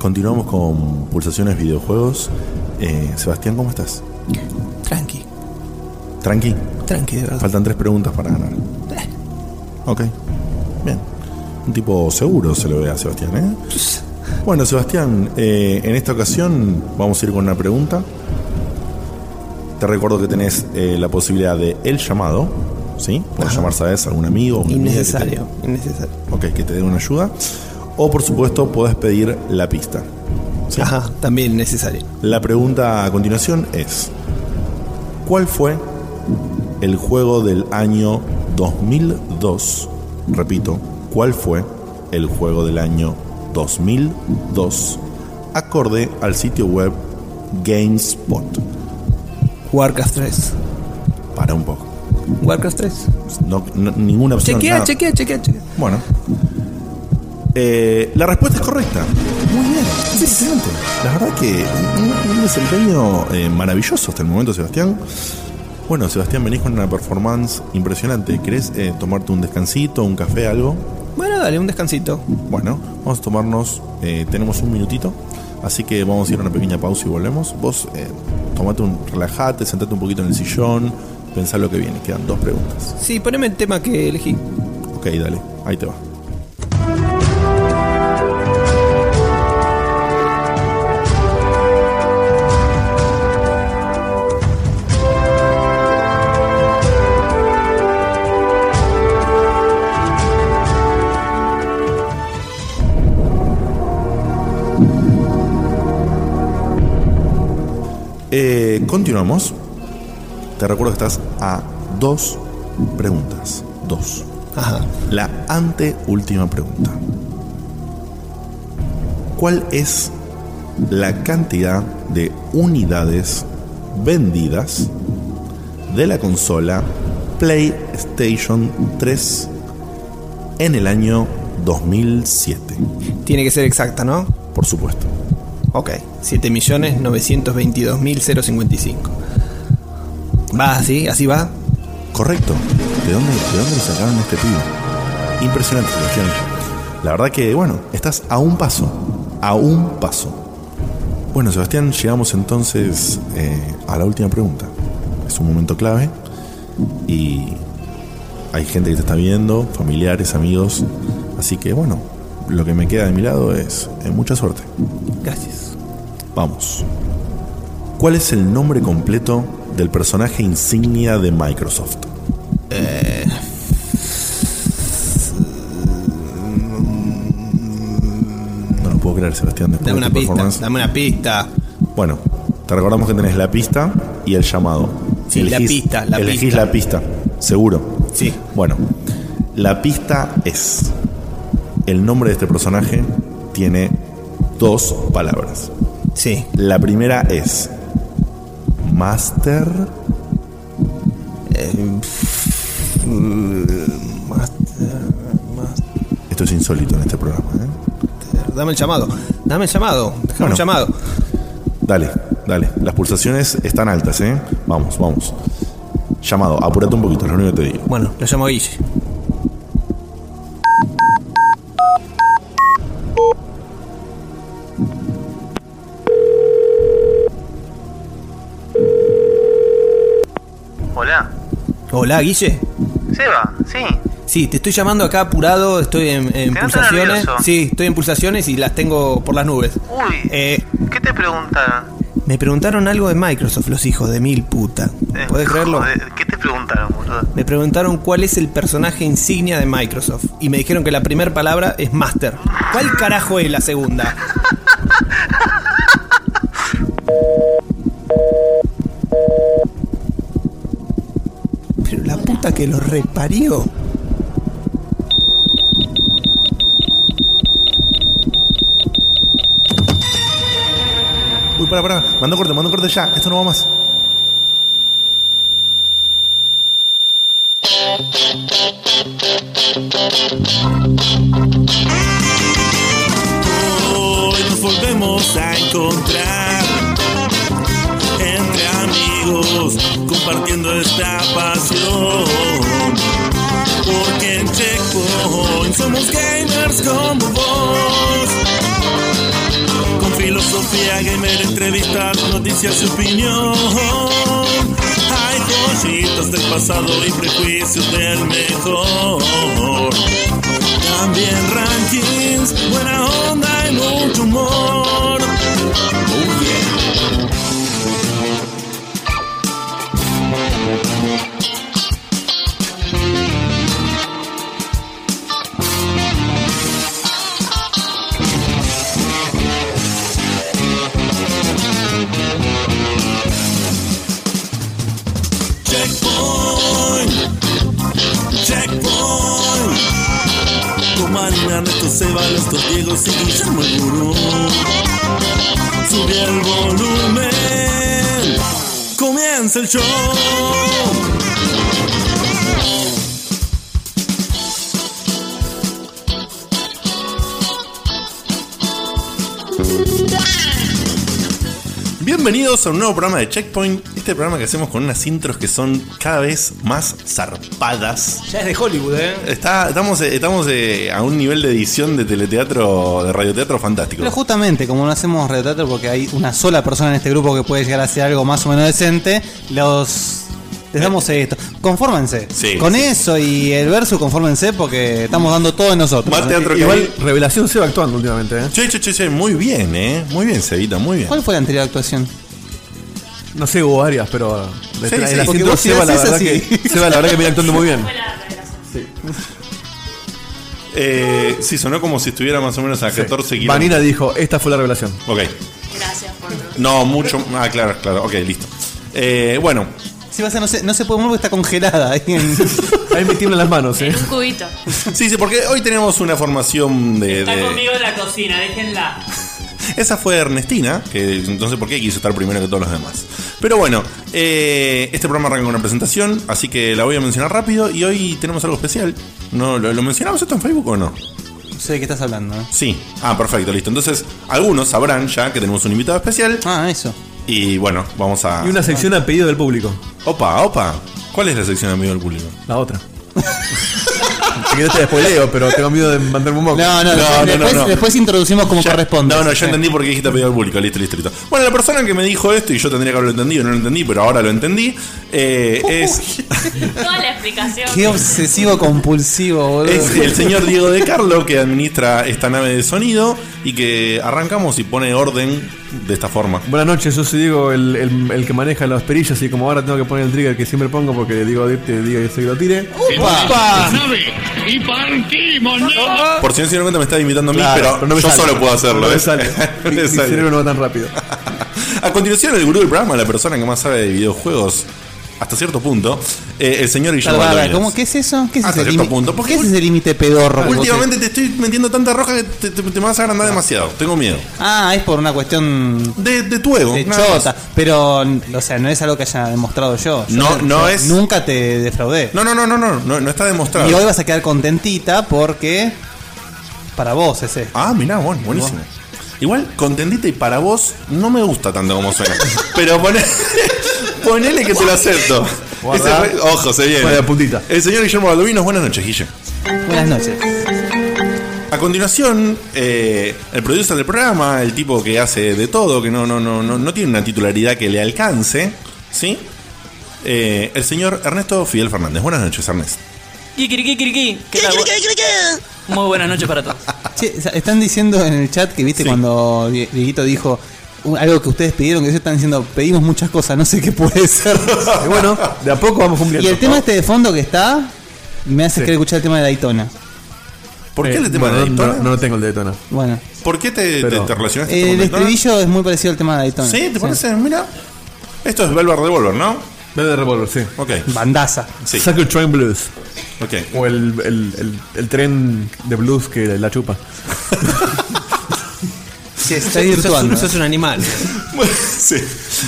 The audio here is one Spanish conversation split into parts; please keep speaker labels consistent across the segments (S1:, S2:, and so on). S1: Continuamos con Pulsaciones Videojuegos. Eh, Sebastián, ¿cómo estás?
S2: Tranqui,
S1: ¿Tranqui?
S2: tranqui, de verdad.
S1: Faltan tres preguntas para ganar.
S2: Eh,
S1: Ok. Bien. Un tipo seguro se lo ve a Sebastián, ¿eh? Bueno, Sebastián, eh, en esta ocasión vamos a ir con una pregunta. Te recuerdo que tenés eh, la posibilidad de el llamado, ¿sí? Puedes llamar, ¿sabes? Algún amigo. una amiga que te-
S2: innecesario, innecesario.
S1: ok, que te den una ayuda. O, por supuesto, podés pedir la pista. Sí.
S2: Ajá, también innecesario.
S1: La pregunta a continuación es: ¿Cuál fue el juego del año 2002? Repito, ¿cuál fue el juego del año 2002? Acorde al sitio web GameSpot.
S2: Warcraft 3.
S1: Para un poco.
S2: Warcraft 3.
S1: No- no- ninguna opción.
S2: Chequea,
S1: nada.
S2: chequea, chequea, chequea.
S1: Bueno. Eh, la respuesta es correcta. Muy bien, es excelente. La verdad que un, un desempeño eh, maravilloso hasta el momento, Sebastián. Bueno, Sebastián, venís con una performance impresionante. ¿Querés eh, tomarte un descansito, un café, algo?
S2: Bueno, dale, un descansito.
S1: Bueno, vamos a tomarnos, eh, tenemos un minutito, así que vamos a ir a una pequeña pausa y volvemos. Vos eh, tomate un, relajate, sentate un poquito en el sillón, pensá lo que viene, quedan dos preguntas.
S2: Sí, poneme el tema que elegí.
S1: Ok, dale, ahí te va. Eh, continuamos. Te recuerdo que estás a dos preguntas. Dos.
S2: Ajá.
S1: La anteúltima pregunta. ¿Cuál es la cantidad de unidades vendidas de la consola PlayStation 3 en el año 2007?
S2: Tiene que ser exacta,
S1: Ah,
S2: ¿no?
S1: Por supuesto.
S2: Ok. 7.922.055. ¿Va así? ¿Así va?
S1: Correcto. ¿De dónde, de dónde lo sacaron a este pibe? Impresionante, Sebastián. La verdad que, bueno, estás a un paso. A un paso. Bueno, Sebastián, llegamos entonces eh, a la última pregunta. Es un momento clave y hay gente que te está viendo, familiares, amigos. Así que, bueno, lo que me queda de mi lado es eh, mucha suerte.
S2: Gracias.
S1: Vamos. ¿Cuál es el nombre completo del personaje insignia de Microsoft? No lo puedo creer, Sebastián. después
S2: Dame
S1: de
S2: una
S1: tu
S2: pista,
S1: performance.
S2: dame una pista.
S1: Bueno, te recordamos que tenés la pista y el llamado.
S2: Sí, la pista, la
S1: elegís
S2: pista.
S1: la pista, seguro.
S2: Sí.
S1: Bueno, la pista es. El nombre de este personaje tiene dos palabras.
S2: Sí.
S1: La primera es Master.
S2: Eh.
S1: Em, mm, Esto es insólito en este programa. ¿eh?
S2: Dame el llamado. Dame el llamado. Dejame
S1: Bueno.
S2: el llamado.
S1: Dale, dale. Las pulsaciones están altas, ¿eh? Vamos, vamos. Llamado, apurate un poquito, es lo único que te digo.
S2: Bueno, lo llamo a Guille.
S3: Hola.
S2: Hola, Guille.
S3: Seba, sí.
S2: Sí, te estoy llamando acá apurado, estoy en, en
S3: noto
S2: pulsaciones.
S3: nervioso.
S2: Sí, estoy en pulsaciones y las tengo por las nubes.
S3: Uy.
S2: Eh,
S3: ¿Qué te preguntaron?
S2: me preguntaron algo de Microsoft, los hijos de mil puta.
S3: Eh,
S2: ¿Podés creerlo?
S3: joder, ¿Qué te preguntaron, boludo?
S2: Me preguntaron cuál es el personaje insignia de Microsoft y me dijeron que la primera palabra es Master. ¿Cuál carajo es la segunda? Pero la puta que lo reparió.
S1: Uy, para, para. Mando corte, mando corte ya. Esto no va más.
S4: Hoy nos volvemos a encontrar entre amigos compartiendo esta pasión. Porque en Checkpoint somos gamers como vos. Cultura gamer, entrevistas, noticias y opinión. Hay cositas del pasado y prejuicios del mejor. También rankings, buena onda y mucho humor. Oh yeah. Checkpoint. Checkpoint. Con Marina, Ernesto, Seba, los dos Diegos y Guillermo el Gurú. Sube el volumen. Comienza el show.
S1: Bienvenidos a un nuevo programa de Checkpoint. Este programa que hacemos con unas intros que son cada vez más zarpadas.
S2: Ya es de Hollywood, ¿eh?
S1: Está- estamos eh, estamos eh, a un nivel de edición de teleteatro, de radioteatro fantástico.
S5: Pero justamente, como no hacemos retrato porque hay una sola persona en este grupo que puede llegar a hacer algo más o menos decente, los. Les damos esto. Confórmense.
S1: Sí,
S5: Con eso y el verso, confórmense porque estamos dando todo de nosotros.
S1: Más teatro que
S6: Igual
S1: ahí.
S6: Revelación se va actuando últimamente, ¿eh?
S1: Che, che, che, che, muy bien, eh. Muy bien, Cevita, muy bien.
S5: ¿Cuál fue la anterior actuación?
S6: No sé, hubo varias, pero. De
S1: Sí,
S6: tra-
S1: sí,
S6: el
S1: porque
S6: asiento
S5: vos si
S6: Seba, la
S5: haces
S6: verdad
S5: así.
S6: que. Seba, la verdad que viene actuando muy bien.
S1: Eh, sí, sonó como si estuviera más o menos a 14 kilos.
S6: Vanina dijo: Esta fue la revelación.
S1: Ok.
S7: Gracias por
S1: No, mucho. Ah, claro, claro. Ok, listo. Eh, bueno,
S5: Si vas a no se, no se puede mover porque está congelada. ahí en-
S6: Ahí me tiemblan las manos, ¿eh?
S7: En un cubito.
S1: sí, sí, porque hoy tenemos una formación de.
S8: Está
S1: de-
S8: conmigo en la cocina, déjenla.
S1: Esa fue Ernestina, que no sé por qué quiso estar primero que todos los demás. Pero bueno, eh, este programa arranca con una presentación, así que la voy a mencionar rápido. Y hoy tenemos algo especial. No, ¿Lo, lo mencionamos esto en Facebook o no?
S5: No sé de qué estás hablando. ¿eh?
S1: Sí. Ah, perfecto, listo. Entonces, algunos sabrán ya que tenemos un invitado especial.
S5: Ah, eso.
S1: Y bueno, vamos a.
S6: Y una sección a pedido del público.
S1: Opa, opa. ¿Cuál es la sección de amigo del público?
S6: La otra. Si querés te despoileo, pero tengo miedo de mandarme un moco.
S5: No, Ah, no,
S1: No,
S5: después,
S1: no, no,
S5: después,
S1: no.
S5: después introducimos como
S1: Ya-
S5: corresponde.
S1: No, no, yo
S5: Sí.
S1: entendí por qué dijiste pedido al público. Listo, listo, listo. Bueno, la persona que me dijo esto, y yo tendría que haberlo entendido, no lo entendí, pero ahora lo entendí, eh, es,
S7: Toda la explicación.
S5: Qué obsesivo compulsivo, boludo.
S1: es el señor Diego De Carlo, que administra esta nave de sonido y que arrancamos y pone orden de esta forma.
S6: Buenas noches, yo soy Diego, el, el- el que maneja las perillas y como ahora tengo que poner el trigger que siempre pongo porque digo te digo que se lo tire.
S5: ¡Upa!
S9: y partimos,
S1: Por si no se dieron cuenta, me está imitando a mí,
S6: Claro,
S1: pero,
S6: pero no me
S1: yo
S6: sale.
S1: solo puedo hacerlo.
S6: No me
S1: ¿eh?
S6: sale.
S1: No
S6: Mi,
S1: me
S6: mi
S1: sale.
S6: cerebro no va tan rápido.
S1: A continuación, el gurú del programa, la persona que más sabe de videojuegos hasta cierto punto, eh, el señor Guillermo
S5: Bárbara,
S1: Valdovinos.
S5: ¿cómo, ¿Qué es eso? ¿Qué es
S1: Hasta
S5: ese
S1: cierto
S5: límite-
S1: punto, porque
S5: ¿Qué es ese límite pedorro? que vos
S1: Últimamente te estoy metiendo tanta roja que te, te- te me vas a agrandar demasiado. Tengo miedo.
S5: te- Ah, es por una cuestión
S1: De, de tu ego.
S5: de
S1: nada más.
S5: chota. Pero, o sea, no es algo que haya demostrado yo. Yo
S1: No, no
S5: yo
S1: es-
S5: Nunca te defraudé.
S1: No, no, no, no, no, no, no está demostrado.
S5: y hoy vas a quedar contentita porque. Para vos es esto.
S1: Ah, mirá, bueno, buenísimo. Igual, contendita y para vos no me gusta tanto como suena. Pero poné- ponele que te lo acepto.
S6: Guardá.
S1: Ese re- ojo, se viene.
S6: Pone la puntita.
S1: El señor Guillermo Baldovinos, buenas noches, Guille.
S5: Buenas noches.
S1: A continuación, eh, el producer del programa, el tipo que hace de todo, que no, no, no, no, no tiene una titularidad que le alcance, ¿sí? Eh, el señor Ernesto Fidel Fernández. Buenas noches, Ernesto.
S8: Kikirikikiriki. ¿Qué tal? Muy buenas noches para todos.
S5: Che, o sea, están diciendo en el chat que viste
S1: Sí.
S5: cuando Die- Dieguito dijo un- algo que ustedes pidieron, que ellos están diciendo, pedimos muchas cosas, no sé qué puede ser.
S6: Y bueno, de a poco vamos
S5: y
S6: cumpliendo.
S5: el tema este de fondo que está, me hace
S6: Sí.
S5: querer escuchar el tema de Daytona.
S1: ¿Por qué
S6: Eh,
S1: el tema
S6: bueno,
S1: de
S6: no,
S1: Daytona?
S6: no, no tengo el de Daytona.
S5: Bueno.
S1: ¿Por qué te,
S6: Pero-
S1: te- te relacionaste
S5: El
S1: con Daytona?
S5: Eh, estribillo es muy parecido al tema de Daytona.
S1: Este Sí, ¿te parece? Mira. Esto es Velvet Revolver, ¿no?
S6: Dale de revolver, sí.
S1: Ok.
S5: Bandaza.
S1: Sí.
S6: Sucker Train Blues.
S1: Ok.
S6: O el, el, el, el tren de blues que la chupa.
S5: Sí, está
S2: Sos,
S5: virtuando.
S2: un- sos un animal.
S1: Bueno, sí.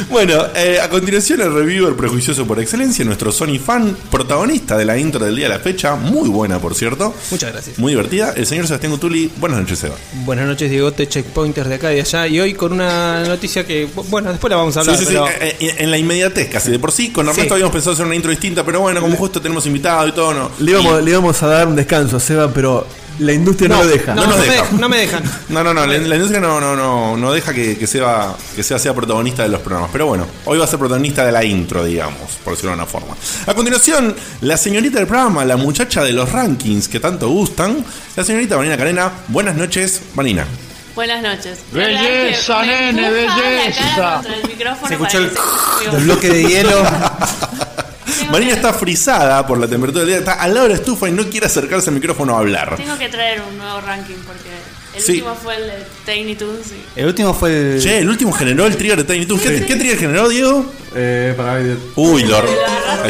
S1: Bueno, eh, a continuación el reviewer prejuicioso por excelencia, nuestro Sony fan, protagonista de la intro del día de la fecha, muy buena por cierto.
S2: Muchas gracias.
S1: Muy divertida, el señor Sebastián Gutuli, buenas noches Seba.
S2: Buenas noches, Diegote, checkpointers de acá y de allá. Y hoy con una noticia que, bueno, después la vamos a hablar.
S1: Sí, sí, sí,
S2: pero-
S1: eh, eh, en la inmediatez casi, de por sí, con Ernesto
S2: Sí.
S1: habíamos pensado hacer una intro distinta, pero bueno, como justo tenemos invitado y todo, no.
S6: Le íbamos, le íbamos a dar un descanso a Seba, pero la industria no, lo deja.
S2: No,
S1: No
S2: no,
S1: nos
S2: me
S1: deja.
S2: dejan, no me dejan.
S1: No, no, no, la, la industria no, no, no, no deja que, que Seba, que Seba sea protagonista de los programas. Pero bueno, hoy va a ser protagonista de la intro, digamos, por decirlo de una forma. A continuación, la señorita del programa, la muchacha de los rankings que tanto gustan, la señorita Vanina Carena. Buenas noches, Vanina.
S7: Buenas noches.
S9: Belleza,
S7: Me
S9: nene,
S7: empuja la
S9: belleza.
S7: cara contra el micrófono
S5: Se escuchó el-
S7: para que se-
S5: Del bloque de hielo.
S7: Tengo
S1: Vanina
S7: que-
S1: está frisada por la temperatura del día, está al lado de la estufa y no quiere acercarse al micrófono a hablar.
S7: Tengo que traer un nuevo ranking porque el
S1: Sí.
S7: último fue el de Tiny Toons. y-
S5: El último fue el.
S1: Che, el último generó el trigger de Tiny Toons. ¿Qué,
S7: Sí.
S1: qué trigger generó, Diego?
S6: Eh, para
S1: Uy, Lord.
S7: Lo agarraste
S1: Ahí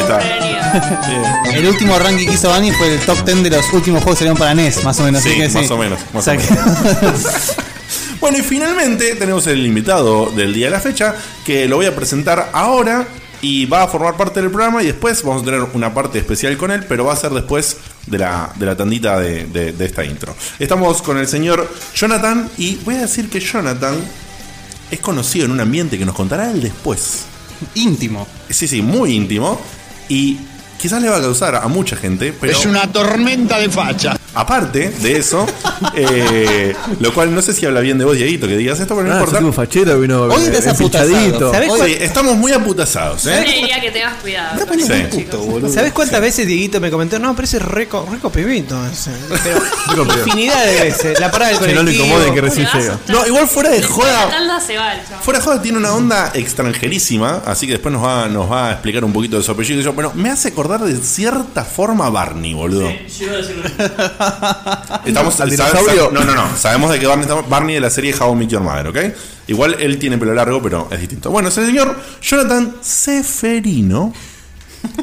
S1: está.
S7: desprevenido.
S1: Sí.
S5: El último ranking que hizo Dani fue el top 10 de los últimos juegos que salieron para NES, más o menos.
S1: Sí,
S5: así que
S1: más o menos, más o
S5: que-
S1: Bueno, y finalmente tenemos el invitado del día de la fecha, que lo voy a presentar ahora y va a formar parte del programa y después vamos a tener una parte especial con él, pero va a ser después de la, de la tandita de, de- de esta intro. Estamos con el señor Jonathan y voy a decir que Jonathan es conocido en un ambiente que nos contará él después.
S5: íntimo.
S1: Sí, sí, muy íntimo y quizás le va a causar a mucha gente, pero...
S9: Es una tormenta de facha.
S1: Aparte de eso, eh, lo cual no sé si habla bien de vos, Dieguito, que digas esto, pero no importa.
S6: Ah, un fachero vino eh,
S5: Hoy estás aputazado,
S6: enfichadito.
S5: ¿sabes?
S1: Oye, estamos muy aputazados,
S7: Yo
S1: ¿eh?
S7: le diría que tengas cuidado. con
S1: Sí.
S7: eso, chicos.
S2: ¿Sabes cuántas veces Dieguito me comentó? No, pero ese es rico, rico pibito. ese". Pero infinidad de veces. La parada del
S6: Que no le
S2: colectivo.
S6: incomoden que recién
S7: Bueno, vas a
S6: llega.
S7: estar-
S1: No, igual fuera de
S7: Después la
S1: joda.
S7: tanda se va el chabón.
S1: Fuera de joda tiene una onda extranjerísima, así que después nos va, nos va a explicar un poquito de su apellido. Yo, bueno, me hace acordar de cierta forma a Barney, boludo. Estamos
S6: ¿Al
S1: sabe- sabe-
S6: dinosaurio?
S1: No, no, no. Sabemos de que Barney, estamos- Barney de la serie How I Met Your Mother, ¿ok? Igual él tiene pelo largo, pero es distinto. Bueno, es el señor Jonathan Seferino,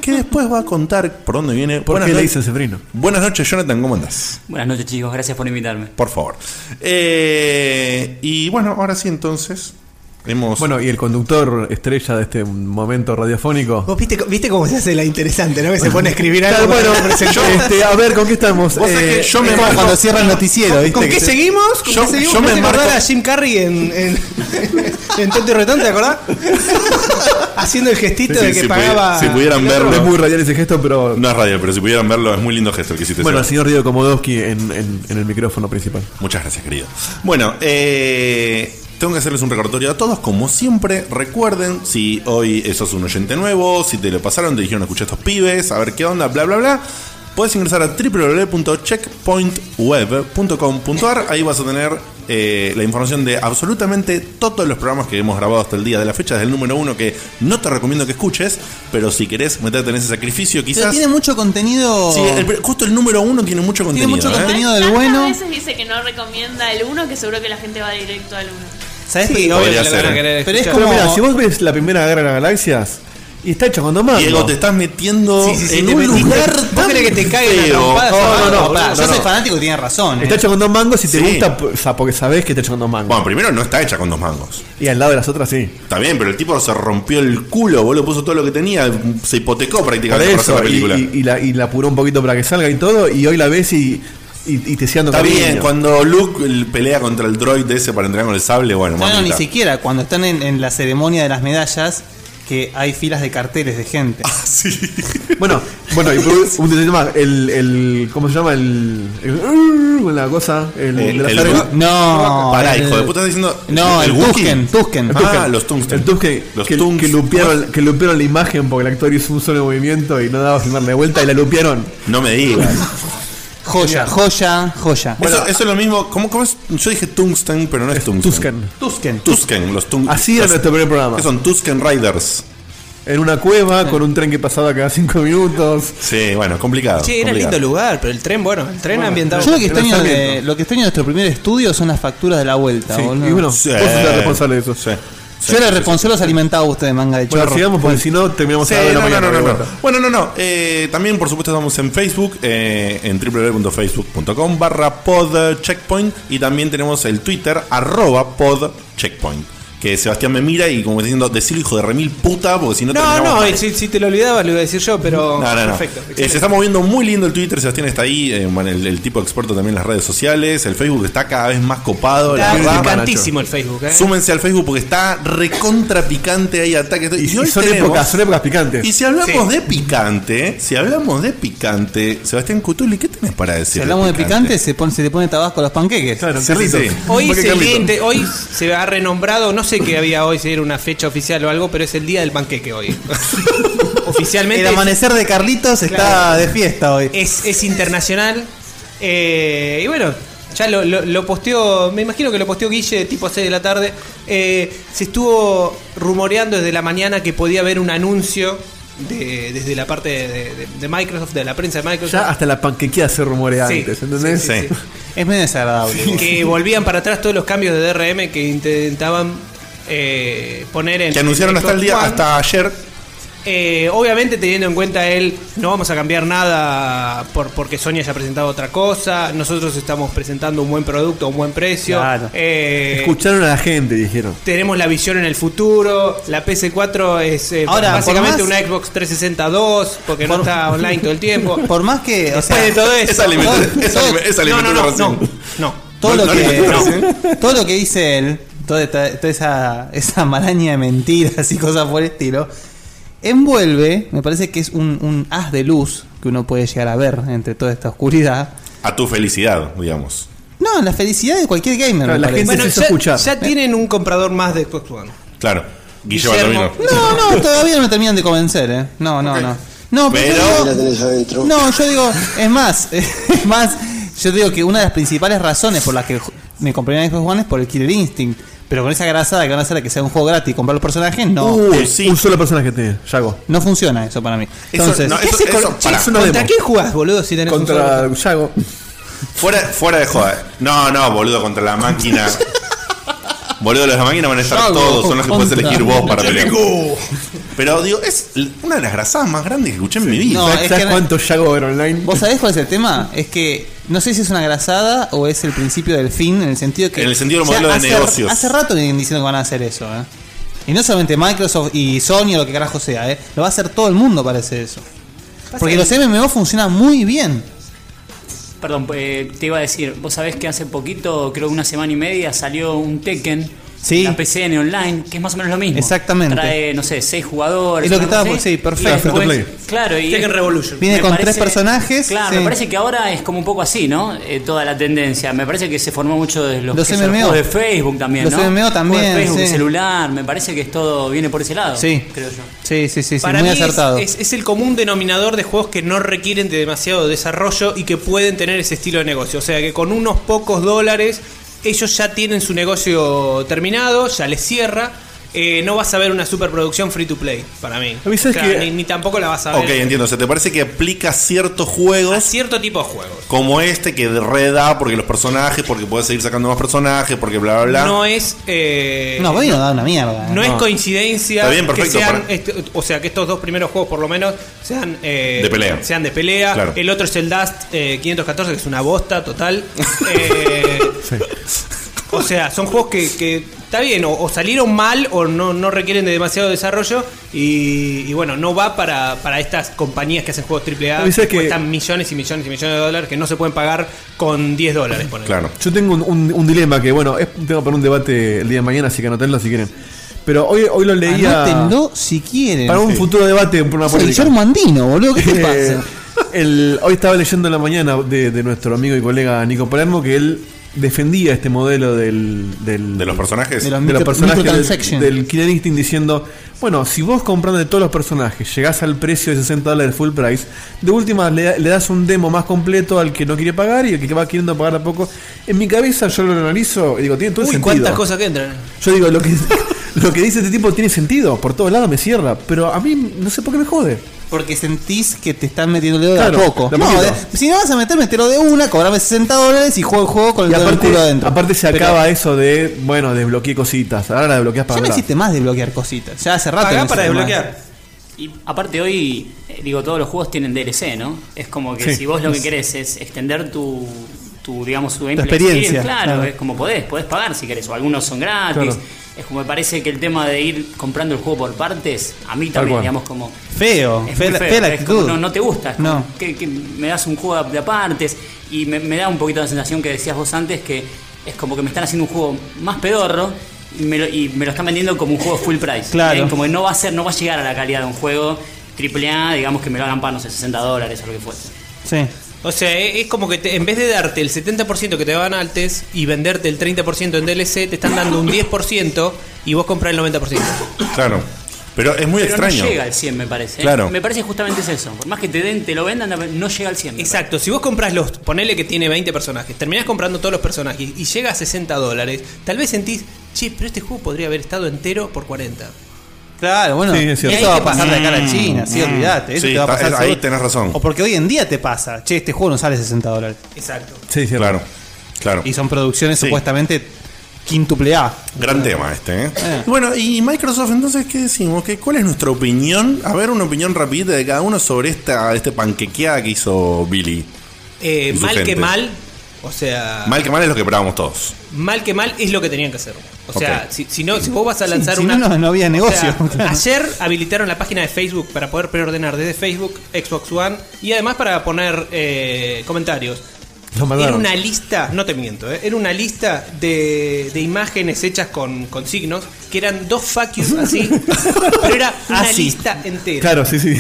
S1: que después va a contar por dónde viene.
S6: ¿Por
S1: Buenas
S6: qué le
S1: noches.
S6: dicen Seferino?
S1: Buenas noches, Jonathan, ¿cómo andás?
S8: Buenas noches, chicos. Gracias por invitarme.
S1: Por favor. Eh, y bueno, ahora sí entonces. Hemos.
S6: Bueno, y el conductor estrella de este momento radiofónico.
S2: Vos viste, viste cómo se hace la interesante, ¿no? Que se pone a escribir algo.
S6: bueno,
S2: para presentar.
S6: yo, este, a ver, ¿con qué estamos?
S1: Vos sabés
S6: Eh,
S1: que yo me
S5: Es como
S1: marco-
S5: cuando cierra el noticiero, ¿viste?
S2: ¿Con
S5: Que
S2: qué
S5: se-
S2: seguimos? ¿Con
S1: yo-
S2: qué seguimos?
S1: yo
S2: ¿Me
S1: me
S2: hace
S1: marco-
S2: acordar a Jim Carrey en, en, en Tonto y Retonto, ¿te acordás? Haciendo el gestito
S1: Sí,
S2: de
S1: sí,
S2: que
S1: si
S2: pagaba.
S1: pudi- si pudieran verlo.
S6: Es muy radial ese gesto, pero.
S1: No es radial, pero si pudieran verlo, es muy lindo gesto el que hiciste.
S6: Bueno, el
S1: Seba.
S6: señor Diego Komodowski en, en- en el micrófono principal.
S1: Muchas gracias, querido. Bueno, eh, tengo que hacerles un recordatorio a todos. Como siempre, recuerden si hoy sos un oyente nuevo, si te lo pasaron, te dijeron escucha a estos pibes, a ver qué onda, bla, bla, bla. Puedes ingresar a www.checkpointweb.com.ar. Ahí vas a tener eh, la información de absolutamente todos los programas que hemos grabado hasta el día de la fecha, desde el número uno que no te recomiendo que escuches, pero si querés meterte en ese sacrificio,
S5: Pero
S1: quizás.
S5: tiene mucho contenido.
S1: Sí, el- justo el número uno tiene mucho
S5: Tiene
S1: contenido.
S5: mucho
S1: ¿eh?
S5: contenido del
S7: Tantas
S5: bueno.
S7: veces dice que no recomienda el uno que seguro que la gente va directo al uno
S5: ¿Sabes?
S2: Sí,
S5: Pero-
S2: obvio
S1: Podría
S2: que lo van a
S1: ser.
S2: querer
S5: Pero es
S2: escuchar.
S6: Pero
S5: como-
S6: mira, si vos ves la primera guerra de las galaxias, y está hecho con dos manos.
S1: Diego, te estás metiendo
S2: Sí, sí, sí,
S1: en
S2: te
S1: un
S2: metiste.
S1: lugar
S2: ¿Vos
S1: tan
S2: querés que te caiga la
S1: feo.
S2: trompada?
S1: Oh,
S5: No,
S1: no, no,
S5: pará,
S1: pará,
S5: yo
S1: no,
S5: soy
S1: no.
S5: fanático y tiene razón. ¿eh?
S6: Está hecho con dos mangos y te
S1: Sí.
S6: gusta p- sa- porque sabés que está hecho con dos mangos.
S1: Bueno, primero no está hecha con dos mangos.
S6: Y al lado de las otras sí.
S1: Está bien, pero el tipo se rompió el culo, boludo, puso todo lo que tenía, se hipotecó
S6: Por
S1: prácticamente para hacer
S6: eso,
S1: la
S6: y,
S1: película.
S6: y- y la, y la apuró un poquito para que salga y todo, y hoy la ves y, y, y te siendo
S1: está
S6: cariño.
S1: bien, cuando Luke el- pelea contra el droid ese para entrar con el sable, bueno,
S5: No, no, ni
S1: mamita.
S5: siquiera. Cuando están en, en la ceremonia de las medallas, que hay filas de carteles de gente.
S1: Ah, Sí.
S6: Bueno, bueno, y por un- un detalle más, el, el ¿cómo se llama? El, el- la cosa, el,
S1: Eh,
S6: de la
S1: el-
S6: jerga.
S5: No.
S1: Pará,
S5: el-
S1: hijo de puta, estás diciendo.
S5: No, el
S1: Wookiee?
S5: Tusken, Tusken.
S1: Ah,
S6: Tusken.
S1: los Tungsten.
S6: El Tusken,
S1: Los
S6: que,
S1: Tungs.
S6: que lupearon, que lupearon la imagen porque el actor hizo un solo movimiento y no daba a filmarle de vuelta y la lupearon.
S1: No me digas.
S5: Joya, joya, joya.
S1: eso, eso es lo mismo. ¿cómo, cómo es? Yo dije Tungsten, pero no es Tungsten.
S6: Tusken.
S5: Tusken.
S1: Tusken, los Tungsten.
S6: Así era nuestro primer programa.
S1: Que son Tusken Riders.
S6: En una cueva con un tren que pasaba cada cinco minutos.
S1: Sí, bueno, complicado.
S2: Che, era
S1: complicado.
S2: lindo lugar, pero el tren, bueno, el tren ambientado.
S5: Yo lo que, extraño de,
S6: lanzamiento.
S5: lo que extraño de nuestro primer estudio son las facturas de la vuelta,
S6: Sí,
S5: boludo.
S6: Y bueno,
S1: Sí.
S6: vos sos el responsable de eso.
S1: Sí. Sí,
S5: Yo era
S1: sí,
S5: el responsable, los alimentaba a ustedes, manga de
S6: Bueno,
S5: chorro.
S6: sigamos porque si no terminamos
S1: Sí,
S6: a la
S1: Eh, no, no,
S6: mañana
S1: no,
S6: de
S1: no, no.
S6: vuelta.
S1: Bueno, no, no. Eh, también, por supuesto, estamos en Facebook, eh, en www.facebook.com barra podcheckpoint y también tenemos el Twitter, arroba podcheckpoint. que Sebastián me mira y como diciendo, decir hijo de remil puta, porque si no
S2: No,
S1: terminamos
S2: no,
S1: mal".
S2: y si, si te lo olvidabas lo iba a decir yo, pero.
S1: No, no, no.
S2: Perfecto.
S1: Eh,
S2: excelente.
S1: se está moviendo muy lindo el Twitter, Sebastián está ahí, eh, bueno, el, el tipo experto también en las redes sociales, el Facebook está cada vez más copado, la
S2: Está
S1: verdad.
S2: picantísimo el Facebook, ¿eh?
S1: Súmense al Facebook porque está recontra picante, hay ataques.
S6: Y,
S1: hoy
S6: y son,
S1: tenemos-
S6: épocas, son épocas picantes.
S1: Y si hablamos de picante, si hablamos de picante, Sebastián Cutuli, ¿qué tenés para decir?
S5: Si hablamos de picante, se, pone, se le pone tabasco a los panqueques.
S6: Claro,
S1: Sí,
S6: Carlitos.
S1: sí, sí.
S2: Hoy
S6: Porque
S2: se,
S6: Carlitos.
S2: inte- hoy se ha renombrado, no sé qué había hoy, si era una fecha oficial o algo, pero es el día del panqueque hoy. Oficialmente
S5: El
S2: es-
S5: amanecer de Carlitos está
S2: Claro.
S5: de fiesta hoy.
S2: es, es internacional. Eh, y bueno, ya lo, lo, lo posteó, me imagino que lo posteó Guille tipo 6 de la tarde. Eh, se estuvo rumoreando desde la mañana que podía haber un anuncio de- desde la parte de, de- de Microsoft, de la prensa de Microsoft.
S6: Ya hasta la panquequía se rumorea
S2: Sí,
S6: antes, ¿entendés?
S1: sí, sí, sí.
S5: Es medio desagradable.
S2: que volvían para atrás todos los cambios de DRM que intentaban eh, poner en.
S1: Que anunciaron
S2: en
S1: hasta el día,
S2: Xbox One.
S1: hasta ayer.
S2: Eh, obviamente teniendo en cuenta él, no vamos a cambiar nada por, porque Sony haya presentado otra cosa, nosotros estamos presentando un buen producto, a un buen precio,
S5: Claro.
S2: Eh,
S6: Escucharon a la gente, dijeron.
S2: tenemos la visión en el futuro, la PS4 es eh,
S5: Ahora,
S2: básicamente
S5: por
S2: una
S5: más-
S2: Xbox 362 porque no está online todo el tiempo.
S5: Por más que. o
S2: Después
S5: sea,
S2: de todo eso,
S1: Esa alimentación.
S5: todo-
S1: Esa
S5: todo-
S1: alime- esa
S2: no, no, no,
S1: alimentación
S2: no, no.
S5: todo lo
S1: No,
S5: que
S1: no,
S5: todo lo que dice él toda, esta- toda esa esa maraña de mentiras y cosas por el estilo envuelve me parece que es un, un haz de luz que uno puede llegar a ver entre toda esta oscuridad
S1: A tu felicidad, digamos.
S5: no la felicidad de cualquier gamer
S6: Claro,
S5: me
S6: la
S5: parece.
S6: gente
S2: Bueno,
S6: hizo
S2: ya,
S6: escuchar.
S2: ya tienen un comprador más de Xbox One.
S1: Claro. Guillermo
S2: Guillermo.
S1: Baldomino.
S5: no no todavía no me terminan de convencer eh no no no no pero,
S1: Pero-
S5: yo digo- no yo digo es más es más yo digo que una de las principales razones por las que me compré una Xbox One es por el Killer Instinct pero con esa grasada que van a hacer a que sea un juego gratis y comprar los personajes no
S6: Uy,
S1: Eh, sí.
S6: un solo personaje tiene, Yago.
S5: No funciona eso para mí.
S1: Eso-
S5: Entonces,
S1: no,
S5: ¿qué
S1: eso-
S5: haces con-
S1: eso-
S5: che,
S1: pará.
S5: ¿contra
S2: ¿Contra quién jugás, boludo, si tenés un solo
S6: Contra
S2: botón?
S6: Yago.
S1: Fuera, fuera de joda. No, no, boludo, contra la máquina. boludo, los de la máquina van a estar
S5: Yago,
S1: todos, son los que puedes
S5: contra-
S1: elegir vos para pelear. Pero digo, es una de las grasadas más grandes que escuché en mi vida.
S5: No,
S6: ¿Sabes
S5: es
S6: sabes
S5: que-
S6: cuánto Yago ver online?
S5: ¿Vos sabés cuál es el tema? Es que no sé si es una grasada o es el principio del fin, en el sentido que.
S1: En el sentido del modelo de
S5: hace,
S1: negocios.
S5: Hace rato vienen diciendo que van a hacer eso, ¿eh? Y no solamente Microsoft y Sony o lo que carajo sea, ¿eh? Lo va a hacer todo el mundo, parece eso. Porque los MMO funcionan muy bien.
S8: Perdón, eh, te iba a decir, vos sabés que hace poquito, creo que una semana y media, salió un Tekken.
S5: Sí.
S8: La PCN online, que es más o menos lo mismo.
S5: Exactamente.
S8: Trae, no sé, seis jugadores.
S5: Es lo que
S8: una cosa
S5: estábamos-
S8: así,
S5: sí, perfecto.
S8: y después-
S6: Free to play.
S8: claro, y.
S2: Tekken Revolution.
S5: Viene
S8: me
S5: con tres personajes,
S8: Claro,
S5: sí.
S8: me parece que ahora es como un poco así, ¿no? Eh, toda la tendencia. Me parece que se formó mucho de los,
S5: Los
S8: que son
S5: MMO.
S8: juegos de Facebook también,
S5: Los
S8: ¿no?
S5: MMO
S8: Juegos
S5: también,
S8: De Facebook,
S5: sí.
S8: de celular. Me parece que es todo viene por ese lado.
S5: Sí.
S8: Creo yo.
S5: Sí, sí, sí, sí,
S2: Para
S5: muy
S2: mí es-
S5: acertado.
S2: Es, es el común denominador de juegos que no requieren de demasiado desarrollo y que pueden tener ese estilo de negocio. O sea que con unos pocos dólares ellos ya tienen su negocio terminado, ya les cierra. Eh, no vas a ver una superproducción free to play para mí.
S6: A mí sabes que-
S2: ni, ni tampoco la vas a ver
S1: ok, entiendo. O sea, ¿te parece que aplica ciertos juegos
S2: a cierto tipo de juegos.
S1: como este que reda porque los personajes, porque puedes seguir sacando más personajes, porque bla, bla, bla?
S2: No es. eh,
S5: no, bueno, da una mierda.
S2: No es coincidencia
S1: Está bien, perfecto,
S2: que sean,
S1: para-
S2: este, o sea, que estos dos primeros juegos por lo menos sean eh,
S1: De pelea.
S2: sean de pelea.
S1: Claro.
S2: El otro es el Dust eh, 514 que es una bosta total. Eh, O sea, son juegos que, que está bien o, o salieron mal o no, no requieren de demasiado desarrollo y, y bueno, no va para, para estas compañías que hacen juegos AAA
S6: Pero
S2: que
S6: sabes que-
S2: cuestan millones y millones y millones de dólares que no se pueden pagar con 10 dólares. ponele.
S1: Claro.
S6: Yo tengo un, un- un dilema que, bueno, es un tema para un debate el día de mañana, así que anotenlo si quieren. Pero hoy, hoy lo leía.
S5: Anótenlo si quieren.
S6: Para un
S5: Sí.
S6: futuro debate, por una
S5: Soy
S6: política.
S5: Guillermo Andino, boludo, ¿qué te
S6: Eh,
S5: pasa?
S6: el- hoy estaba leyendo en la mañana de, de nuestro amigo y colega Nico Palermo que él defendía este modelo del, del-
S1: ¿De los personajes?
S5: De los-
S6: de los
S5: Micro-
S6: personajes del,
S5: microtransaction.
S6: del Killer Instinct diciendo, bueno, si vos comprando de todos los personajes llegás al precio de 60 dólares full price, de última le, le das un demo más completo al que no quiere pagar y al que va queriendo pagar a poco. En mi cabeza yo lo analizo y digo, tiene todo
S2: Uy,
S6: sentido.
S2: cuántas cosas que entran.
S6: Yo digo, lo que, lo que dice este tipo tiene sentido, por todos lados me cierra, pero a mí no sé por qué me jode.
S5: Porque sentís que te están metiendo el dedo
S6: Claro,
S5: de a poco.
S6: de a
S5: no,
S6: poquito.
S5: de- si no vas a meter, metelo de una, cobrame 60 dólares y juego el juego con el
S6: Y
S5: dedo del
S6: aparte,
S5: culo adentro.
S6: aparte se
S5: Pero
S6: acaba eso de, bueno, desbloqueé cositas. Ahora la desbloqueas para
S5: Ya no
S6: hablar.
S5: existe más desbloquear cositas. Ya hace rato.
S2: Pagá
S5: no
S2: para
S5: existe más.
S2: desbloquear.
S8: Y aparte hoy, eh, digo, todos los juegos tienen DLC, ¿no? Es como que
S6: Sí.
S8: si vos lo que querés es extender tu, tu digamos, su
S5: experiencia,
S8: Claro,
S5: claro.
S8: es como podés, podés pagar si querés. O algunos son gratis.
S6: Claro.
S8: Es como me parece que el tema de ir comprando el juego por partes, a mí también,
S6: cual.
S8: digamos, como.
S5: Feo,
S8: Es
S5: fea,
S8: muy feo,
S5: fea la
S8: es como
S5: actitud.
S8: no, no te gusta. es como
S5: No.
S8: Que, que me das un juego de apartes y me, me da un poquito la sensación que decías vos antes que es como que me están haciendo un juego más pedorro y me lo, y me lo están vendiendo como un juego full price.
S5: Claro.
S8: Eh, Como que no va a ser, no va a llegar a la calidad de un juego triple A, digamos que me lo hagan para, no sé, 60 dólares o lo que fuese.
S5: Sí.
S2: O sea, e- es como que te- en vez de darte el 70% que te daban antes y venderte el 30% en DLC, te están dando un 10% y vos compras el 90%.
S1: Claro. Pero es muy
S8: Pero
S1: extraño.
S8: no llega al 100, me parece. ¿eh?
S1: Claro.
S8: Me parece justamente es eso. Por más que te den, te lo vendan, no llega al 100. me
S2: Exacto, si vos compras Lost, ponele que tiene 20 personajes, terminás comprando todos los personajes y llega a 60 dólares, tal vez sentís, che, pero este juego podría haber estado entero por 40.
S5: Claro, bueno,
S6: Sí, es cierto.
S5: eso va a pasar de acá a la China, sí, olvídate. Eso
S1: Sí,
S5: te va a pasar
S1: ahí
S5: seguro.
S1: tenés razón.
S5: O porque hoy en día te pasa, che, este juego no sale 60 dólares.
S2: Exacto.
S6: Sí, sí,
S1: Claro. Claro.
S5: Y son producciones
S1: Sí.
S5: supuestamente quintuple A.
S1: Gran tema este, ¿eh? Bueno, y Microsoft, entonces, ¿qué decimos? ¿Qué, ¿Cuál es nuestra opinión? A ver, una opinión rapidita de cada uno sobre esta este panquequeada que hizo Billy.
S2: Eh,
S1: Y su
S2: mal que
S1: gente.
S2: mal, o sea, mal.
S1: Mal que mal es lo que esperábamos todos.
S2: que mal es lo que tenían que hacer. O sea,
S1: Ok.
S2: si, si no, si vos vas a
S5: Sí,
S2: lanzar
S5: si
S2: una...
S5: no, no, no había
S2: O sea,
S5: negocio. Claro.
S2: ayer habilitaron la página de Facebook para poder preordenar desde Facebook, Xbox One y además para poner eh, comentarios.
S6: Lo
S2: Era
S6: mandaron.
S2: una lista, no te miento, eh, era una lista de, de imágenes hechas con, con signos que eran dos fuck yous así, pero era una
S5: Así.
S2: lista entera.
S6: Claro, sí, sí.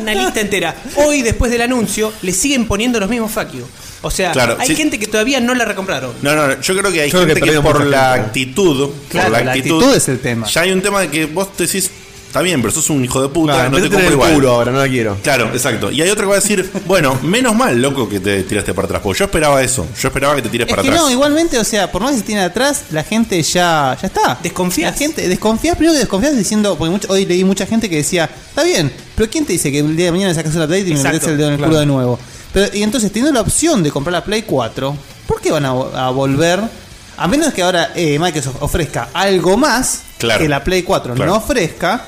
S2: Una lista entera. Hoy, después del anuncio, le siguen poniendo los mismos fuck you. O sea,
S1: Claro,
S2: hay
S1: sí.
S2: gente que todavía no la recompraron.
S1: No, no, no, yo creo que hay
S6: Yo creo que
S1: gente que,
S6: perdimos
S1: por
S6: mucha
S1: la
S6: gente.
S1: actitud,
S5: Claro,
S1: por
S5: la actitud es el tema.
S1: Ya hay un tema de que vos te decís, está bien, pero sos un hijo de puta,
S6: Claro,
S1: no te
S6: metete en
S1: compro
S6: el
S1: igual.
S6: culo ahora, no la quiero.
S1: Claro, exacto. Y hay otro que va a decir, bueno, menos mal, loco, que te tiraste para atrás. Porque yo esperaba eso. Yo esperaba que te tires
S5: Es
S1: para
S5: que
S1: atrás.
S5: no, igualmente, o sea, por más que se tiene atrás, la gente ya, ya está.
S2: Desconfías.
S5: La gente, desconfías, primero que desconfías diciendo, porque mucho- hoy leí mucha gente que decía, está bien, pero ¿quién te dice que el día de mañana sacas una Play y me
S2: Exacto,
S5: metes el dedo en el
S6: claro.
S5: culo de nuevo? Pero, y entonces, teniendo la opción de comprar la Play 4, ¿por qué van a, vo- a volver? A menos que ahora eh, Microsoft ofrezca algo más
S1: Claro.
S5: que la Play 4
S1: Claro.
S5: no ofrezca,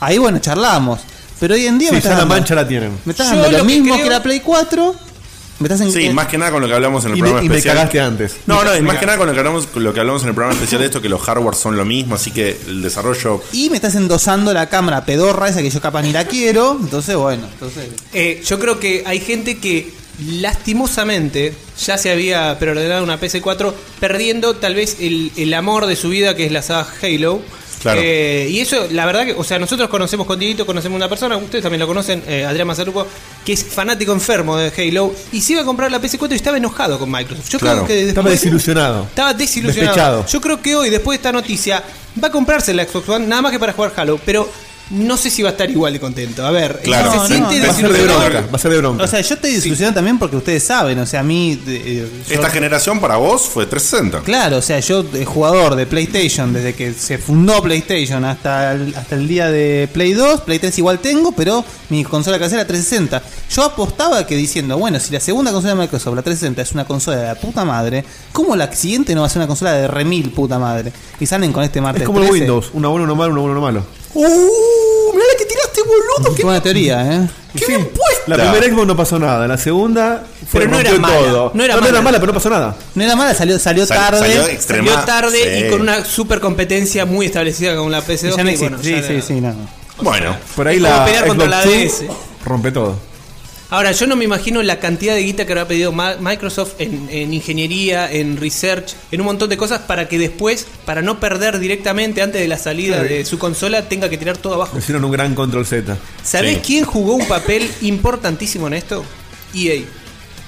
S5: ahí bueno, charlamos. Pero hoy en día
S6: Sí,
S5: me
S6: ya
S5: estás
S6: la
S5: dando,
S6: mancha la tienen.
S5: me estás
S2: Yo
S5: dando lo,
S2: lo que
S5: mismo
S2: creo-
S5: que la Play 4, me estás en
S1: Sí,
S5: en-
S1: más que nada con lo que hablamos en el
S6: Y
S1: programa
S6: me, y me
S1: especial.
S6: cagaste antes.
S1: No, no, y más que nada con lo que hablamos, con lo que hablamos en el programa especial de esto, que los hardware son lo mismo, así que el desarrollo.
S5: Y me estás endosando la cámara pedorra esa que yo capaz ni la quiero. Entonces, bueno, entonces.
S2: Eh, yo creo que hay gente que lastimosamente ya se había preordenado una PC4 perdiendo tal vez el, el amor de su vida que es la saga Halo.
S1: Claro.
S2: Eh, y eso, la verdad que, o sea, nosotros conocemos con Dieguito, conocemos una persona, ustedes también lo conocen, eh, Adrián Mazaruco, que es fanático enfermo de Halo, y se iba a comprar la PC4 y estaba enojado con Microsoft. Yo
S1: Claro.
S2: creo que
S6: Estaba
S2: después-
S6: desilusionado.
S2: estaba desilusionado.
S6: Despechado.
S2: Yo creo que hoy, después de esta noticia, va a comprarse la Xbox One nada más que para jugar Halo, pero no sé si va a estar igual de contento. A ver,
S1: Claro.
S2: se
S5: No, no,
S2: siente
S5: no.
S6: Va a ser de
S2: desilusionado.
S6: bronca, va a ser de bronca.
S5: O sea, yo estoy desilusionado también porque ustedes saben, o sea, a mí. eh, yo-
S1: Esta generación para vos fue 360.
S5: claro, o sea, yo, eh, jugador de PlayStation, desde que se fundó PlayStation hasta el, hasta el día de Play 2, Play 3 igual tengo, pero mi consola casera 360. Yo apostaba que diciendo, bueno, si la segunda consola de Microsoft, la 360, es una consola de la puta madre, ¿cómo la siguiente no va a ser una consola de remil puta madre? Y salen con este martes.
S6: es como el
S5: 13.
S6: Windows, uno bueno, uno malo, uno bueno, uno malo.
S5: ¡Uh! Mirá la que tiraste, boludo. Qué buena teoría, ¿eh?
S6: Sí. La primera Xbox no pasó nada, la segunda fue
S2: Pero no era
S6: rompió
S2: mala,
S6: todo.
S2: no era mala.
S6: pero no pasó nada.
S5: No era mala, salió, salió
S1: Sal-
S5: tarde.
S1: salió extrema-
S2: Salió tarde
S1: Sí.
S2: y con una super competencia muy establecida con la
S5: Y
S2: PS2.
S5: ya no
S2: que, bueno,
S5: existe. Sí,
S2: ya
S5: sí,
S2: no-
S5: sí, no.
S1: Bueno,
S6: Por ahí
S2: Es como
S6: la
S2: pelear contra
S6: Xbox
S2: la
S6: Two
S2: DS.
S6: rompe todo.
S2: Ahora, yo no me imagino la cantidad de guita que habrá pedido Ma- Microsoft en, en ingeniería, en research, en un montón de cosas para que después, para no perder directamente antes de la salida de su consola, tenga que tirar todo abajo.
S6: Hicieron un gran control Z.
S2: ¿Sabés
S1: Sí.
S2: quién jugó un papel importantísimo en esto? EA.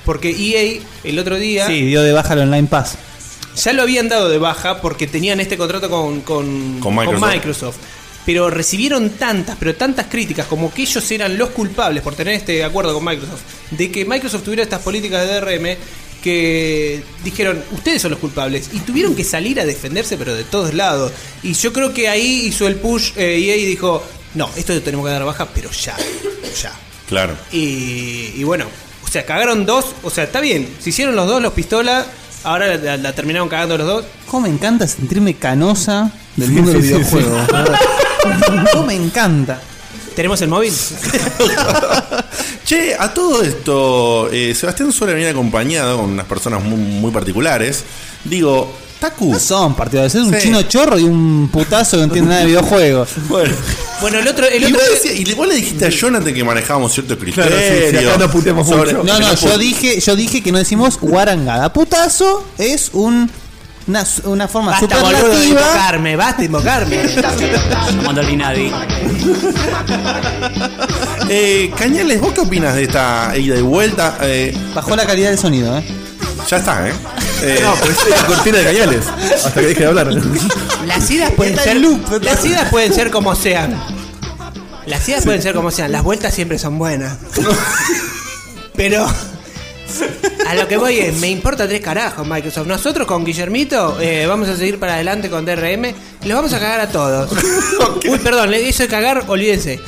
S2: Porque EA el otro día
S5: Sí, dio de baja el Online Pass.
S2: ya lo habían dado de baja porque tenían este contrato con, con,
S1: Con Microsoft.
S2: Microsoft. Pero recibieron tantas, pero tantas críticas como que ellos eran los culpables por tener este acuerdo con Microsoft, de que Microsoft tuviera estas políticas de DRM que dijeron, ustedes son los culpables, y tuvieron que salir a defenderse, pero de todos lados. Y yo creo que ahí hizo el push eh, EA y dijo, no, esto lo tenemos que dar de baja, pero ya, ya.
S1: claro.
S2: Y, y bueno, o sea, cagaron dos. O sea, está bien. Se hicieron los dos los pistolas. Ahora la, la terminaron cagando los dos.
S5: ¿Cómo me encanta sentirme canosa del
S6: Sí,
S5: mundo del
S6: sí, sí,
S5: videojuego? ¿Cómo me encanta?
S2: ¿Tenemos el móvil?
S1: Che, a todo esto, eh, Sebastián suele venir acompañado con unas personas muy, muy particulares. Digo, Taku.
S5: No son partidarios, es un
S1: Sí.
S5: chino chorro y un putazo que no entiende nada de videojuegos.
S1: Bueno,
S2: Bueno, el otro. El
S1: y,
S2: otro
S1: vos decías- y vos le dijiste a Jonathan que manejábamos cierto criterio.
S6: Claro, sí, sí, acá no puteamos
S1: sobre-
S6: mucho.
S5: No, no,
S1: sobre-
S5: yo dije, yo dije que no decimos guarangada. Putazo es un una, una forma
S2: Basta, boludo, de
S5: superlativa.
S2: invocarme, basta de invocarme.
S8: Cuando al Binadi.
S1: Eh, Cañales, ¿vos qué opinas de esta ida y vuelta? Eh,
S5: Bajó la calidad del sonido, eh.
S1: ya está, ¿eh? Eh,
S6: No, pero es la cortina de cañales. Hasta que deje de hablar.
S2: Las idas pueden
S5: Está
S2: ser.
S5: en loop, está-
S2: Las idas pueden ser como sean. Las idas pueden ser como sean. Las vueltas siempre son buenas. Pero. A lo que voy es, me importa tres carajos, Microsoft. Nosotros con Guillermito eh, vamos a seguir para adelante con DRM. Los vamos a cagar a todos. Uy, perdón, le hice cagar, olvídense.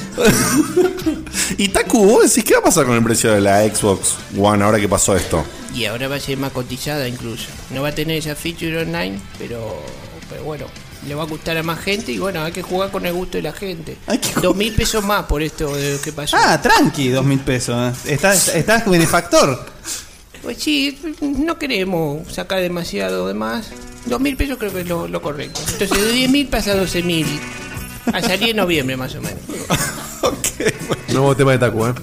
S1: y Taku, vos decís, ¿qué va a pasar con el precio de la Xbox One ahora que pasó esto?
S2: Y ahora va a ser más cotizada incluso. No va a tener esa feature online, pero, pero bueno, le va a gustar a más gente y bueno, hay que jugar con el gusto de la gente.
S5: Hay que
S2: Dos mil pesos más por esto de lo que pasó.
S5: Ah, tranqui, dos mil pesos. eh. Estás, estás benefactor.
S2: Pues sí, no queremos sacar demasiado de más. Dos mil pesos creo que es lo, lo correcto. Entonces de diez mil pasa a doce mil. A salir en noviembre más o menos.
S6: Nuevo tema de Taku, eh.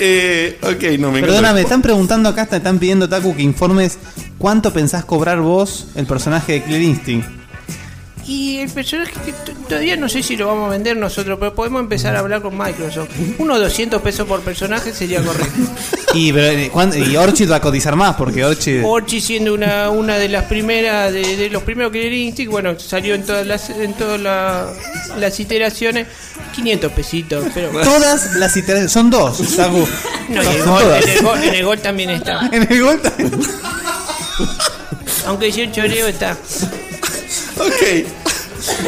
S1: Eh, ok, no me encanta.
S5: Perdóname, están preguntando acá, te están pidiendo Taku que informes cuánto pensás cobrar vos el personaje de Clear Instinct.
S2: Y el personaje que t- todavía no sé si lo vamos a vender nosotros, pero podemos empezar a hablar con Microsoft. Unos 200 pesos por personaje sería correcto.
S5: Y, pero, eh, ¿cuán- y Orchid va a cotizar más porque Orchid.
S2: Orchi siendo una, una de las primeras, de, de los primeros Killer Instinct, bueno, salió en todas las en todas la- las iteraciones, 500 pesitos, pero no,
S5: Todas las iteraciones. Son dos, Taku.
S2: en, el
S5: Son
S2: gol,
S5: todas.
S2: en el gol- en el gol también está,
S5: En el gol también.
S2: aunque sea un choreo está.
S1: Ok,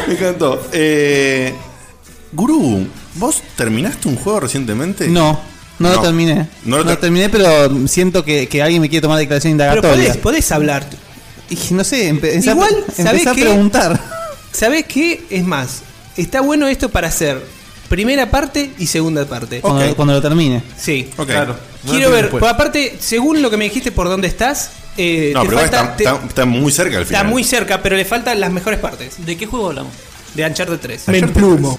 S1: me encantó. Eh, Guru, ¿vos terminaste un juego recientemente?
S5: No, no,
S1: No.
S5: lo terminé.
S1: No
S5: No
S1: lo
S5: lo,
S1: ter-
S5: terminé, pero siento que, que alguien me quiere tomar declaración
S2: Pero podés,
S5: indagatoria.
S2: podés hablar.
S5: Y no sé, empe- empecé,
S2: Igual,
S5: a, empecé
S2: ¿sabés
S5: a
S2: qué?
S5: preguntar.
S2: ¿Sabés qué? Es más, está bueno esto para hacer primera parte y segunda parte.
S5: Cuando, cuando lo termine.
S2: Sí.
S1: Ok.
S6: Claro.
S2: Quiero ver,
S6: Después.
S2: pues, aparte, según lo que me dijiste por dónde estás, eh,
S1: No,
S2: te
S1: pero
S2: falta-
S1: está,
S2: te-
S1: está- está muy cerca al final.
S2: está muy cerca, pero le faltan las mejores partes.
S8: ¿De qué juego hablamos?
S2: De Uncharted 3.
S1: Ayer te-
S2: O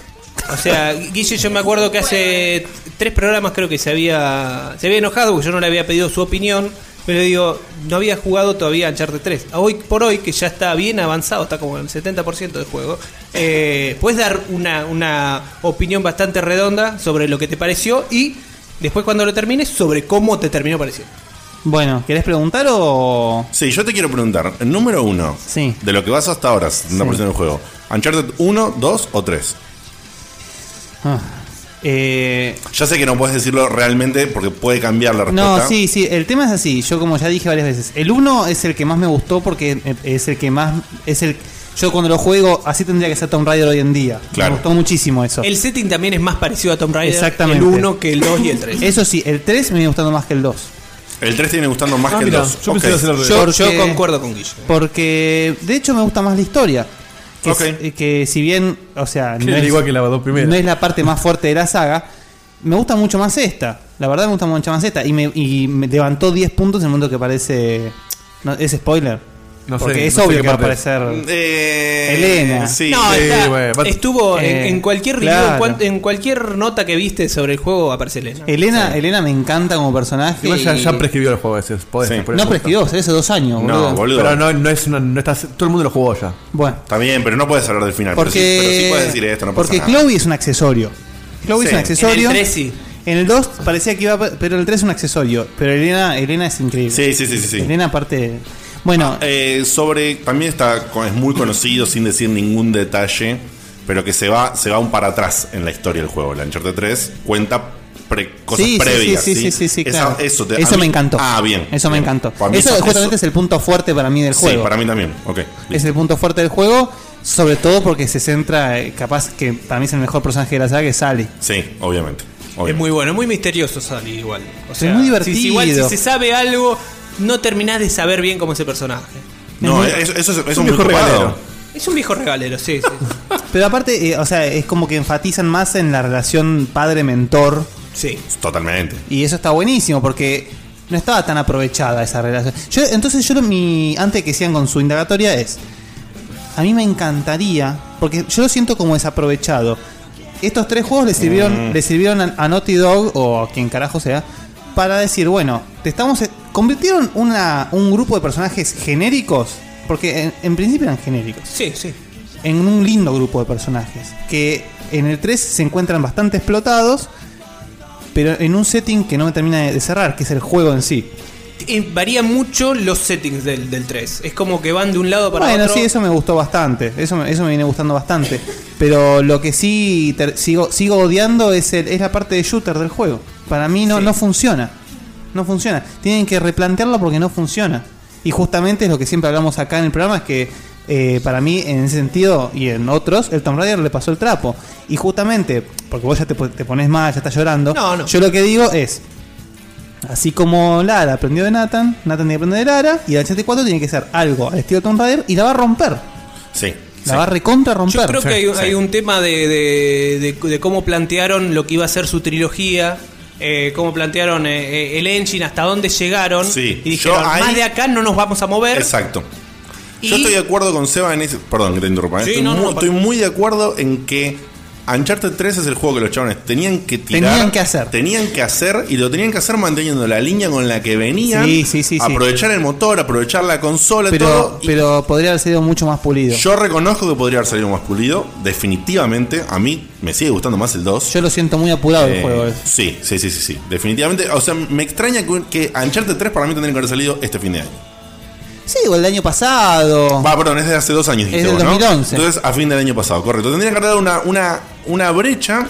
S2: sea, Guille, yo me acuerdo que hace tres programas creo que se había, se había enojado porque yo no le había pedido su opinión. Pero digo, no había jugado todavía Uncharted 3. A Hoy por hoy, que ya está bien avanzado, está como en el 70% del juego, eh, puedes dar una, una opinión bastante redonda sobre lo que te pareció y después cuando lo termines sobre cómo te terminó pareciendo.
S5: Bueno, ¿querés preguntar o.?
S1: Sí, yo te quiero preguntar. Número uno.
S5: Sí.
S1: De lo que vas hasta ahora, 70% del juego. ¿Uncharted 1, 2 o 3?
S5: Ah. Eh,
S1: Ya sé que no puedes decirlo realmente porque puede cambiar la respuesta.
S5: No, sí, sí, el tema es así, yo como ya dije varias veces, el 1 es el que más me gustó porque eh, es el que más es el yo cuando lo juego así tendría que ser Tomb Raider hoy en día.
S1: Claro.
S5: Me gustó muchísimo eso.
S2: El setting también es más parecido a Tomb Raider
S5: Exactamente.
S2: el 1 que el 2 y el 3.
S5: Eso sí, el 3 me viene gustando más que el 2.
S1: El 3 tiene gustando más
S6: Ah,
S1: que el
S6: mira,
S1: 2.
S6: yo pensé que iba a ser al revés.
S2: Yo, yo
S5: Porque-
S2: concuerdo con Guille.
S5: Porque de hecho me gusta más la historia. Que,
S1: Ok.
S5: es- que si bien, o sea,
S6: Que era igual que la dos primeras.
S5: no es la parte más fuerte de la saga, me gusta mucho más esta. La verdad me gusta mucho más esta. Y me, y me levantó 10 puntos en el momento que parece... no, es spoiler.
S6: No sé,
S5: porque es
S6: no sé
S5: obvio
S6: qué
S5: que va a
S6: parte
S5: aparecer...
S1: Eh,
S5: Elena.
S1: Sí.
S2: no,
S1: eh,
S2: está-
S6: güey, va-
S2: estuvo en-
S5: Eh,
S2: en, cualquier review,
S5: claro.
S2: en, cuan- en cualquier nota que viste sobre el juego aparece Elena.
S5: Elena, Elena me encanta como personaje.
S6: Igual ya,
S5: y-
S6: ya prescribió el juego a veces. Podés,
S1: Sí.
S6: por eso
S5: no
S6: me gusta.
S5: prescribió, se le hace dos años, boludo.
S1: no, boludo.
S6: Pero no, no es una, no estás, todo el mundo lo jugó ya.
S5: Bueno,
S1: Está bien, pero no puedes hablar del final.
S5: porque.
S1: Pero, sí, pero sí puedes decir esto, no pasa
S5: Eh, Porque
S1: nada.
S5: Chloe es un accesorio. Chloe
S1: Sí.
S5: es un accesorio.
S2: En el 3 sí.
S5: En el 2 parecía que iba. a- Pero el 3 es un accesorio. Pero Elena, Elena es increíble.
S1: Sí, sí, sí, sí, sí.
S5: Elena, aparte. Bueno,
S1: Eh, sobre. También está. co- Es muy conocido sin decir ningún detalle. Pero que se va, se va un para atrás en la historia del juego. La Uncharted 3 cuenta pre- cosas
S5: sí, sí,
S1: previas.
S5: sí, sí, sí, sí,
S1: Esa-
S5: claro.
S1: Eso, te- a
S5: Eso
S1: mí-
S5: me encantó.
S1: Ah, bien.
S5: Eso me
S1: Bien.
S5: encantó.
S1: Para mí
S5: Eso justamente es el punto fuerte para mí del
S1: Sí,
S5: juego.
S1: para mí también. Ok.
S5: es el punto fuerte del juego. Sobre todo porque se centra, eh, capaz que para mí es el mejor personaje de la saga que sale.
S1: Sí, obviamente. obviamente.
S2: Es muy bueno, muy misterioso Sally igual. O sea,
S5: Es muy
S2: si- si igual si
S5: divertido.
S2: se sabe algo, no terminás de saber bien cómo es el personaje.
S1: No,
S5: es
S1: eso, eso es, eso es
S6: un
S1: muy
S6: viejo
S1: copado.
S6: regalero.
S2: Es un viejo regalero, sí, sí.
S5: Pero aparte, eh, o sea, es como que enfatizan más en la relación padre-mentor.
S2: Sí.
S1: Totalmente.
S5: Y eso está buenísimo porque no estaba tan aprovechada esa relación. Yo, entonces yo lo- mi antes de que sigan con su indagatoria es a mí me encantaría porque yo lo siento como desaprovechado. Estos tres juegos le sirvieron
S10: Mm.
S5: le sirvieron a, a Naughty Dog o a quien carajo sea para decir, bueno, te estamos eh, convirtieron una un grupo de personajes genéricos porque en- en principio eran genéricos
S2: Sí, sí.
S5: en un lindo grupo de personajes. Que en el 3 se encuentran bastante explotados, pero en un setting que no me termina de cerrar, que es el juego en sí.
S2: Eh, varía mucho los settings del, del 3. Es como que van de un lado para
S5: bueno,
S2: otro.
S5: sí, eso me gustó bastante. Eso me, eso me viene gustando bastante. Pero lo que sí ter- sigo, sigo odiando es, el- es la parte de shooter del juego. Para mí no, no funciona. No funciona. Tienen que replantearlo porque no funciona. Y justamente es lo que siempre hablamos acá en el programa, es que eh, para mí en ese sentido y en otros, el Tomb Raider le pasó el trapo. Y justamente, porque vos ya te, po- te pones mal, ya estás llorando,
S2: No, no.
S5: yo lo que digo es, Así como Lara aprendió de Nathan, Nathan tiene que aprender de Lara y la 84 tiene que ser algo al estilo Tomb Raider y la va a romper.
S1: Sí.
S5: La va a recontra romper.
S2: Yo creo que hay, hay un tema de, de- de- de cómo plantearon lo que iba a ser su trilogía, eh, cómo plantearon eh, eh, el engine, hasta dónde llegaron. y dijeron,
S1: yo ahí-
S2: más de acá no nos vamos a mover.
S1: Exacto. Yo
S2: Y-
S1: estoy de acuerdo con Seba en ese. Perdón que te interrumpa. ¿eh?
S2: Sí,
S1: estoy,
S2: no,
S1: muy,
S2: no,
S1: estoy muy de acuerdo en que Uncharted 3 es el juego que los chavales tenían que tirar.
S5: Tenían que hacer.
S1: Tenían que hacer y lo tenían que hacer manteniendo la línea con la que venían.
S5: Sí, sí, sí, sí.
S1: Aprovechar el motor, aprovechar la consola, todo.
S5: pero, pero podría haber sido mucho más pulido.
S1: Yo reconozco que podría haber salido más pulido. Definitivamente, a mí me sigue gustando más el 2.
S5: Yo lo siento muy apurado el
S1: Eh,
S5: juego.
S1: Sí, sí, sí, sí, sí. Definitivamente. O sea, me extraña que, que Uncharted 3 para mí tendría que haber salido este fin de año.
S5: Sí, o el año pasado.
S1: Va, perdón, es de hace dos años.
S5: Es
S1: dijiste
S5: del
S1: vos, ¿no?
S5: 2011.
S1: Entonces, a fin del año pasado, correcto. Tendría que haber dado una, una, una brecha.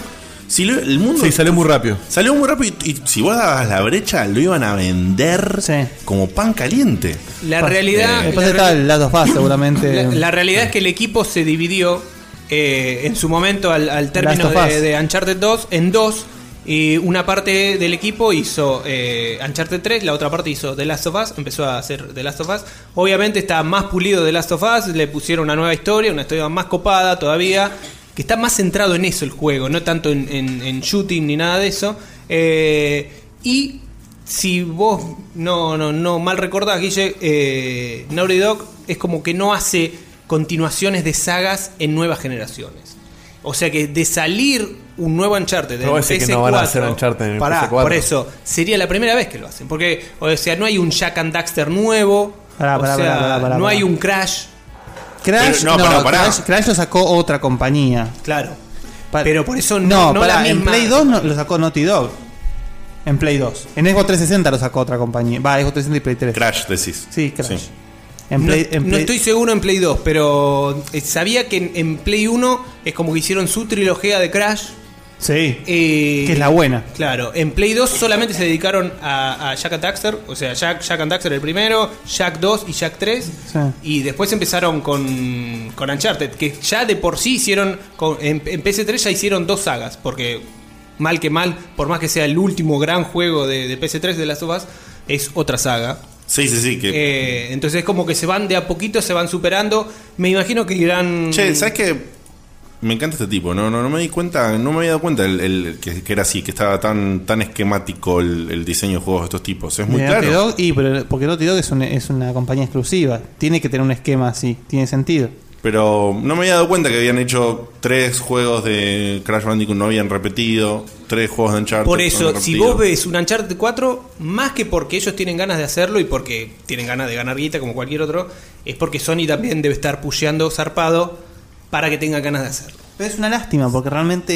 S1: Si lo- el mundo.
S6: Sí, salió muy rápido.
S1: Salió muy rápido y, y si vos dabas la brecha, lo iban a vender como pan caliente.
S2: La
S1: Eh,
S2: realidad-
S5: Después
S2: la
S5: está el Last of Us, seguramente.
S2: Ah, La, la
S5: eh.
S2: realidad es que el equipo se dividió eh, en su momento al, al término
S5: Last of
S2: de,
S5: Us.
S2: de Uncharted 2 en dos. Y una parte del equipo hizo eh, Uncharted 3, la otra parte hizo The Last of Us, empezó a hacer The Last of Us. Obviamente está más pulido The Last of Us, le pusieron una nueva historia, una historia más copada todavía, que está más centrado en eso el juego, no tanto en, en- en shooting ni nada de eso. Eh, y si vos no, no, no mal recordás, Guille, eh, Naughty Dog es como que no hace continuaciones de sagas en nuevas generaciones. O sea que de salir un nuevo Uncharted de
S6: No voy a decir que no van a hacer Uncharted en el
S2: pará,
S6: PS4.
S2: por eso, sería la primera vez que lo hacen. Porque, o sea, no hay un Jack and Daxter nuevo,
S5: Pará,
S2: o
S5: pará,
S2: sea,
S5: pará, pará, pará,
S2: no
S5: pará.
S2: hay un Crash.
S5: Crash,
S2: Pero- no,
S5: no,
S2: pará, pará.
S5: Crash, Crash lo sacó otra compañía.
S2: Claro. Pero por eso no-
S5: No,
S2: no
S5: pará,
S2: la
S5: en
S2: misma-
S5: Play 2 no- lo sacó Naughty Dog. En Play 2. En Xbox 360 lo sacó otra compañía. Va, Xbox 360 y Play 3.
S1: Crash, decís.
S5: Sí, Crash.
S1: Sí.
S5: En Play,
S2: no,
S5: en
S2: no
S5: Play-
S2: estoy seguro en Play 2, pero eh, sabía que en, en Play 1 es como que hicieron su trilogía de Crash.
S5: Sí.
S2: Eh,
S5: que es la buena.
S2: Claro, en Play 2 solamente se dedicaron a, a Jack and Daxter, o sea, Jack, Jack and Daxter el primero, Jack 2 y Jack 3.
S5: Sí.
S2: Y después empezaron con, con Uncharted, que ya de por sí hicieron, con- en, en PS3 ya hicieron dos sagas, porque mal que mal, por más que sea el último gran juego de, de PS3 de las Us, es otra saga.
S1: Sí, sí, sí. Que...
S2: Eh, entonces es como que se van de a poquito, se van superando. Me imagino que irán...
S1: Che, ¿sabes qué? Me encanta este tipo, no, no, no me di cuenta, no me había dado cuenta el, el- que, que era así, que estaba tan, tan esquemático el, el diseño de juegos de estos tipos. Es muy
S5: De
S1: claro.
S5: Naughty Dog, y pero, porque Naughty Dog es, un- es una compañía exclusiva. Tiene que tener un esquema así. Tiene sentido.
S1: Pero no me había dado cuenta que habían hecho tres juegos de Crash Bandicoot, no habían repetido, tres juegos de Uncharted.
S2: Por
S1: no
S2: eso,
S1: habían
S2: si
S1: repetido.
S2: vos ves un Uncharted 4, más que porque ellos tienen ganas de hacerlo y porque tienen ganas de ganar guita como cualquier otro, es porque Sony también debe estar pusheando zarpado para que tenga ganas de hacerlo.
S5: Pero es una lástima porque realmente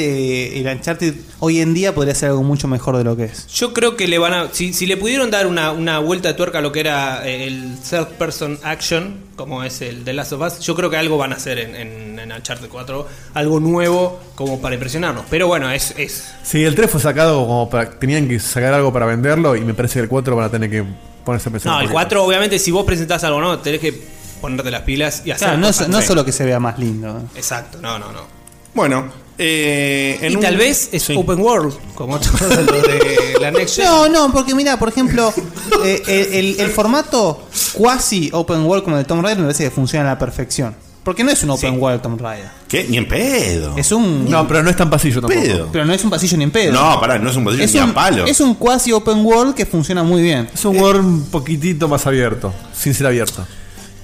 S5: eh, el Uncharted hoy en día podría ser algo mucho mejor de lo que es.
S2: Yo creo que le van a. Si, si le pudieron dar una, una vuelta de tuerca a lo que era eh, el third person action, como es el The Last of Us, yo creo que algo van a hacer en, en, en Uncharted 4, algo nuevo como para impresionarnos. Pero bueno, es. es
S6: Sí, el 3 fue sacado como para. Tenían que sacar algo para venderlo y me parece que el 4 van a tener que ponerse a pensar.
S2: no,
S6: un
S2: el
S6: poquito.
S2: 4, obviamente, si vos presentás algo, no, tenés que ponerte las pilas y hacer.
S5: Claro, no,
S2: cosas.
S5: so- no
S2: Sí.
S5: solo que se vea más lindo.
S2: Exacto, no, no, no.
S1: Bueno, eh, en
S2: y
S1: un-
S2: tal vez es
S1: Sí.
S2: open world, como todo lo de la Next Gen.
S5: No, no, porque mira, por ejemplo, eh, el, el- el formato quasi open world como el de Tomb Raider me parece que funciona a la perfección. Porque no es un open world Tomb Raider.
S1: ¿Qué? Ni en pedo.
S5: Es un.
S6: No, pero no es tan pasillo tampoco.
S1: Pedo.
S5: Pero no es un pasillo ni en pedo.
S1: No, pará, no es un pasillo
S5: es
S1: ni a
S5: un,
S1: palo.
S5: Es un quasi open world que funciona muy bien. Eh,
S6: Es un Word un poquitito más abierto, sin ser abierto.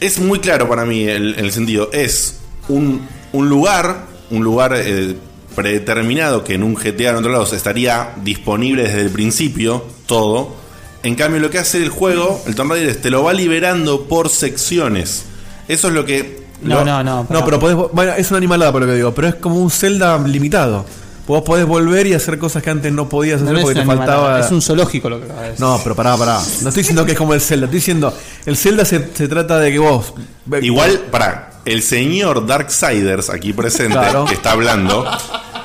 S1: Es muy claro para mí el, el sentido. Es un, un lugar, un lugar eh, predeterminado que en un GTA en otro lado se estaría disponible desde el principio, todo. En cambio, lo que hace el juego, el Tomb Raider, es te lo va liberando por secciones. Eso es lo que.
S5: No,
S1: lo-
S5: no, no.
S6: No, pero podés. Bueno, es una animalada por lo que digo, pero es como un Zelda limitado. Vos podés volver y hacer cosas que antes no podías
S5: No,
S6: hacer
S5: no es,
S6: porque te
S5: una animalada,
S6: faltaba.
S5: es un zoológico lo que acaba de decir.
S6: No, pero pará, pará. No estoy diciendo que es como el Zelda, estoy diciendo. El Zelda se, se trata de que vos.
S1: Igual, para el señor Darksiders aquí presente,
S6: Claro.
S1: que está hablando.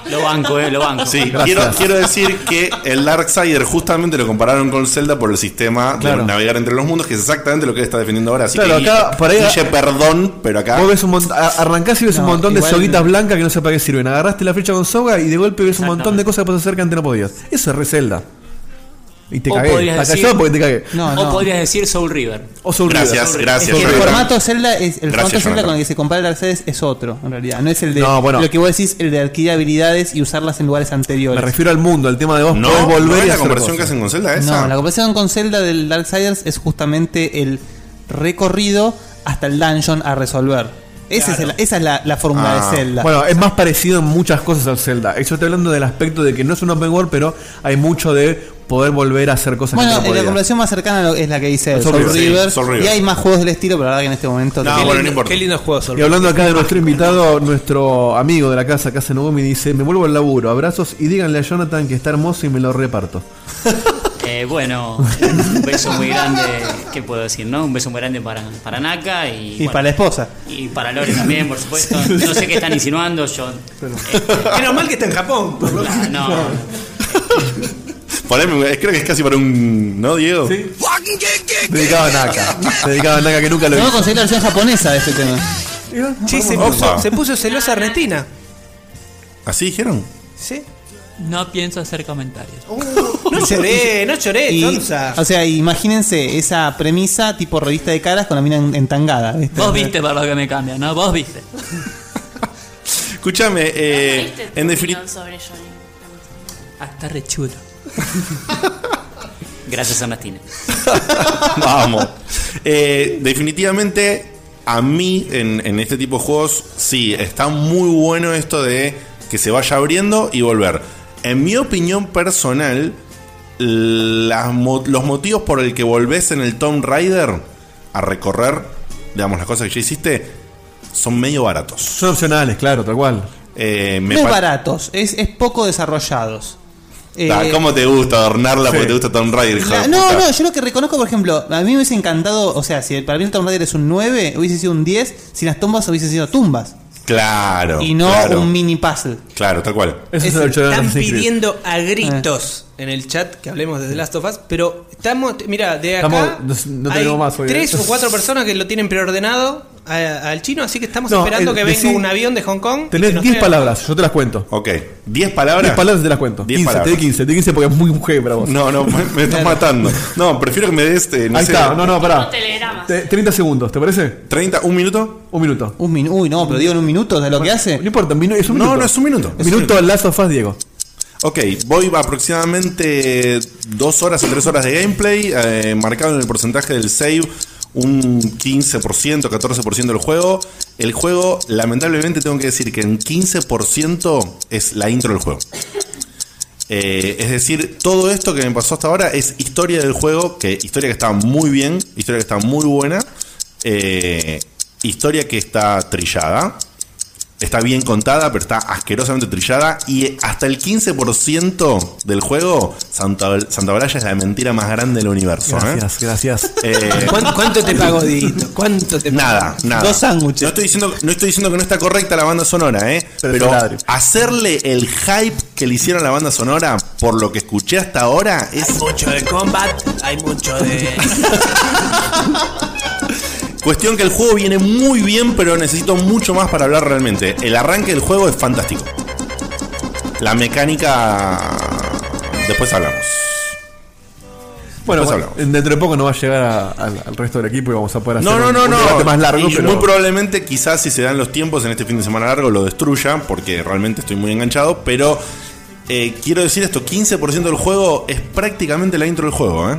S8: Lo banco, eh, lo banco.
S1: Sí,
S6: Gracias.
S1: quiero, quiero decir que el Darksider justamente lo compararon con Zelda por el sistema
S6: Claro.
S1: de navegar entre los mundos, que es exactamente lo que él está defendiendo ahora. Así
S6: Claro,
S1: que
S6: acá,
S1: Guille-
S6: por ahí-
S1: Guille, perdón, pero acá.
S6: Vos ves un montón, arrancás y ves un
S5: No,
S6: montón de
S5: igual-
S6: soguitas blancas que no sé para qué sirven. Agarraste la flecha con soga y de golpe ves un montón de cosas que podés hacer que antes no podías. Eso es re Zelda. Y te
S8: O
S6: cagué.
S8: podrías
S6: La
S8: decir-
S6: callado porque te cagué.
S5: No,
S8: O
S5: no.
S8: podrías decir Soul River.
S6: O Soul River.
S1: Gracias,
S5: Es
S1: gracias.
S5: que el
S1: Jonathan.
S5: formato Zelda, es, el
S1: Gracias,
S5: formato Zelda
S1: Jonathan.
S5: con el que se compara el Mercedes es otro, en realidad. No es el de
S6: No, bueno.
S5: lo que vos decís, el de adquirir habilidades y usarlas en lugares
S6: Me
S5: anteriores.
S6: refiero al mundo, al tema de vos
S1: No,
S6: podés
S1: ¿no
S6: volver
S1: es
S6: y
S1: la
S6: hacer
S1: comparación
S6: cosas.
S1: que hacen con Zelda ¿eh? esa.
S5: No, la comparación con Zelda del Darksiders es justamente el recorrido hasta el dungeon a resolver. Ese es el- esa es la, la fórmula
S1: Ah.
S5: de Zelda.
S6: Bueno, es más parecido en muchas cosas al Zelda. Yo estoy hablando del aspecto de que no es un open world, pero hay mucho de poder volver a hacer cosas
S5: Bueno,
S6: que no
S5: eh, la
S6: podías.
S5: comparación más cercana lo- es la que dice el
S1: Soul
S5: Soul,
S1: River, sí,
S5: River,
S1: Soul River.
S5: Y hay más juegos del estilo, pero la verdad que en este momento.
S1: No,
S2: Qué
S1: bueno, no
S2: lindo-
S1: importa.
S2: Qué lindo
S5: Oh,
S2: juego, Sol.
S6: Y hablando acá de nuestro invitado, nuestro amigo de la casa, Casa Novomi, dice, me vuelvo al laburo, abrazos y díganle a Jonathan que está hermoso y me lo reparto.
S8: Eh, bueno, un beso muy grande, ¿qué puedo decir, no? Un beso muy grande para, para Naka y,
S5: y
S8: bueno,
S5: para la esposa.
S8: y para Lore también, por supuesto. No sé qué están insinuando, yo.
S2: Menos mal que está en Japón. por lo-
S8: eh, no,
S1: Poneme- creo que es casi para un. ¿No, Diego?
S6: Dedicado a Naka. Dedicado a Naka que nunca lo
S5: Tengo que
S6: hizo.
S5: conseguir la versión japonesa de este tema.
S2: Sí, se
S1: Opa.
S2: puso, se puso celosa Ernestina.
S1: ¿Así dijeron?
S2: ¿Sí?
S10: No pienso hacer comentarios.
S2: No
S6: Eh,
S2: lloré, no
S1: Eh,
S2: lloré,
S5: Y-
S2: Tonsa.
S5: o sea, imagínense esa premisa tipo revista de caras con la mina en- entangada. ¿viste?
S10: Vos viste para lo que me cambia, ¿no? Vos viste.
S1: Escúchame, eh,
S7: ¿Viste tu
S1: en
S7: opinión
S1: definitiva.
S7: sobre Johnny?
S10: Ah, está re chulo.
S8: gracias a Martina.
S1: Vamos. Eh, definitivamente, a mí en, en este tipo de juegos, sí, está muy bueno esto de que se vaya abriendo y volver. En mi opinión personal, las mo- los motivos por el que volvés en el Tomb Raider a recorrer, digamos, las cosas que ya hiciste, son medio baratos.
S6: Son opcionales, claro, tal cual.
S1: Eh, me
S5: No es
S1: pa-
S5: baratos, es, es poco desarrollados. Eh,
S1: Ah, ¿Cómo te gusta adornarla porque
S6: Sí.
S1: te gusta Tomb Raider? hijo
S5: la-
S1: de
S5: no,
S1: puta?
S5: no, yo lo que reconozco, por ejemplo, a mí me hubiese encantado, o sea, si para mí el Tomb Raider es un 9, hubiese sido un 10, si las tumbas hubiesen sido tumbas
S1: Claro.
S5: y no
S1: claro,
S5: un mini puzzle.
S1: Claro, tal cual.
S6: Eso es,
S5: Es-
S6: el opcional de
S2: Están
S6: Assassin's Creed.
S2: pidiendo a gritos
S6: Ah.
S2: en el chat que hablemos de The Last of Us, pero estamos, mira, de acá
S6: Estamos- nos- no
S2: hay
S6: tenemos más hoy, ¿eh?
S2: tres o cuatro personas que lo tienen preordenado a- al chino, así que estamos
S6: No,
S2: esperando
S6: el-
S2: que venga
S6: decí-
S2: un avión de Hong Kong. y que
S6: Tenés
S2: nos
S6: 10
S2: traiga-
S6: palabras, yo te las cuento.
S1: Ok. ¿10 palabras?
S6: 10 palabras te las cuento. 15, te
S1: 10
S6: di
S1: palabras.
S6: 15, te di 15 porque es muy mujer para vos.
S1: No, no, me, me estás matando. No, prefiero que me des este, no
S6: Ahí
S1: sé,
S6: está, no, no, pará.
S7: No telegramas.
S6: Te- 30 segundos, ¿te parece?
S1: 30, un minuto.
S6: Un minuto.
S5: Un minu- uy, no, pero digo en un minuto de lo que hace.
S6: No importa, minu- es un
S1: No,
S6: minuto.
S1: no, es un minuto. Es un
S6: Minuto al Last of Us, Diego.
S1: Ok, voy a aproximadamente dos horas o tres horas de gameplay, eh, marcado en el porcentaje del save, un 15%, 14% del juego. El juego, lamentablemente tengo que decir que en 15% es la intro del juego. Eh, es decir, todo esto que me pasó hasta ahora es historia del juego, que historia que está muy bien, historia que está muy buena, eh, historia que está trillada, está bien contada, pero está asquerosamente trillada. Y hasta el 15% del juego, Santa, Santa Olalla es la mentira más grande del universo. ¿eh?
S6: Gracias, gracias.
S1: Eh,
S2: ¿Cuán- ¿Cuánto, te pagó, Didito? ¿Cuánto te
S1: Nada, nada.
S5: Dos sándwiches.
S1: No estoy, diciendo, no estoy diciendo que no está correcta la banda sonora, ¿eh?
S6: Pero
S1: Pero,
S6: es un ladri.
S1: hacerle el hype que le hicieron a la banda sonora, por lo que escuché hasta ahora, es.
S2: Mucho de combat, hay mucho de.
S1: Cuestión que el juego viene muy bien, pero necesito mucho más para hablar realmente. El arranque del juego es fantástico. La mecánica. Después hablamos.
S6: Bueno,
S1: Después
S6: bueno, dentro de poco no va a llegar a- al, al resto del equipo y vamos a poder hacer
S1: No, no,
S6: un-
S1: no,
S6: un
S1: no.
S6: debate más largo,
S1: Y
S6: pero
S1: Muy probablemente, quizás si se dan los tiempos en este fin de semana largo, lo destruya, porque realmente estoy muy enganchado. Pero eh, quiero decir esto: 15% del juego es prácticamente la intro del juego, ¿eh?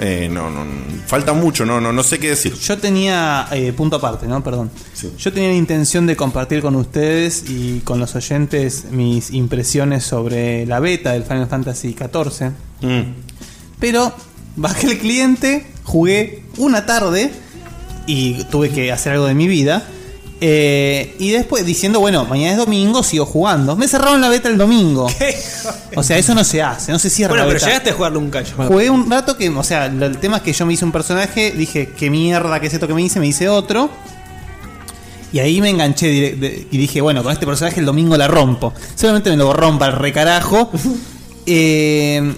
S1: Eh, no, no, no, falta mucho, no, no, no sé qué decir.
S5: Yo tenía, eh, punto aparte, ¿no? Perdón. Yo tenía la intención de compartir con ustedes y con los oyentes mis impresiones sobre la beta del Final Fantasy XIV.
S2: Mm.
S5: Pero bajé el cliente, jugué una tarde y tuve que hacer algo de mi vida. Eh, y después diciendo, bueno, mañana es domingo, sigo jugando. Me cerraron la beta el domingo. O sea, eso no se hace, no se cierra
S2: Bueno,
S5: la
S2: pero
S5: beta.
S2: llegaste a jugarle un cacho.
S5: Jugué un rato que, o sea, lo- el tema es que yo me hice un personaje, dije, qué mierda, qué es esto que me hice, me hice otro. Y ahí me enganché dire- de- y dije, bueno, con este personaje el domingo la rompo. Seguramente me lo rompa el recarajo. Eh,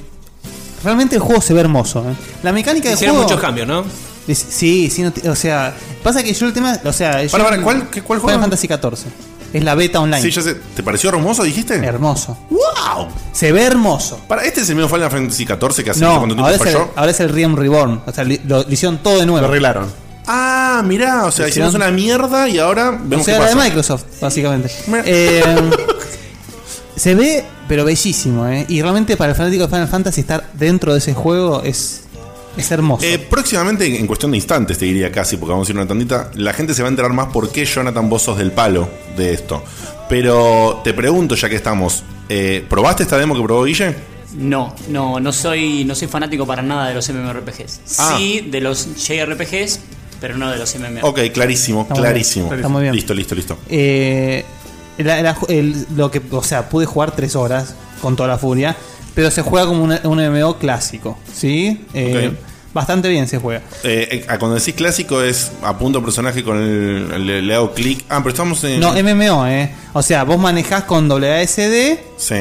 S5: realmente el juego se ve hermoso. ¿eh? La mecánica de
S2: Hicieron
S5: juego.
S2: muchos cambios, ¿no?
S5: Es- Sí, sí, no te- o sea, pasa que yo el tema, o sea, yo-
S1: Para, para, ¿cuál- qué- cuál juego?
S5: Final Fantasy XIV. Es la beta online.
S1: Sí, ya sé. ¿Te pareció hermoso, dijiste?
S5: Hermoso.
S1: ¡Wow!
S5: Se ve hermoso.
S1: Para este es el mismo Final Fantasy XIV que hace
S5: No,
S1: cuando
S5: ahora es, el, ahora es el Realm Reborn. O sea, li- lo, lo hicieron todo de nuevo. Lo
S6: arreglaron.
S1: Ah, mirá, o sea,
S5: Sí,
S1: hicimos
S5: ¿no?
S1: una mierda y ahora
S5: O
S1: vemos
S5: sea,
S1: qué
S5: la de
S1: pasa.
S5: Microsoft, básicamente. Eh, se ve, pero bellísimo, ¿eh? Y realmente para el fanático de Final Fantasy estar dentro de ese juego es, es hermoso.
S1: Eh, próximamente, en cuestión de instantes, te diría casi, porque vamos a ir una tandita, la gente se va a enterar más por qué Jonathan vos sos del palo de esto. Pero te pregunto, ya que estamos, eh, ¿probaste esta demo que probó Guille?
S8: No, no, no soy, no soy fanático para nada de los MMORPGs.
S1: Ah.
S8: Sí, de los JRPGs, pero no de los MMORPGs.
S1: Ok, clarísimo,
S5: Está muy bien,
S1: clarísimo.
S5: está muy bien.
S1: Listo, listo, listo.
S5: Eh, la- la- el- lo que, o sea, pude jugar tres horas con toda la furia, pero se juega como una- un MMO clásico, ¿sí? Eh,
S1: Ok.
S5: Bastante bien se juega.
S1: Eh, eh, ah, cuando decís clásico es apunto personaje con el. Le, le hago clic. Ah, pero estamos en.
S5: No, MMO, ¿eh? O sea, vos manejás con WASD
S1: sí.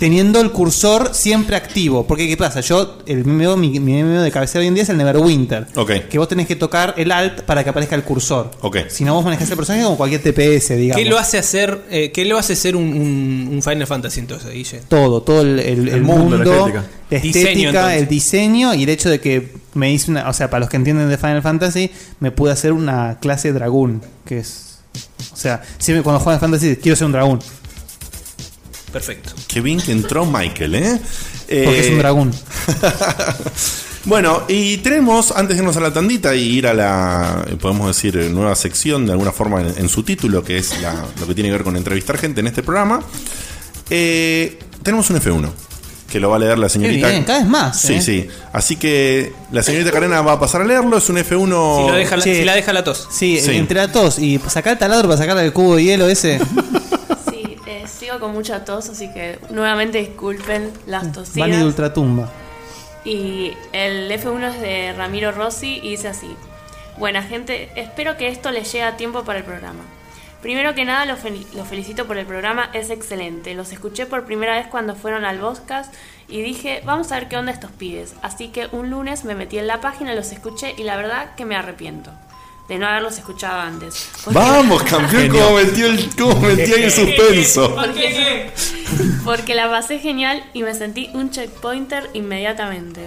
S5: teniendo el cursor siempre activo. Porque, ¿qué pasa? Yo, el MMO, mi, mi MMO de cabecera hoy en día es el Neverwinter.
S1: Ok.
S5: Que vos tenés que tocar el Alt para que aparezca el cursor.
S1: Ok.
S5: Si no, vos manejás el personaje como cualquier TPS, digamos.
S2: ¿Qué lo hace hacer, eh, qué lo hace ser un, un- un Final Fantasy entonces, Guille?
S5: Todo, todo el, el- el
S2: mundo,
S5: mundo,
S2: la estética.
S5: la estética,
S2: Diseño, entonces.
S5: el diseño y el hecho de que me hice una. O sea, para los que entienden de Final Fantasy, me pude hacer una clase dragón. Que es. O sea, siempre cuando juego Final Fantasy, quiero ser un dragón.
S2: Perfecto.
S1: Qué bien que entró Michael, ¿eh?
S5: Porque es un dragón.
S1: bueno, y tenemos, antes de irnos a la tandita y ir a la, eh, podemos decir, eh, nueva sección de alguna forma en, en su título, que es la- lo que tiene que ver con entrevistar gente en este programa, eh, tenemos un F1, que lo va a leer la señorita.
S5: bien, cada vez más,
S1: Sí,
S5: ¿eh?
S1: sí. Así que la señorita Karena va a pasar a leerlo, es un F1...
S2: Si, lo deja la,
S5: Sí.
S2: si la deja la tos.
S5: Sí,
S1: Sí.
S5: entre la tos y sacar el taladro para sacar el cubo de hielo ese.
S7: Sí, eh, sigo con mucha tos, así que nuevamente disculpen las
S5: Van y de
S7: tosidas.
S5: ultratumba.
S7: Y el F1 es de Ramiro Rossi y dice así. Buena gente, espero que esto les llegue a tiempo para el programa. Primero que nada, los, fel- los felicito por el programa, es excelente. Los escuché por primera vez cuando fueron al podcast y dije, vamos a ver qué onda estos pibes. Así que un lunes me metí en la página, los escuché y la verdad que me arrepiento de no haberlos escuchado antes. Porque-
S1: Vamos, campeón, cómo metió, el, cómo metió ahí el suspenso.
S7: porque, porque la pasé genial y me sentí un checkpointer inmediatamente.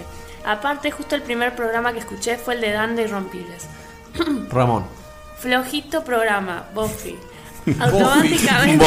S7: Aparte, justo el primer programa que escuché fue el de Dando Irrompibles.
S6: Ramón.
S7: Flojito programa, Buffy. Automáticamente,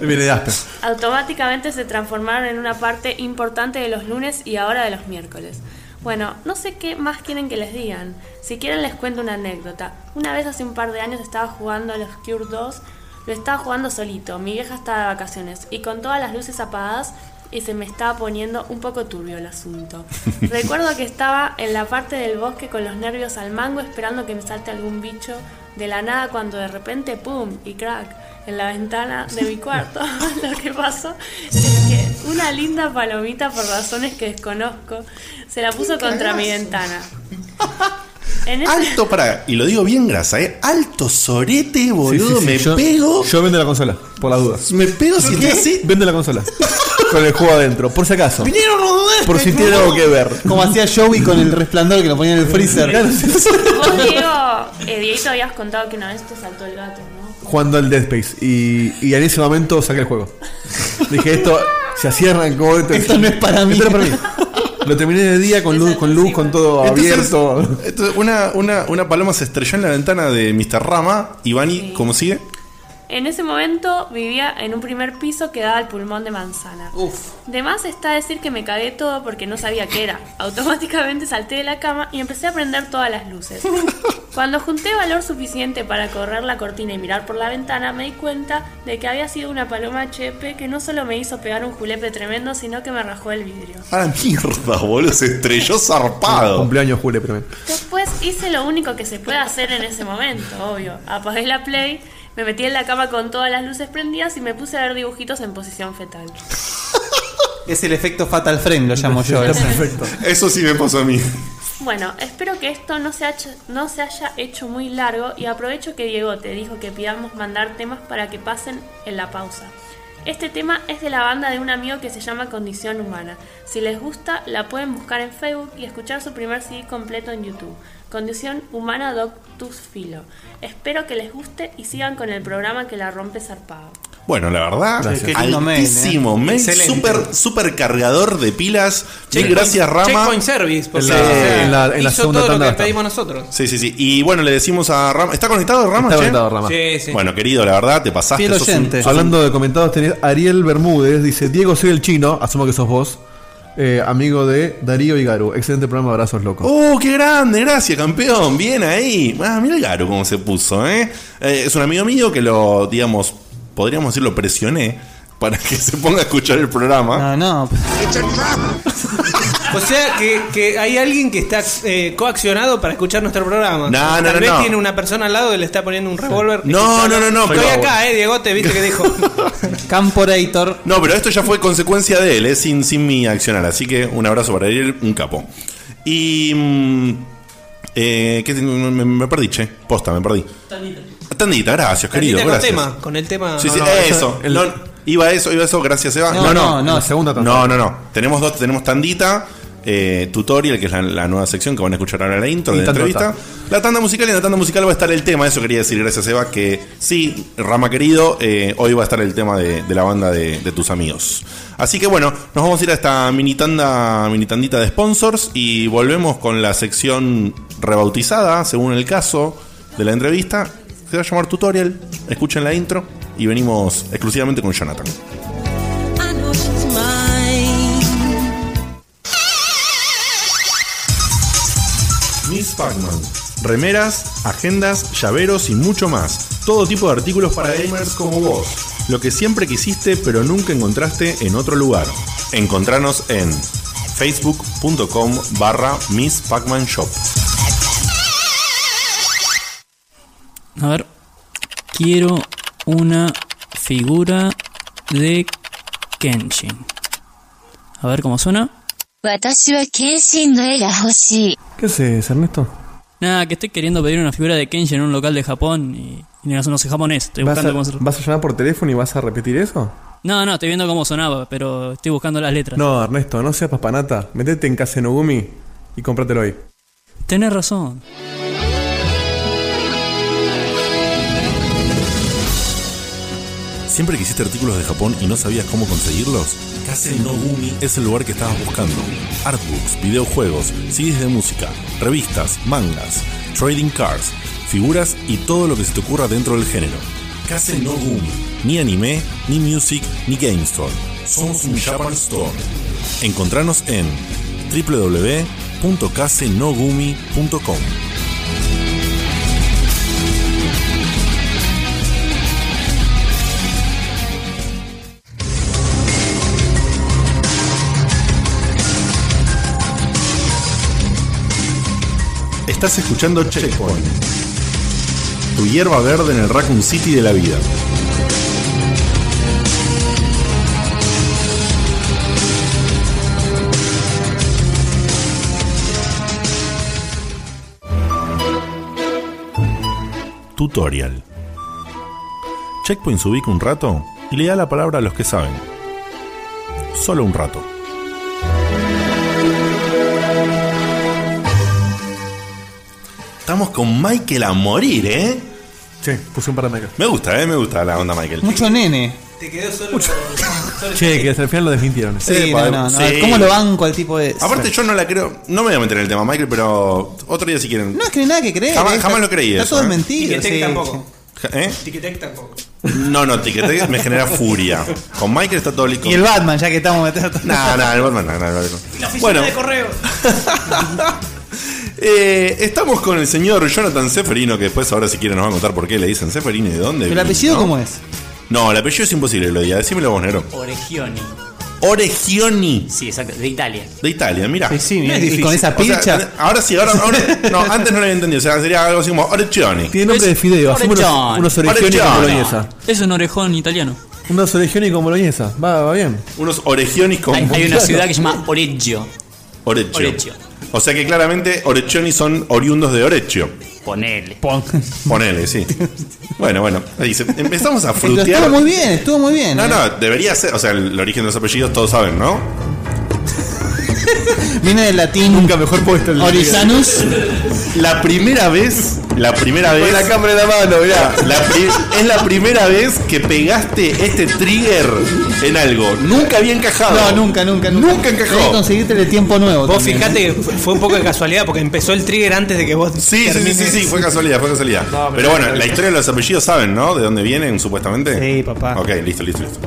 S6: Viene de Asper.
S7: automáticamente se transformaron en una parte importante de los lunes y ahora de los miércoles. Bueno, no sé qué más quieren que les digan. Si quieren les cuento una anécdota. Una vez hace un par de años estaba jugando a los Cure 2. Lo estaba jugando solito, mi vieja estaba de vacaciones y con todas las luces apagadas y se me estaba poniendo un poco turbio el asunto. Recuerdo que estaba en la parte del bosque con los nervios al mango esperando que me salte algún bicho de la nada cuando de repente, ¡pum! y crack, en la ventana de mi cuarto. Lo que pasó es que una linda palomita, por razones que desconozco, se la puso contra mi ventana. En ese-
S1: Alto para, y lo digo bien grasa, ¿eh? Alto sorete, boludo, me
S6: yo,
S1: pego.
S6: Yo vendo la consola, por las dudas.
S1: Me pego si estoy así.
S6: Vendo la consola. Con el juego adentro, por si acaso.
S1: Vinieron los dos.
S6: Por si tiene algo que ver.
S5: Como hacía Joey con el resplandor que lo ponía en el freezer.
S7: Vos, Diego, eh, Dieguito, habías contado que una vez te saltó el gato, ¿no?
S6: Jugando al Dead Space. Y, y en ese momento saqué el juego. Dije, esto, si así arrancó. Esto,
S5: Esto no es para mí.
S6: Esto no es para mí. Lo terminé de día con luz, con
S2: pues.
S6: luz, con todo
S1: Entonces,
S6: abierto.
S1: entonces una, una, una paloma se estrelló en la ventana de Mr. Rama y Bani, ¿cómo sigue?
S7: En ese momento vivía en un primer piso que daba al pulmón de manzana.
S5: Uf.
S7: De más está decir que me cagué todo porque no sabía qué era. Automáticamente salté de la cama y empecé a prender todas las luces. Cuando junté valor suficiente para correr la cortina y mirar por la ventana, me di cuenta de que había sido una paloma chepe que no solo me hizo pegar un julepe tremendo, sino que me rajó el vidrio.
S1: A la Ah, mierda, boludo, se estrelló zarpado.
S6: Cumpleaños, Jule, pero.
S7: Después hice lo único que se puede hacer en ese momento, obvio. Apagué la play, me metí en la cama con todas las luces prendidas y me puse a ver dibujitos en posición fetal.
S5: Es el efecto Fatal Frame, lo llamo yo.
S1: Está perfecto. Eso sí me pasó a mí.
S7: Bueno, espero que esto no se, hach- no se haya hecho muy largo y aprovecho que Diego te dijo que pidamos mandar temas para que pasen en la pausa. Este tema es de la banda de un amigo que se llama Condición Humana. Si les gusta, la pueden buscar en Facebook y escuchar su primer CD completo en YouTube. Condición Humana Doctus Filo. Espero que les guste y sigan con el programa que la rompe zarpado.
S1: Bueno, la verdad,
S5: Gracias. Qué lindo mail,
S1: altísimo
S5: eh.
S1: mail,
S5: Excelente.
S1: super, super cargador de pilas. Mil
S2: Checkpoint-
S1: gracias, Rama.
S2: Checkpoint Service, porque
S1: En la-
S2: o sea,
S1: en la- en la
S2: hizo
S1: segunda
S2: todo
S1: tanda
S2: lo que
S1: está.
S2: pedimos nosotros.
S1: Sí, sí, sí. Y bueno, le decimos a Rama. ¿Está conectado Rama?
S6: Está
S1: che?
S6: conectado, Rama. Sí,
S2: sí.
S1: Bueno, querido, la verdad, te pasaste. sos un- sos un-
S6: Hablando de comentados, tenés Ariel Bermúdez, dice, Diego, soy el chino, asumo que sos vos, eh, amigo de Darío y Garu. Excelente programa, abrazos locos.
S1: ¡Oh, qué grande! Gracias, campeón. Bien ahí. Ah, mira el Garo cómo se puso, ¿eh? Eh, Es un amigo mío que lo, digamos, podríamos decir, lo presioné para que se ponga a escuchar el programa.
S5: No, no.
S2: O sea que, que hay alguien que está eh, coaccionado para escuchar nuestro programa.
S1: No, no,
S2: Tal
S1: no,
S2: vez
S1: no.
S2: tiene una persona al lado que le está poniendo un revólver.
S1: No, no, no, no,
S2: Estoy
S1: pero-
S2: acá, eh, Diego, te viste que dijo.
S5: Camporator.
S1: No, pero esto ya fue consecuencia de él, ¿eh? sin, sin mi accionar. Así que un abrazo para él, un capo. Y. mm, eh, ¿qué te- me, me perdí, che. Posta, me perdí. Tandita, gracias, querido.
S2: Tandita con
S1: gracias.
S2: tema, con el tema.
S1: Sí, sí,
S2: No, no,
S1: eso. no, iba a eso, iba a eso, gracias, Eva.
S2: No, no, no,
S6: segunda
S1: No, no, no. Tenemos dos, tenemos Tandita, eh, Tutorial, que es la, la nueva sección que van a escuchar ahora en la intro
S6: Y
S1: de la
S6: tanda
S1: entrevista. La tanda musical y en la tanda musical va a estar el tema, eso quería decir, gracias, Eva, que sí, Rama querido, eh, hoy va a estar el tema de, de la banda de, de tus amigos. Así que bueno, nos vamos a ir a esta mini tanda, mini tandita de sponsors y volvemos con la sección rebautizada, según el caso de la entrevista. Se va a llamar Tutorial, escuchen la intro y venimos exclusivamente con Jonathan.
S11: I know she's mine.
S1: Miss Pac-Man. Remeras, agendas, llaveros y mucho más. Todo tipo de artículos para gamers como vos. Lo que siempre quisiste pero nunca encontraste en otro lugar. Encontranos en facebook.com barra Miss Pac-Man Shop.
S10: A ver. Quiero una figura de Kenshin. A ver cómo suena.
S12: 私は謙信の絵が欲しい。
S6: ¿Qué haces, Ernesto?
S10: Nada, que estoy queriendo pedir una figura de Kenshin en un local de Japón y, y no, no sé japonés. Estoy
S6: ¿Vas
S10: buscando
S6: a,
S10: cómo se-
S6: vas a llamar por teléfono y vas a repetir eso?
S10: No, no, estoy viendo cómo sonaba, pero estoy buscando las letras.
S6: No, Ernesto, no seas papanata. Metete en Casenogumi y cómpratelo hoy.
S10: Tenés razón.
S1: ¿Siempre quisiste artículos de Japón y no sabías cómo conseguirlos? Kase no Gumi es el lugar que estabas buscando. Artbooks, videojuegos, CDs de música, revistas, mangas, trading cards, figuras y todo lo que se te ocurra dentro del género. Kase no Gumi. Ni anime, ni music, ni game store. Somos un Japan Store. Encontranos en www.kasenogumi.com. Estás escuchando Checkpoint. Tu hierba verde en el Raccoon City de la vida. Tutorial. Checkpoint se ubica un rato y le da la palabra a los que saben. Solo un rato. Estamos con Michael a morir, ¿eh?
S6: Sí, puse un par de Michael.
S1: Me gusta, ¿eh? Me gusta la onda Michael.
S5: Mucho nene.
S2: Te quedó solo. solo-
S6: Che, que al final lo desmintieron.
S5: Sí, no, no, no. ¿Cómo lo banco al tipo de.?
S1: Aparte, yo no la creo. No me voy a meter en el tema, Michael, pero otro día si quieren.
S5: No es que no hay nada que creer.
S1: jamás,
S5: eh,
S1: jamás
S5: está-
S1: lo creí.
S5: Está
S1: eso,
S5: todo
S1: ¿eh?
S5: mentido. sí.
S1: Ja- ¿Eh?
S2: Tic-tac tampoco.
S1: No, no, Ticketek me genera furia. Con Michael está todo listo.
S5: Y el Batman, ya que estamos metiendo.
S1: No, no, el Batman, no, no, el Batman.
S2: La oficina
S1: Bueno,
S2: de correos.
S1: eh, estamos con el señor Jonathan Seferino, que después ahora si quieren nos va a contar por qué le dicen Seferino y de dónde.
S5: ¿Pero el
S1: viene,
S5: apellido
S1: ¿no?
S5: cómo es?
S1: No, el apellido es imposible, lo diga. Decímelo vos, Nero.
S8: Oregioni.
S1: Oregioni.
S8: Sí, exacto, de Italia.
S1: De Italia, mira. Sí,
S5: sí, mirá, y con esa pilcha.
S1: eh, ahora sí, ahora, ahora. No, antes no lo había entendido. O sea, sería algo así como Oregioni.
S6: Tiene nombre de fideo. Hacemos unos,
S1: Orechón.
S6: unos orejioni con
S1: Orechón.
S6: boloñesa.
S10: Es un orejón italiano.
S6: Unos orejioni con boloñesa. Va, va bien.
S1: Unos oregiones con
S8: Hay, hay una ciudad que se llama Oreggio.
S1: Oreccio.
S8: Oreccio.
S1: O sea que claramente Oreccioni son oriundos de Oreccio.
S8: Ponele.
S1: Ponele, sí. Bueno, bueno. Ahí se- empezamos a
S5: Pero estuvo
S1: frutear.
S5: muy bien, estuvo muy bien.
S1: No,
S5: eh.
S1: no, debería ser. O sea, el origen de los apellidos todos saben, ¿no?
S5: Viene del latín. Nunca
S6: mejor puesto
S5: el Orisanus.
S1: La primera vez. La primera vez.
S6: Con la cámara en la mano, mirá.
S1: La pri- es la primera vez que pegaste este trigger en algo. Nunca había encajado.
S5: No, nunca, nunca, nunca. Nunca
S1: encajó.
S5: conseguiste el tiempo nuevo.
S2: Vos
S5: también,
S2: fijate que fue fue un poco de casualidad porque empezó el trigger antes de que vos.
S1: Sí, sí, sí, sí, sí, fue casualidad, fue casualidad.
S2: pero-
S1: pero bueno, la historia de los apellidos saben, ¿no? ¿De dónde vienen, supuestamente? Sí,
S5: papá.
S1: Ok, listo, listo, listo.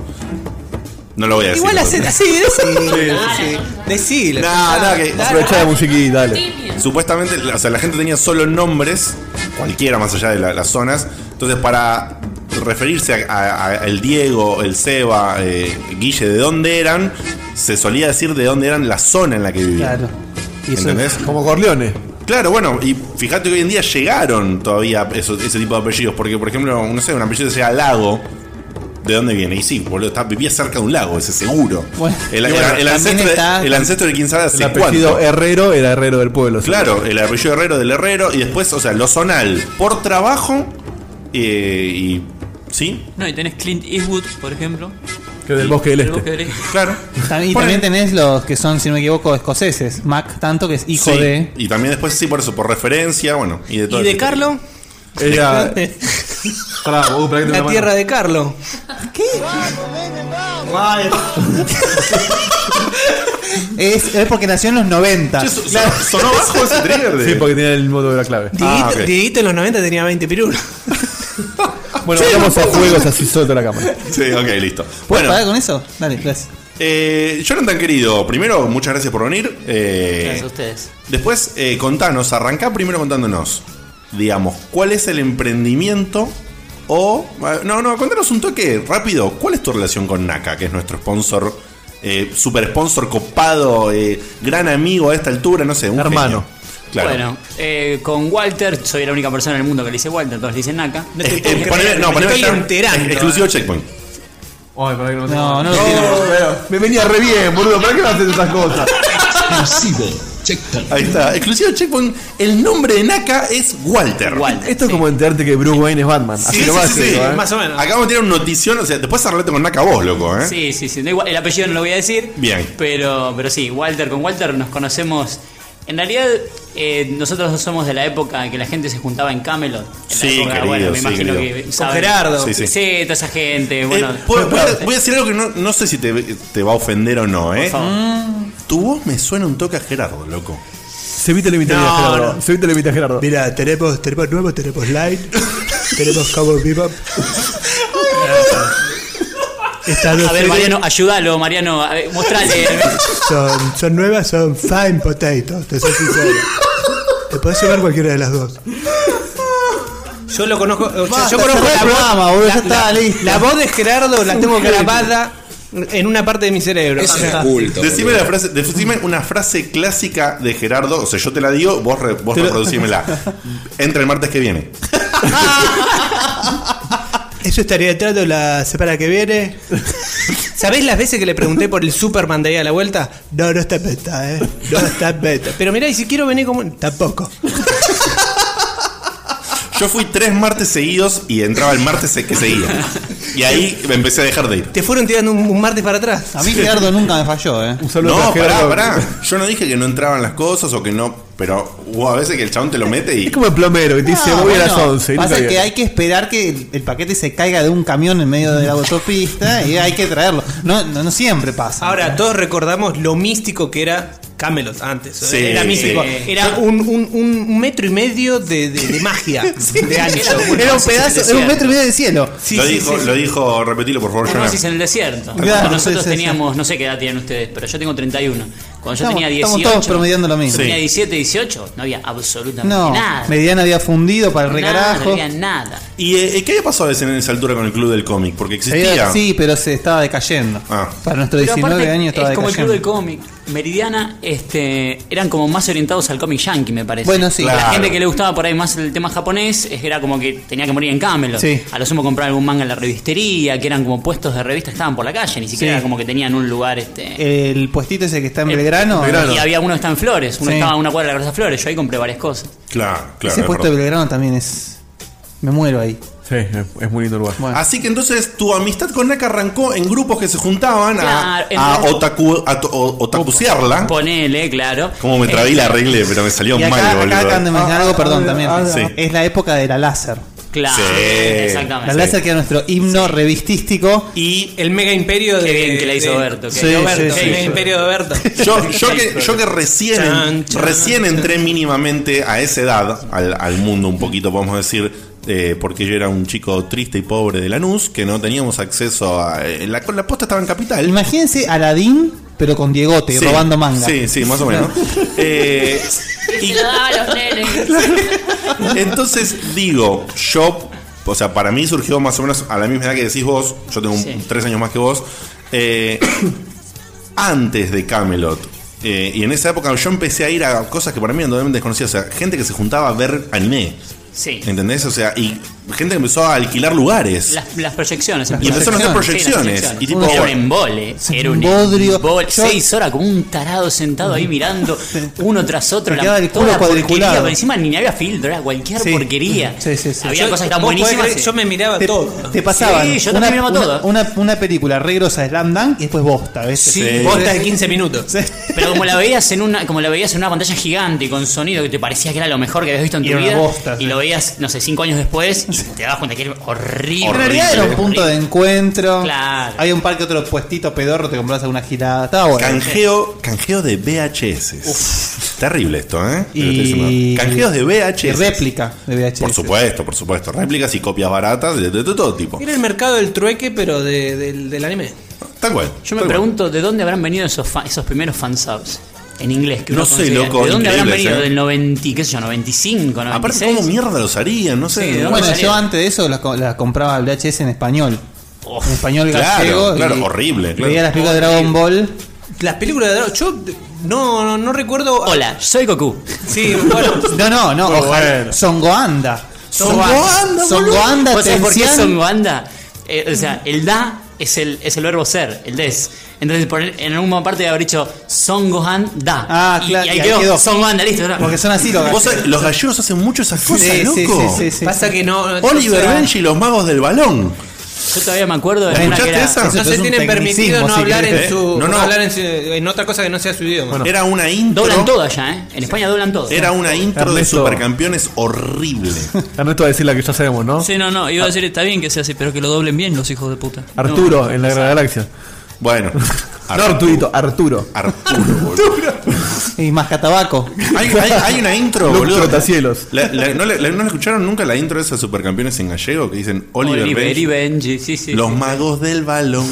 S1: No lo voy a decir.
S2: Igual hace así,
S1: sí.
S2: Decilo.
S1: No, no, que
S6: Aprovechá la musiquita, dale.
S1: Supuestamente, o sea, la gente tenía solo nombres, cualquiera más allá de la- las zonas. Entonces, para referirse a, a- a el Diego, el Seba, eh, Guille, de dónde eran, se solía decir de dónde eran la zona en la que vivían.
S5: Claro. Y eso-
S1: ¿Entendés?
S6: Como Corleone.
S1: Claro, bueno, y fíjate que hoy en día llegaron todavía eso- ese tipo de apellidos. Porque, por ejemplo, no sé, un apellido que se llama Lago. ¿De dónde viene? Y sí, boludo, está, vivía cerca de un lago, ese seguro.
S5: Bueno.
S1: el,
S6: Y
S1: el-
S6: bueno, también
S1: el ancestro,
S6: está-
S1: de, el ancestro de quién sabe
S6: El
S1: hace
S6: apellido
S1: cuánto.
S6: Herrero era Herrero del pueblo. sí.
S1: Claro, el apellido herrero del herrero y después, o sea, lo zonal por trabajo eh, y. ¿Sí?
S10: No, y tenés Clint Eastwood, por ejemplo.
S6: Que del Bosque del
S10: Del
S6: Este.
S10: Bosque del Este.
S1: Claro.
S5: Tam- Y también tenés los que son, si no me equivoco, escoceses. Mac, tanto que es hijo
S1: Sí,
S5: de.
S1: Y también después, sí, por eso, por referencia, bueno. ¿Y de todo
S2: ¿Y de
S1: eso.
S2: Carlo?
S6: Era. Pará, uh, pará que tengo
S2: La
S6: una
S2: tierra
S6: mano.
S2: de Carlo.
S5: Es, es porque nació en los 90.
S1: Che, so- so- sonó bajo ese trigger de- Ah,
S6: Sí, porque tenía el modo de la clave.
S2: Dieguito, Dieguito en los 90 tenía 20 pirulos.
S6: Bueno, vamos a juegos así solto la cámara.
S1: Sí, ok, listo.
S5: ¿Puedo
S1: Bueno,
S5: parar con eso? Dale, gracias.
S1: eh, Jonathan querido, primero, muchas gracias por venir. Eh,
S8: Gracias a ustedes.
S1: Después, eh, contanos, arrancá primero contándonos, digamos, cuál es el emprendimiento o... eh, No, no, contanos un toque rápido. ¿Cuál es tu relación con Naka, que es nuestro sponsor, eh, super sponsor copado, eh, gran amigo a esta altura, no sé, un
S6: Hermano.
S1: genio? Claro.
S8: Bueno, eh, con Walter, soy la única persona en el mundo que le dice Walter, todos le dicen Naka.
S1: Eh, eh, poneme- no, poneme ya- ex- exclusivo checkpoint.
S6: Ay, para que no
S5: No, no lo tiene.
S6: pero me venía re bien, boludo. ¿Para qué no haces esas cosas?
S1: Ahí está. Exclusivo checkpoint. El nombre de Naka es Walter.
S8: Walter.
S6: Esto es como enterarte que Bruce Wayne es Batman.
S1: Sí,
S6: así
S1: sí,
S6: lo
S1: sí, sí,
S6: ¿eh?
S2: Más o menos.
S1: Acabamos de tirar una notición, o sea, después arreglate con Naka vos, loco, ¿eh?
S8: Sí, sí, sí. no, igual- el apellido no lo voy a decir.
S1: Bien.
S8: Pero, pero sí, Walter, con Walter nos conocemos. En realidad, eh, nosotros dos somos de la época en que la gente se juntaba en Camelot. En la
S1: Sí,
S8: época,
S1: querido,
S8: bueno, me
S1: sí,
S8: imagino
S1: querido.
S8: que.
S1: Con
S8: saben.
S2: Gerardo.
S1: Sí,
S8: Sí,
S1: sí.
S8: toda esa gente. Bueno,
S1: Eh, voy, voy a, voy a decir algo que no, no sé si te, te va a ofender o no, ¿eh?
S8: favor.
S1: Tu voz me suena un toque a Gerardo, loco.
S6: Se viste la mitad
S2: No,
S6: Gerardo.
S2: no.
S6: Se viste la mitad Gerardo.
S2: Mira, tenemos, tenemos nuevo, tenemos light, tenemos Cowboy Bebop. Estas
S8: a ver, Mariano, ayúdalo, Mariano. A ver, mostrale.
S2: son, son nuevas, son fine potatoes, te soy sincero. Te podés llevar cualquiera de las dos. Yo lo conozco, o sea, yo conozco
S5: cerrá
S2: la
S5: el programa,
S2: voz,
S5: boludo,
S2: la,
S5: ya está,
S2: la-
S5: listo.
S2: la voz de Gerardo la tengo grabada en una parte de mi cerebro. O sea,
S1: Decime, la frase, decime una frase clásica de Gerardo, o sea, yo te la digo, vos, re, vos reproducímela. Entra el martes que viene.
S2: Eso estaría entrando la semana que viene. ¿Sabés las veces que le pregunté por el Superman de ahí a la vuelta? No, no está en beta, eh. No está en beta. Pero mirá, y si quiero venir como. Tampoco.
S1: Yo fui tres martes seguidos y entraba el martes que seguía. Y ahí me empecé a dejar de ir.
S2: Te fueron tirando un, un martes para atrás.
S1: A mí Gerardo
S5: nunca me falló, ¿eh? Un
S1: No, pará, pará. Yo no dije que no entraban las cosas o que no. Pero hubo a veces que el chabón te lo mete y.
S6: Es como el plomero que te dice,
S5: No,
S6: voy a las
S5: bueno,
S6: 11. y nunca
S5: Pasa que
S6: viene.
S5: hay que esperar que el, el paquete se caiga de un camión en medio de la autopista y hay que traerlo. No, no, no siempre pasa.
S2: Ahora, todos recordamos lo místico que era Camelot antes.
S5: Sí,
S2: era
S5: sí.
S2: místico. Era un, un- un metro y medio de, de- de magia. de ancho.
S5: Era un pedazo, era un metro y medio de cielo.
S1: lo, dijo, lo dijo, repetilo por favor, Jonah.
S8: Oasis en el desierto.
S1: Claro,
S8: Nosotros
S1: sí, sí,
S8: teníamos, no sé qué edad tienen ustedes, pero yo tengo 31. Cuando yo
S5: Estamos-
S8: tenía 18.
S5: estamos todos promediando lo mismo.
S8: yo tenía
S5: Sí.
S8: 17, 18, no había absolutamente
S5: No,
S8: nada.
S5: Mediana había fundido para el
S8: Nada, no
S5: recarajo.
S8: había nada.
S1: ¿Y eh, qué había pasado de en esa altura con el club del cómic? Porque existía.
S5: Sí, pero se estaba decayendo.
S1: Ah.
S5: Para nuestro
S8: Pero
S5: 19
S8: aparte,
S5: años estaba
S8: es como el club
S5: decayendo.
S8: del cómic. Meridiana este, eran como más orientados al cómic yankee, me parece.
S5: Bueno, sí.
S8: La
S5: Claro.
S8: gente que le gustaba por ahí más el tema japonés eh, era como que tenía que morir en Camelot.
S5: Sí.
S8: A lo sumo comprar algún manga en la revistería, que eran como puestos de revista, estaban por la calle, ni siquiera
S5: Sí.
S8: era como que tenían un lugar. este
S5: El puestito ese que está en Belgrano.
S8: Y había uno que estaba en Flores, uno
S5: Sí.
S8: estaba en una cuadra de la Plaza Flores. Yo ahí compré varias cosas.
S1: Claro,
S5: Ese puesto de Belgrano también es. Me muero ahí.
S6: Sí, es muy lindo el lugar.
S1: Así que entonces tu amistad con Naka arrancó en grupos que se juntaban
S8: Claro, en
S1: a, a,
S8: realidad-
S1: otaku, a to- o- otakusearla.
S8: Ponele, claro.
S1: Como me trabí la arreglé, pero me salió
S5: Y acá,
S1: mal,
S5: acá
S1: boludo.
S5: acaban de mencionar algo, perdón,
S8: Ah,
S5: también.
S1: Sí.
S5: Es la época de la láser.
S8: Claro,
S1: Sí.
S5: La láser que era nuestro himno revistístico.
S2: Y el mega imperio de. que la hizo Berto.
S5: Sí, sí, sí.
S2: el mega imperio de Berto.
S1: Yo, yo que, yo que recién,
S2: Chan, chan.
S1: recién entré mínimamente a esa edad, al, al mundo un poquito, podemos decir, eh, porque yo era un chico triste y pobre de Lanús, que no teníamos acceso a... eh, la, la posta estaba en Capital.
S5: Imagínense Aladín, pero con Diegote,
S1: Sí.
S5: robando manga.
S1: Sí, sí, más o menos. Eh,
S7: Y se lo daba a los nenes.
S1: entonces digo, yo, o sea, para mí surgió más o menos a la misma edad que decís vos, yo tengo un-
S8: Sí.
S1: tres años más que vos, eh, antes de Camelot. eh, y en esa época yo empecé a ir a cosas que para mí eran totalmente desconocidas, o sea, gente que se juntaba a ver anime.
S8: Sí.
S1: ¿Entendés? O sea, y gente que empezó a alquilar lugares.
S8: Las, las proyecciones.
S1: Y empezaron a hacer proyecciones.
S8: Sí, las
S1: Y tipo,
S8: era un
S1: bueno.
S8: embole. Era un
S1: bodrio.
S8: embole.
S1: Yo-
S8: Seis horas como un tarado sentado ahí mirando uno tras otro.
S5: Me quedaba el culo
S8: toda porquería,
S5: cuadriculado.
S8: Pero encima ni había filtro, era cualquier porquería.
S5: Sí, sí, sí.
S8: Había
S5: Yo-
S8: cosas tan
S5: vos podés
S8: buenísimas.
S5: creer, yo
S2: me miraba
S5: Te, te pasaban
S8: Sí, yo
S5: una,
S8: también miraba
S5: una-
S8: todo.
S5: Una, una película re grosa de Slam Dunk y después Bosta, ¿ves?
S8: Sí.
S2: Bosta de 15 minutos.
S8: Pero como la veías en una, como la veías en una pantalla gigante y con sonido que te parecía que era lo mejor que habías visto en
S5: Y
S8: tu
S5: era una
S8: vida.
S5: bosta,
S8: y lo veías, no sé, cinco años después, y te dabas cuenta que era horrible.
S5: En realidad era un punto de encuentro.
S8: Claro.
S5: Hay un par que otro puestito pedorro, te compras alguna girada. Estaba bueno.
S1: Canjeo, canjeo de VHS. Terrible esto, ¿eh? Te lo estoy
S5: Y-
S1: diciendo. Canjeos de VHS.
S5: Y réplica de VHS.
S1: Por supuesto, por supuesto. Réplicas y copias baratas de, de- de todo tipo.
S2: Era el mercado del trueque, pero de- del- del anime.
S1: Tal cual.
S8: Yo me
S1: tal cual.
S8: pregunto de dónde habrán venido esos, fa- esos primeros fansubs en inglés. Que
S1: No
S8: uno
S1: sé,
S8: considera.
S1: loco,
S8: ¿De dónde habrán
S1: increíbles,
S8: venido?
S1: eh.
S8: ¿Del 90, qué sé yo, 95, 96?
S1: Aparte, ¿cómo mierda los harían? No sé.
S8: Sí, ¿de dónde
S5: Bueno,
S8: salieron?
S5: yo antes de eso las, co- las compraba VHS en español.
S8: Uf.
S5: en español
S1: Claro,
S5: gallego.
S1: claro,
S5: y-
S1: horrible,
S5: y
S1: claro.
S5: Veía las películas de Dragon Ball.
S2: Las películas de Dragon Yo no, no, no recuerdo.
S8: Hola, soy Goku.
S2: Sí, bueno.
S5: No, no, no.
S2: Muy
S5: ojalá.
S2: bueno.
S5: Son Goanda.
S8: Son
S5: Goanda. Son Goanda,
S8: ¿Vos sabés por qué
S5: Tencian.
S8: son Goanda? Eh, o sea, el da es el, es el verbo ser, el des. Entonces, por, en alguna parte de haber dicho son Gohan da.
S5: Ah,
S8: Y-
S5: claro,
S8: Y, ahí quedó, son Gohan, listo. ¿no?
S5: Porque son así los
S1: Vos sabés, los gallegos hacen mucho esas cosas,
S5: Sí,
S1: loco.
S5: sí, sí, sí, sí.
S2: Pasa que no.
S1: Oliver
S2: o sea,
S1: Benji y los magos del balón.
S8: Yo todavía me acuerdo de
S1: ¿La
S8: una que
S1: escuchaste
S8: era.
S1: esa? Eso
S2: No
S1: es
S2: se
S1: un
S2: tienen permitido
S1: tecnicismo,
S2: no
S1: si
S2: hablar
S1: querés,
S2: en
S1: ¿eh?
S2: su.
S1: No, no.
S2: no hablar en, su- en otra cosa que no sea su idioma.
S1: Era una intro.
S8: Doblan todas ya, ¿eh? En España doblan todas.
S1: Era una intro de
S6: Ernesto.
S1: supercampeones horrible.
S6: Ernesto va a decir la que ya sabemos, ¿no?
S10: Sí, no, no, iba a decir está bien que sea así, pero que lo doblen bien los hijos de puta.
S6: Arturo, en la Gran Galaxia.
S1: Bueno.
S6: No, Arturito, Arturo.
S5: Y más catabaco.
S1: Hay, hay- hay una intro,
S6: Luke
S1: boludo.
S6: Trotacielos.
S1: La- la- ¿no, la, la- no la escucharon nunca la intro de esos supercampeones en gallego que dicen Oliver,
S8: Oliver y
S1: Benji?
S8: Benji, sí, sí.
S1: Los
S8: sí.
S1: magos del balón.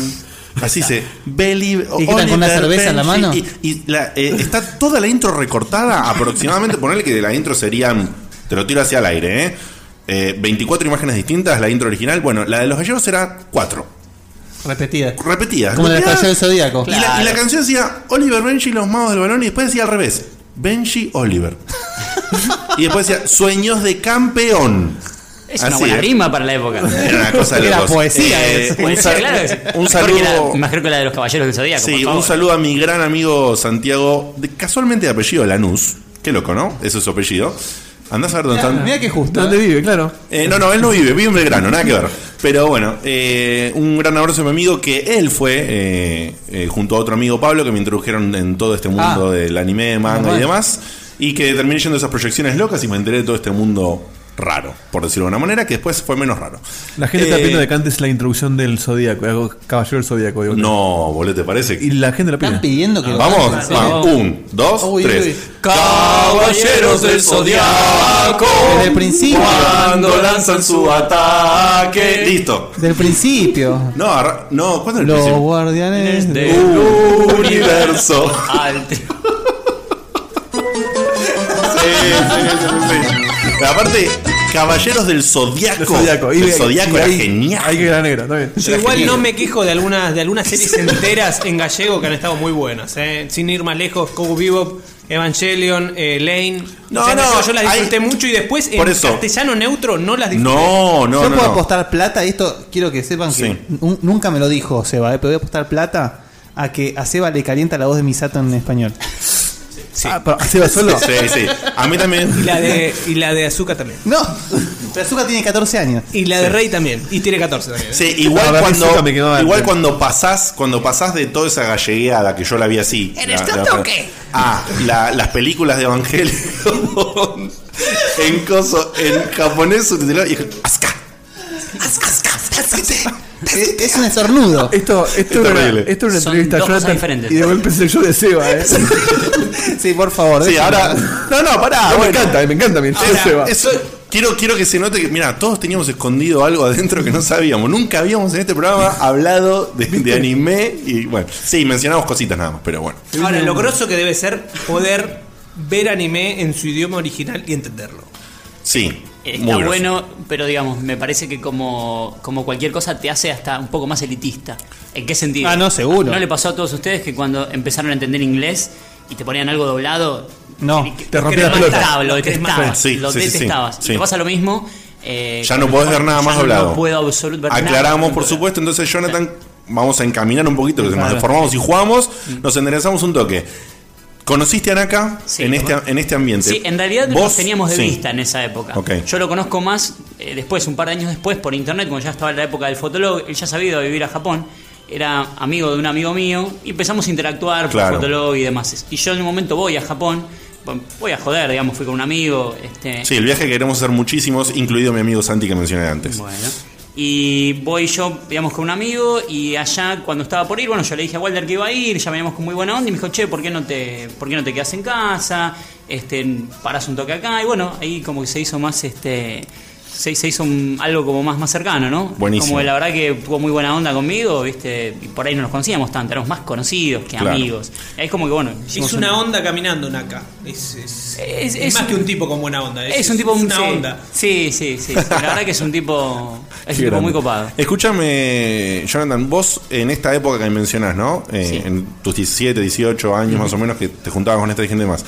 S1: Así se. Belly,
S5: ¿Y qué tal, con una cerveza en la mano?
S1: Y, y la- eh, está toda la intro recortada aproximadamente. Ponerle que de la intro serían. Te lo tiro hacia el aire, ¿eh? Eh, 24 imágenes distintas, la intro original. Bueno, la de los gallegos era 4.
S5: Repetidas.
S1: Repetidas.
S5: Como la del
S1: Repetidas.
S5: Caballero del Zodíaco.
S1: Y la- Y, la, canción decía Oliver, Benji y los magos del balón. Y después decía al revés: Benji, Oliver. y después decía Sueños de campeón.
S8: Es una
S1: Así
S8: buena
S1: es.
S8: rima para la época.
S1: Era una cosa de
S8: Era
S1: locos.
S8: poesía
S1: Eh,
S8: eso.
S1: un,
S8: Poesía,
S1: sal-
S8: claro que sí.
S1: un
S8: Mejor que la-
S1: saludo.
S8: mejor que la de los caballeros del Zodíaco. por
S1: Sí,
S8: favor.
S1: un saludo a mi gran amigo Santiago, de- casualmente de apellido Lanús. Qué loco, ¿no? Ese es su apellido. Andás a ver dónde
S5: Mirá,
S1: están.
S5: mirá qué justo,
S6: ¿Dónde
S5: eh?
S6: vive? Claro.
S1: Eh, no, no, él no vive, vive en Belgrano, nada que ver. Pero bueno, eh, un gran abrazo a mi amigo que él fue, eh, eh, junto a otro amigo Pablo, que me introdujeron en todo este mundo del anime, manga
S6: bueno.
S1: y demás. Y que terminé yendo a esas proyecciones locas y me enteré de todo este mundo raro, por decirlo de una manera, que después fue menos raro.
S6: La gente está
S1: Eh,
S6: pidiendo que cantes la introducción del Zodíaco, algo- Caballero del Zodíaco. digo.
S1: No, boludo, ¿te parece?
S6: Y la gente lo pide.
S1: Están
S5: pidiendo
S1: que lo Vamos, cantes, ¿en vamos. serio? Un, dos, tres.
S5: Caballeros
S1: del Zodiaco.
S5: Desde el principio.
S1: Cuando lanzan su ataque. Listo.
S5: Del principio.
S1: No, arra- no, ¿cuándo era el
S5: Los
S1: principio?
S5: guardianes
S1: del universo. Sí, sí, sí, sí. Aparte, Caballeros del Zodiaco.
S6: Zodíaco. Y-
S1: el Zodiaco
S6: y
S1: era
S6: ahí-
S1: genial.
S6: Ahí que era negra, está bien.
S2: Yo igual no me quejo de algunas, de algunas series enteras en gallego que han estado muy buenas. eh. Sin ir más lejos, Coco Bebop, Evangelion, eh, Lane.
S1: No,
S2: O sea,
S1: no,
S2: yo las disfruté mucho y después en
S1: Por eso.
S2: castellano neutro no las disfruté.
S1: No, no,
S5: Yo
S1: no,
S5: puedo
S1: no.
S5: apostar plata, y esto quiero que sepan que
S1: Sí.
S5: nu- nunca me lo dijo Seba, eh, pero voy a apostar plata a que a Seba le calienta la voz de Misato en español.
S1: Ah, pero ¿así va solo? Sí, sí. A mí también.
S2: Y la de, y la de Azúcar también.
S5: No, pero Azúcar tiene 14 años.
S2: Y la de Rey también. Y tiene 14 también. ¿eh?
S1: Sí, igual cuando, igual cuando pasás, cuando pasás de toda esa gallegueada que yo la vi así.
S2: ¿Eres
S6: este
S1: la-
S2: tonto
S1: la-
S2: o qué?
S1: Ah, la- las películas de Evangelio en coso, en japonés subtitulado y Aska.
S5: Es, es un estornudo.
S6: Esto,
S1: esto
S6: era una,
S1: terrible.
S6: esto era una
S1: Son
S6: entrevista a
S1: dos cosas
S6: Jonathan
S1: diferentes.
S6: y de golpe se yo de Seba, eh.
S5: sí, por favor.
S1: Sí,
S6: déjame.
S1: ahora. No, no, pará.
S6: No, me
S1: bueno.
S6: encanta, me encanta, me encanta
S1: Ahora,
S6: Seba.
S1: eso- quiero, quiero que se note que, mira, todos teníamos escondido algo adentro que no sabíamos. Nunca habíamos en este programa hablado de, de anime y bueno, sí, mencionamos cositas nada más, pero bueno.
S2: Ahora, lo grosso que debe ser poder ver anime en su idioma original y entenderlo.
S1: Sí.
S8: Está
S1: muy grosso.
S8: bueno, pero digamos, me parece que como, como cualquier cosa te hace hasta un poco más elitista. ¿En qué sentido?
S5: Ah, no, seguro.
S8: ¿No le pasó a todos ustedes que cuando empezaron a entender inglés y te ponían algo doblado?
S5: No,
S8: Te
S1: rompía la
S8: detestaba,
S1: pelota.
S8: Lo detestabas.
S1: Sí,
S8: lo
S1: sí, sí, sí.
S8: detestabas. Y
S1: Sí.
S8: te pasa lo mismo. eh,
S1: Ya
S8: con
S1: no
S8: el
S1: podés
S8: Juan,
S1: ver nada
S8: ya
S1: más
S8: no
S1: doblado.
S8: puedo absolutamente
S1: Aclaramos, por supuesto. Entonces, Jonathan, vamos a encaminar un poquito, que nos
S8: Claro. Mm.
S1: deformamos y jugamos, nos enderezamos un toque. ¿Conociste a Naka en, este, en este ambiente?
S8: Sí, en realidad
S1: Vos-
S8: nos teníamos de
S1: sí.
S8: vista en esa época.
S1: Ok.
S8: Yo lo conozco más eh, después, un par de años después, por internet, cuando ya estaba en la época del fotólogo, él ya sabía vivir a Japón, era amigo de un amigo mío, y empezamos a interactuar
S1: Claro.
S8: por fotólogo y demás. Y yo en un momento voy a Japón, bueno, voy a joder, digamos, fui con un amigo, este,
S1: Sí, el viaje que queremos hacer muchísimos, incluido mi amigo Santi que mencioné antes.
S8: y voy yo, digamos, con un amigo, y allá cuando estaba por ir, bueno, yo le dije a Walter que iba a ir, ya veníamos con muy buena onda, y me dijo, che, ¿por qué no te, por qué no te quedas en casa? Este, parás un toque acá, y bueno, ahí como que se hizo más, este, se, se hizo un- algo como más, más cercano, ¿no?
S1: Buenísimo.
S8: Como que la verdad que tuvo muy buena onda conmigo, viste, y por ahí no nos conocíamos tanto, éramos más conocidos que
S1: Claro.
S8: amigos. Y ahí como que, bueno, hicimos
S2: Es
S8: un-
S2: una onda caminando, Naka. Es, es,
S8: Es-
S2: es
S8: es
S2: más
S8: un-
S2: que un tipo con buena onda. Es,
S8: Es un tipo
S2: es una
S8: sí,
S2: onda.
S8: Sí, sí, sí, sí. La verdad que es un tipo, es un tipo muy copado.
S1: Escúchame, Jonathan, vos en esta época que mencionás, ¿no? Eh, En tus 17, 18 años más o menos que te juntabas con esta gente más.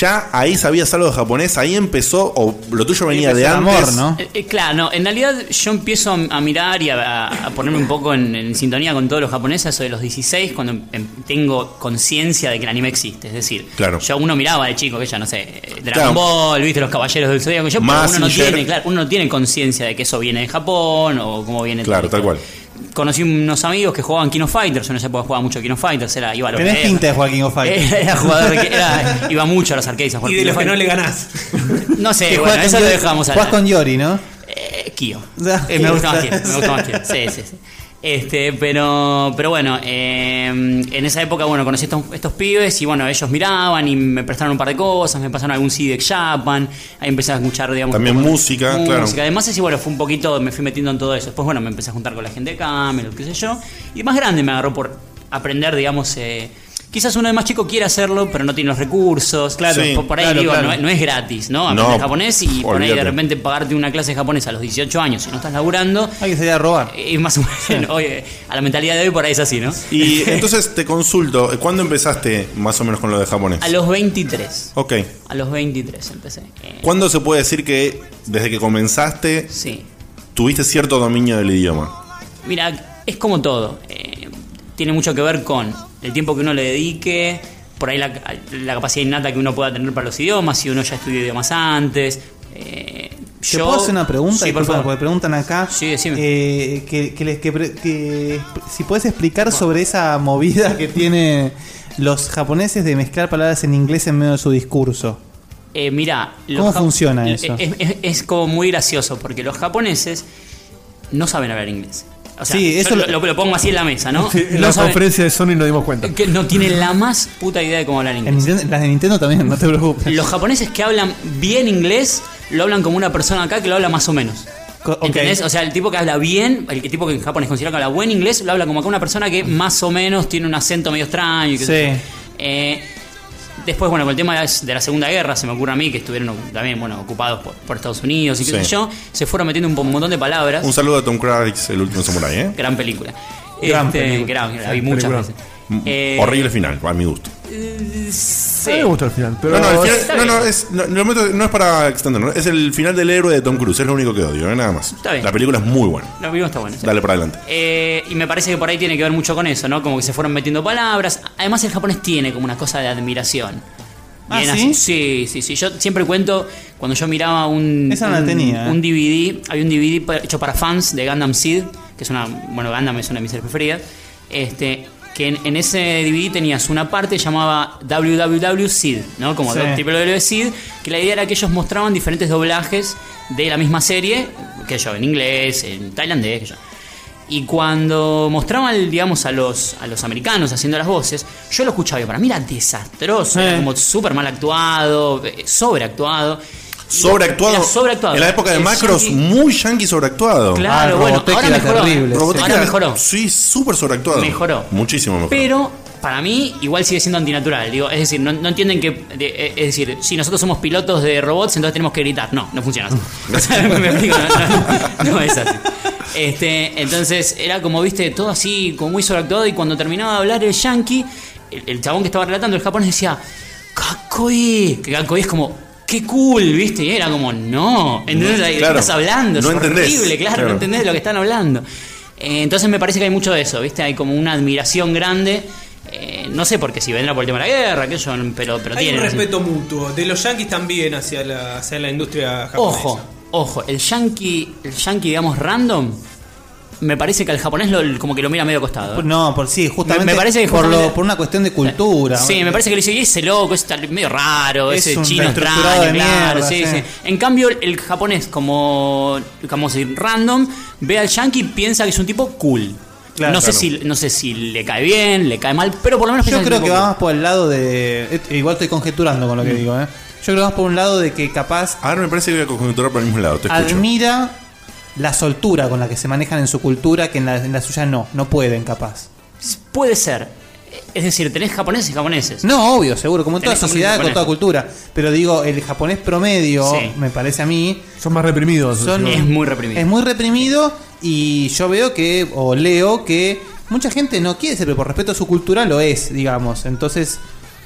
S1: ¿Ya ahí sabías algo de japonés? ¿Ahí empezó o lo tuyo venía de antes?
S8: Eh, eh, claro, no, en realidad yo empiezo a, a mirar y a, a- a ponerme un poco en, en sintonía con todos los japoneses, eso de los 16, cuando em- em- tengo conciencia de que el anime existe. Es decir,
S1: Claro.
S8: yo uno miraba de chico, que ya no sé, eh,
S1: Claro.
S8: Dragon Ball, viste, los caballeros del Zodíaco, yo, pero uno no
S1: Mazinger.
S8: tiene, claro, uno no tiene conciencia de que eso viene de Japón o cómo viene
S1: Claro, tal cual.
S8: Conocí unos amigos que jugaban Kino Fighters, yo en esa época jugaba mucho Kino Fighters, era, iba a los
S5: Tenés
S8: videos.
S5: pinta de Joaquín O'Fight.
S8: Era, era jugador que era- iba mucho a los arcades a jugar
S2: Y de
S8: Kino
S2: los que no
S8: Fighters.
S2: le ganás.
S8: No sé, bueno, eso lo dejamos
S5: Jugás
S8: al
S5: con Yori, ¿no?
S8: eh, Kio.
S5: Ya.
S8: Eh, me gusta más Kio. Me gusta más Kio. Sí, sí, sí. Este, pero, pero bueno, eh, en esa época, bueno, conocí a estos, estos pibes y bueno, ellos miraban y me prestaron un par de cosas, me pasaron algún CD de Japan, ahí empecé a escuchar, digamos,
S1: También
S8: un poco de
S1: música, claro.
S8: Además, así, bueno, fue un poquito, me fui metiendo en todo eso. Después, bueno, me empecé a juntar con la gente de Camelot, qué sé yo. Y más grande me agarró por aprender, digamos, eh, quizás uno de más chico quiere hacerlo, pero no tiene los recursos. Claro,
S1: Sí,
S8: por, por ahí
S1: claro,
S8: digo,
S1: claro.
S8: No, no es gratis, ¿no?
S1: No,
S8: Aprender japonés y por ahí de
S1: olvídate.
S8: repente pagarte una clase de japonés a los 18 años si no estás laburando.
S5: Hay que salir a robar.
S8: Y más o menos, oye, a la mentalidad de hoy por ahí es así, ¿no?
S1: Y entonces te consulto, ¿cuándo empezaste más o menos con lo de japonés?
S8: A los 23.
S1: Ok.
S8: A los 23 empecé. Eh,
S1: ¿Cuándo se puede decir que desde que comenzaste tuviste cierto dominio del idioma?
S8: Mira, es como todo. Eh, tiene mucho que ver con el tiempo que uno le dedique, por ahí la, la capacidad innata que uno pueda tener para los idiomas, si uno ya estudió idiomas antes, eh,
S5: ¿Te
S8: Yo-
S5: puedo hacer una pregunta?
S8: Sí, por
S5: Disculpa,
S8: favor.
S5: Porque preguntan acá. eh, que, que les- que pre- que- si puedes explicar sobre esa movida que tienen los japoneses de mezclar palabras en inglés en medio de su discurso.
S8: Eh, mirá, los
S5: ¿Cómo
S8: ja-
S5: funciona eso?
S8: Es, es- es como muy gracioso porque los japoneses no saben hablar inglés. O sea,
S6: Sí,
S8: yo
S6: eso
S8: lo,
S6: lo-
S8: lo- lo pongo así en la mesa, ¿no?
S6: Sí, en
S8: No
S6: la
S8: saben-
S6: conferencia de Sony nos dimos cuenta.
S8: que no tienen la más puta idea de cómo hablar
S5: En
S8: inglés.
S5: Nintendo- las de Nintendo también, no te preocupes.
S8: Los japoneses que hablan bien inglés lo hablan como una persona acá que lo habla más o menos. ¿Entendés? O sea, el tipo que habla bien, el que- tipo que en Japón es considerado que habla buen inglés, lo habla como acá una persona que más o menos tiene un acento medio extraño. y qué sé
S5: Sí.
S8: yo. Eh, después, bueno, con el tema de la Segunda Guerra, se me ocurre a mí que estuvieron también, bueno, ocupados por, por Estados Unidos y qué
S1: Sí.
S8: sé yo, se fueron metiendo un po- un montón de palabras.
S1: Un saludo a Tom Cruise, el último samurai, ¿eh?
S8: Gran película.
S1: Gran
S8: Este,
S1: película.
S8: gran, la vi muchas
S1: Película.
S8: veces.
S1: M-
S8: Eh,
S1: Mm, Horrible final, a mi gusto.
S8: Sí.
S6: el final.
S1: No, no, el
S8: Está
S1: final, no,
S8: bien.
S1: no, es, no, lo meto- no es para extenderlo. ¿no? Es el final del héroe de Tom Cruise, es lo único que odio, ¿eh? nada más.
S8: Está bien.
S1: La película es muy buena.
S8: Lo mismo está bueno. sí.
S1: Dale para adelante.
S8: Eh, y me parece que por ahí tiene que ver mucho con eso, ¿no? Como que se fueron metiendo palabras. Además, el japonés tiene como una cosa de admiración.
S5: ¿Ah,
S8: Bien
S5: sí?
S8: así. Sí, sí, sí. Yo siempre cuento, cuando yo miraba un,
S5: Esa no la
S8: un,
S5: tenía, ¿eh?
S8: un DVD, hay un DVD pa- hecho para fans de Gundam Seed, que es una, bueno, Gundam es una de mis series preferidas, este, que en, en ese DVD tenías una parte llamada WWW Seed, ¿no? Como
S5: Sí.
S8: WWW Seed, que la idea era que ellos mostraban diferentes doblajes de la misma serie, que yo, en inglés, en tailandés, que yo. Y cuando mostraban, digamos, a los, a los americanos haciendo las voces, yo lo escuchaba y para mí era desastroso, era como súper mal actuado, eh, sobreactuado. Y
S1: Sobreactuado.
S8: era sobreactuado.
S1: En la época de
S8: El
S1: macros,
S8: yankee-
S1: muy yankee sobreactuado.
S8: Claro, Ah, bueno, Robotech ahora era mejoró, terrible, ¿eh?
S1: Robotech
S8: ahora
S1: era-
S8: mejoró.
S1: Sí, súper sobreactuado.
S8: Mejoró.
S1: Muchísimo mejor.
S8: Pero para mí igual sigue siendo antinatural. Digo, es decir, no, no entienden que de- eh, es decir, si nosotros somos pilotos de robots, entonces tenemos que gritar. No, no funciona así. O sea, me- me explico, no, no- no es así. Este, entonces era como viste todo así como muy sobreactuado y cuando terminaba de hablar el yankee, el, el chabón que estaba relatando el japonés decía, "Kakoi", que Kakoi es como Qué cool, ¿viste? Y era como, no, ¿entendés? ¿De qué
S1: Claro.
S8: estás hablando? Es
S1: No entendés.
S8: horrible, claro,
S1: Claro.
S8: no entendés de lo que están hablando. Eh, entonces me parece que hay mucho de eso, ¿viste? Hay como una admiración grande. eh, no sé por qué, si vendrá por el tema de la guerra, que pero, pero
S2: Hay
S8: tienen.
S2: un
S8: así.
S2: respeto mutuo de los yanquis también hacia la, hacia la industria japonesa.
S8: Ojo, ojo, el yankee, el yankee, digamos, random, me parece que al japonés lo- como que lo mira medio acostado. ¿eh?
S5: No, por sí, justamente,
S8: Me- me parece que
S5: por,
S8: justamente-
S5: lo- por una cuestión de cultura.
S8: Sí, me parece que le dice, "Y ese loco, ese tal- medio raro,
S5: Es
S8: ese
S5: un
S8: chino extraño,
S5: estructurado de
S8: claro,
S5: mierda,
S8: sí,
S5: sí.
S8: sí. En cambio, el- el japonés, como, como decir, random, ve al yankee y piensa que es un tipo cool.
S5: Claro.
S8: no, sé
S5: Claro.
S8: si, no sé si le cae bien, le cae mal, pero por lo menos
S5: Yo
S8: piensa es
S5: creo
S8: un
S5: que
S8: tipo
S5: va más por el lado de. et- Igual estoy conjeturando con lo que
S1: Mm.
S5: digo, ¿eh? Yo creo que vas por un lado de que capaz
S1: Ahora me parece que voy a conjunturar por el mismo lado, te escucho.
S5: admira la soltura con la que se manejan en su cultura, que en la, en la suya no, no pueden, capaz.
S8: cool. Puede ser. Es decir, tenés japoneses y japoneses.
S5: No, obvio, seguro, como en toda
S8: Tenés como
S5: sociedad, con
S8: japonés.
S5: toda cultura. Pero digo, el japonés promedio,
S8: Sí.
S5: me parece a mí.
S6: Son más reprimidos.
S5: son-
S8: Es muy reprimido.
S5: Es muy reprimido y yo veo que, o leo que mucha gente no quiere ser, pero por respeto a su cultura lo es, digamos. Entonces,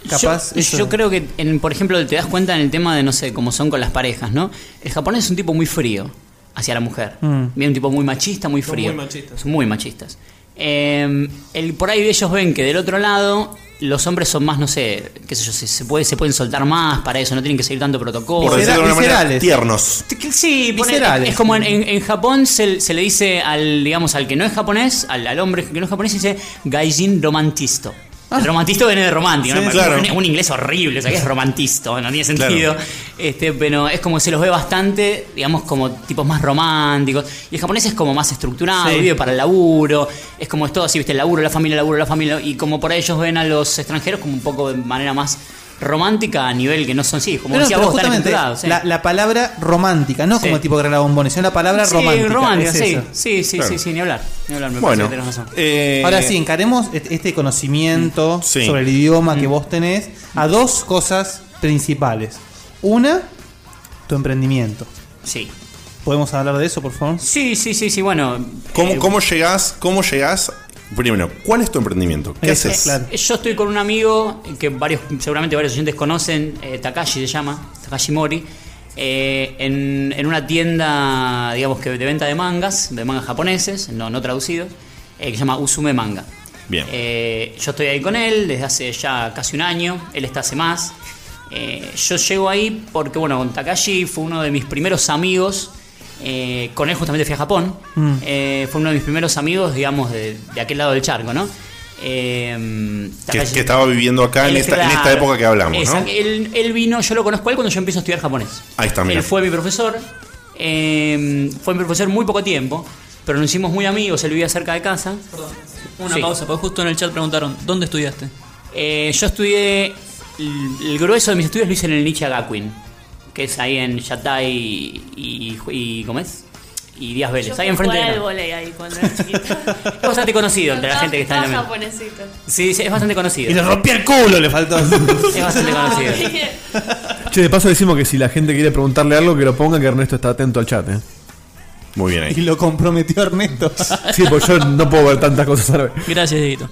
S5: capaz.
S8: yo,
S5: eso-
S8: yo creo que, en, por ejemplo, te das cuenta en el tema de, no sé, cómo son con las parejas, ¿no? El japonés es un tipo muy frío hacia la mujer.
S5: Mm.
S8: Viene un tipo muy machista, muy
S2: Son
S8: frío.
S2: muy machistas.
S8: Son muy machistas. Eh, el, por ahí ellos ven que del otro lado los hombres son más, no sé, qué sé yo, se, se puede, se pueden soltar más para eso, no tienen que seguir tanto protocolo.
S1: Por decirlo de alguna manera,
S8: Viscerales.
S1: tiernos.
S8: Este, Sí, pone-
S1: Viscerales.
S8: es como en, en- en Japón se, se le dice al, digamos, al que no es japonés, al, al hombre que no es japonés, se dice gaijin romantisto.
S5: Ah.
S8: El romantisto viene de romántico,
S1: Sí,
S8: ¿no?
S1: claro.
S8: un, un inglés horrible, o sea que es romantisto, no tiene sentido.
S1: Claro.
S8: Este, pero es como se los ve bastante, digamos, como tipos más románticos. Y el japonés es como más estructurado,
S5: Sí.
S8: vive para el laburo, es como es todo así, viste, el laburo, la familia, el laburo, la familia. Y como por ahí ellos ven a los extranjeros como un poco de manera más romántica a nivel que no son sí, como
S5: No, no,
S8: decía
S5: pero
S8: vos, están
S5: justamente
S8: estructurados, sí.
S5: la, la palabra romántica, no como tipo que regala bombones, sino la palabra
S8: Sí,
S5: romántica.
S8: romántica,
S5: es
S8: sí,
S5: eso.
S8: sí, sí, sí, sí, ni hablar. Ni hablar, me
S5: Bueno,
S8: parece que tenés razón.
S1: eh,
S5: Ahora sí, encaremos et- este
S1: Mm,
S5: conocimiento
S8: Sí.
S5: sobre el idioma
S8: Mm.
S5: que vos tenés a dos cosas principales. Una, tu emprendimiento.
S8: Sí.
S5: ¿Podemos hablar de eso, por favor?
S8: Sí, sí, sí, sí, bueno. Eh,
S1: ¿Cómo, cómo llegás? ¿Cómo llegás? Primero, ¿cuál es tu emprendimiento? ¿Qué
S8: Eso,
S1: haces?
S8: Eh, claro. Yo estoy con un amigo que varios, seguramente varios oyentes conocen, eh, Takashi se llama, Takashi Mori, eh, en, en una tienda, digamos que de venta de mangas, de mangas japoneses, no, no traducidos, eh, que se llama Usume Manga.
S1: Bien.
S8: Eh, yo estoy ahí con él desde hace ya casi un año, él está hace más. Eh, yo llego ahí porque, bueno, con Takashi fue uno de mis primeros amigos. eh, con él justamente fui a Japón.
S5: Mm.
S8: Eh, fue uno de mis primeros amigos, digamos, de, de aquel lado del charco, ¿no? Eh,
S1: Que,
S8: Takashi-
S1: que estaba viviendo acá en
S8: Él,
S1: esta, en
S8: claro.
S1: esta época que hablamos, ¿no?
S8: Exacto. Él, él vino, yo lo conozco a él cuando yo empiezo a estudiar japonés.
S1: Ahí está, mira.
S8: Él fue mi profesor. eh, fue mi profesor muy poco tiempo, pero nos hicimos muy amigos. Él vivía cerca de casa.
S10: Una pausa, porque justo en el chat preguntaron, ¿dónde estudiaste?
S8: Eh, yo estudié. El, el grueso de mis estudios lo hice en el Nietzsche Gakuin, que es ahí en Yatay y. y, y- ¿Cómo es? Y Díaz Vélez,
S7: Yo
S8: ahí
S7: fui a
S8: enfrente
S7: jugar
S8: de.
S7: al volei ahí cuando era chiquita.
S8: Es bastante conocido entre la gente que está en la
S7: Estaba
S8: mesa.
S7: japonesito.
S8: Sí, sí, es bastante conocido.
S6: Y le rompí el culo, le faltó.
S8: Es bastante conocido.
S6: Che, de paso decimos que si la gente quiere preguntarle algo, que lo ponga, que Ernesto está atento al chat, ¿eh?
S1: Muy bien
S5: Y lo comprometió Ernesto.
S6: Sí, porque yo no puedo ver tantas cosas a la vez.
S8: Gracias, Dieguito.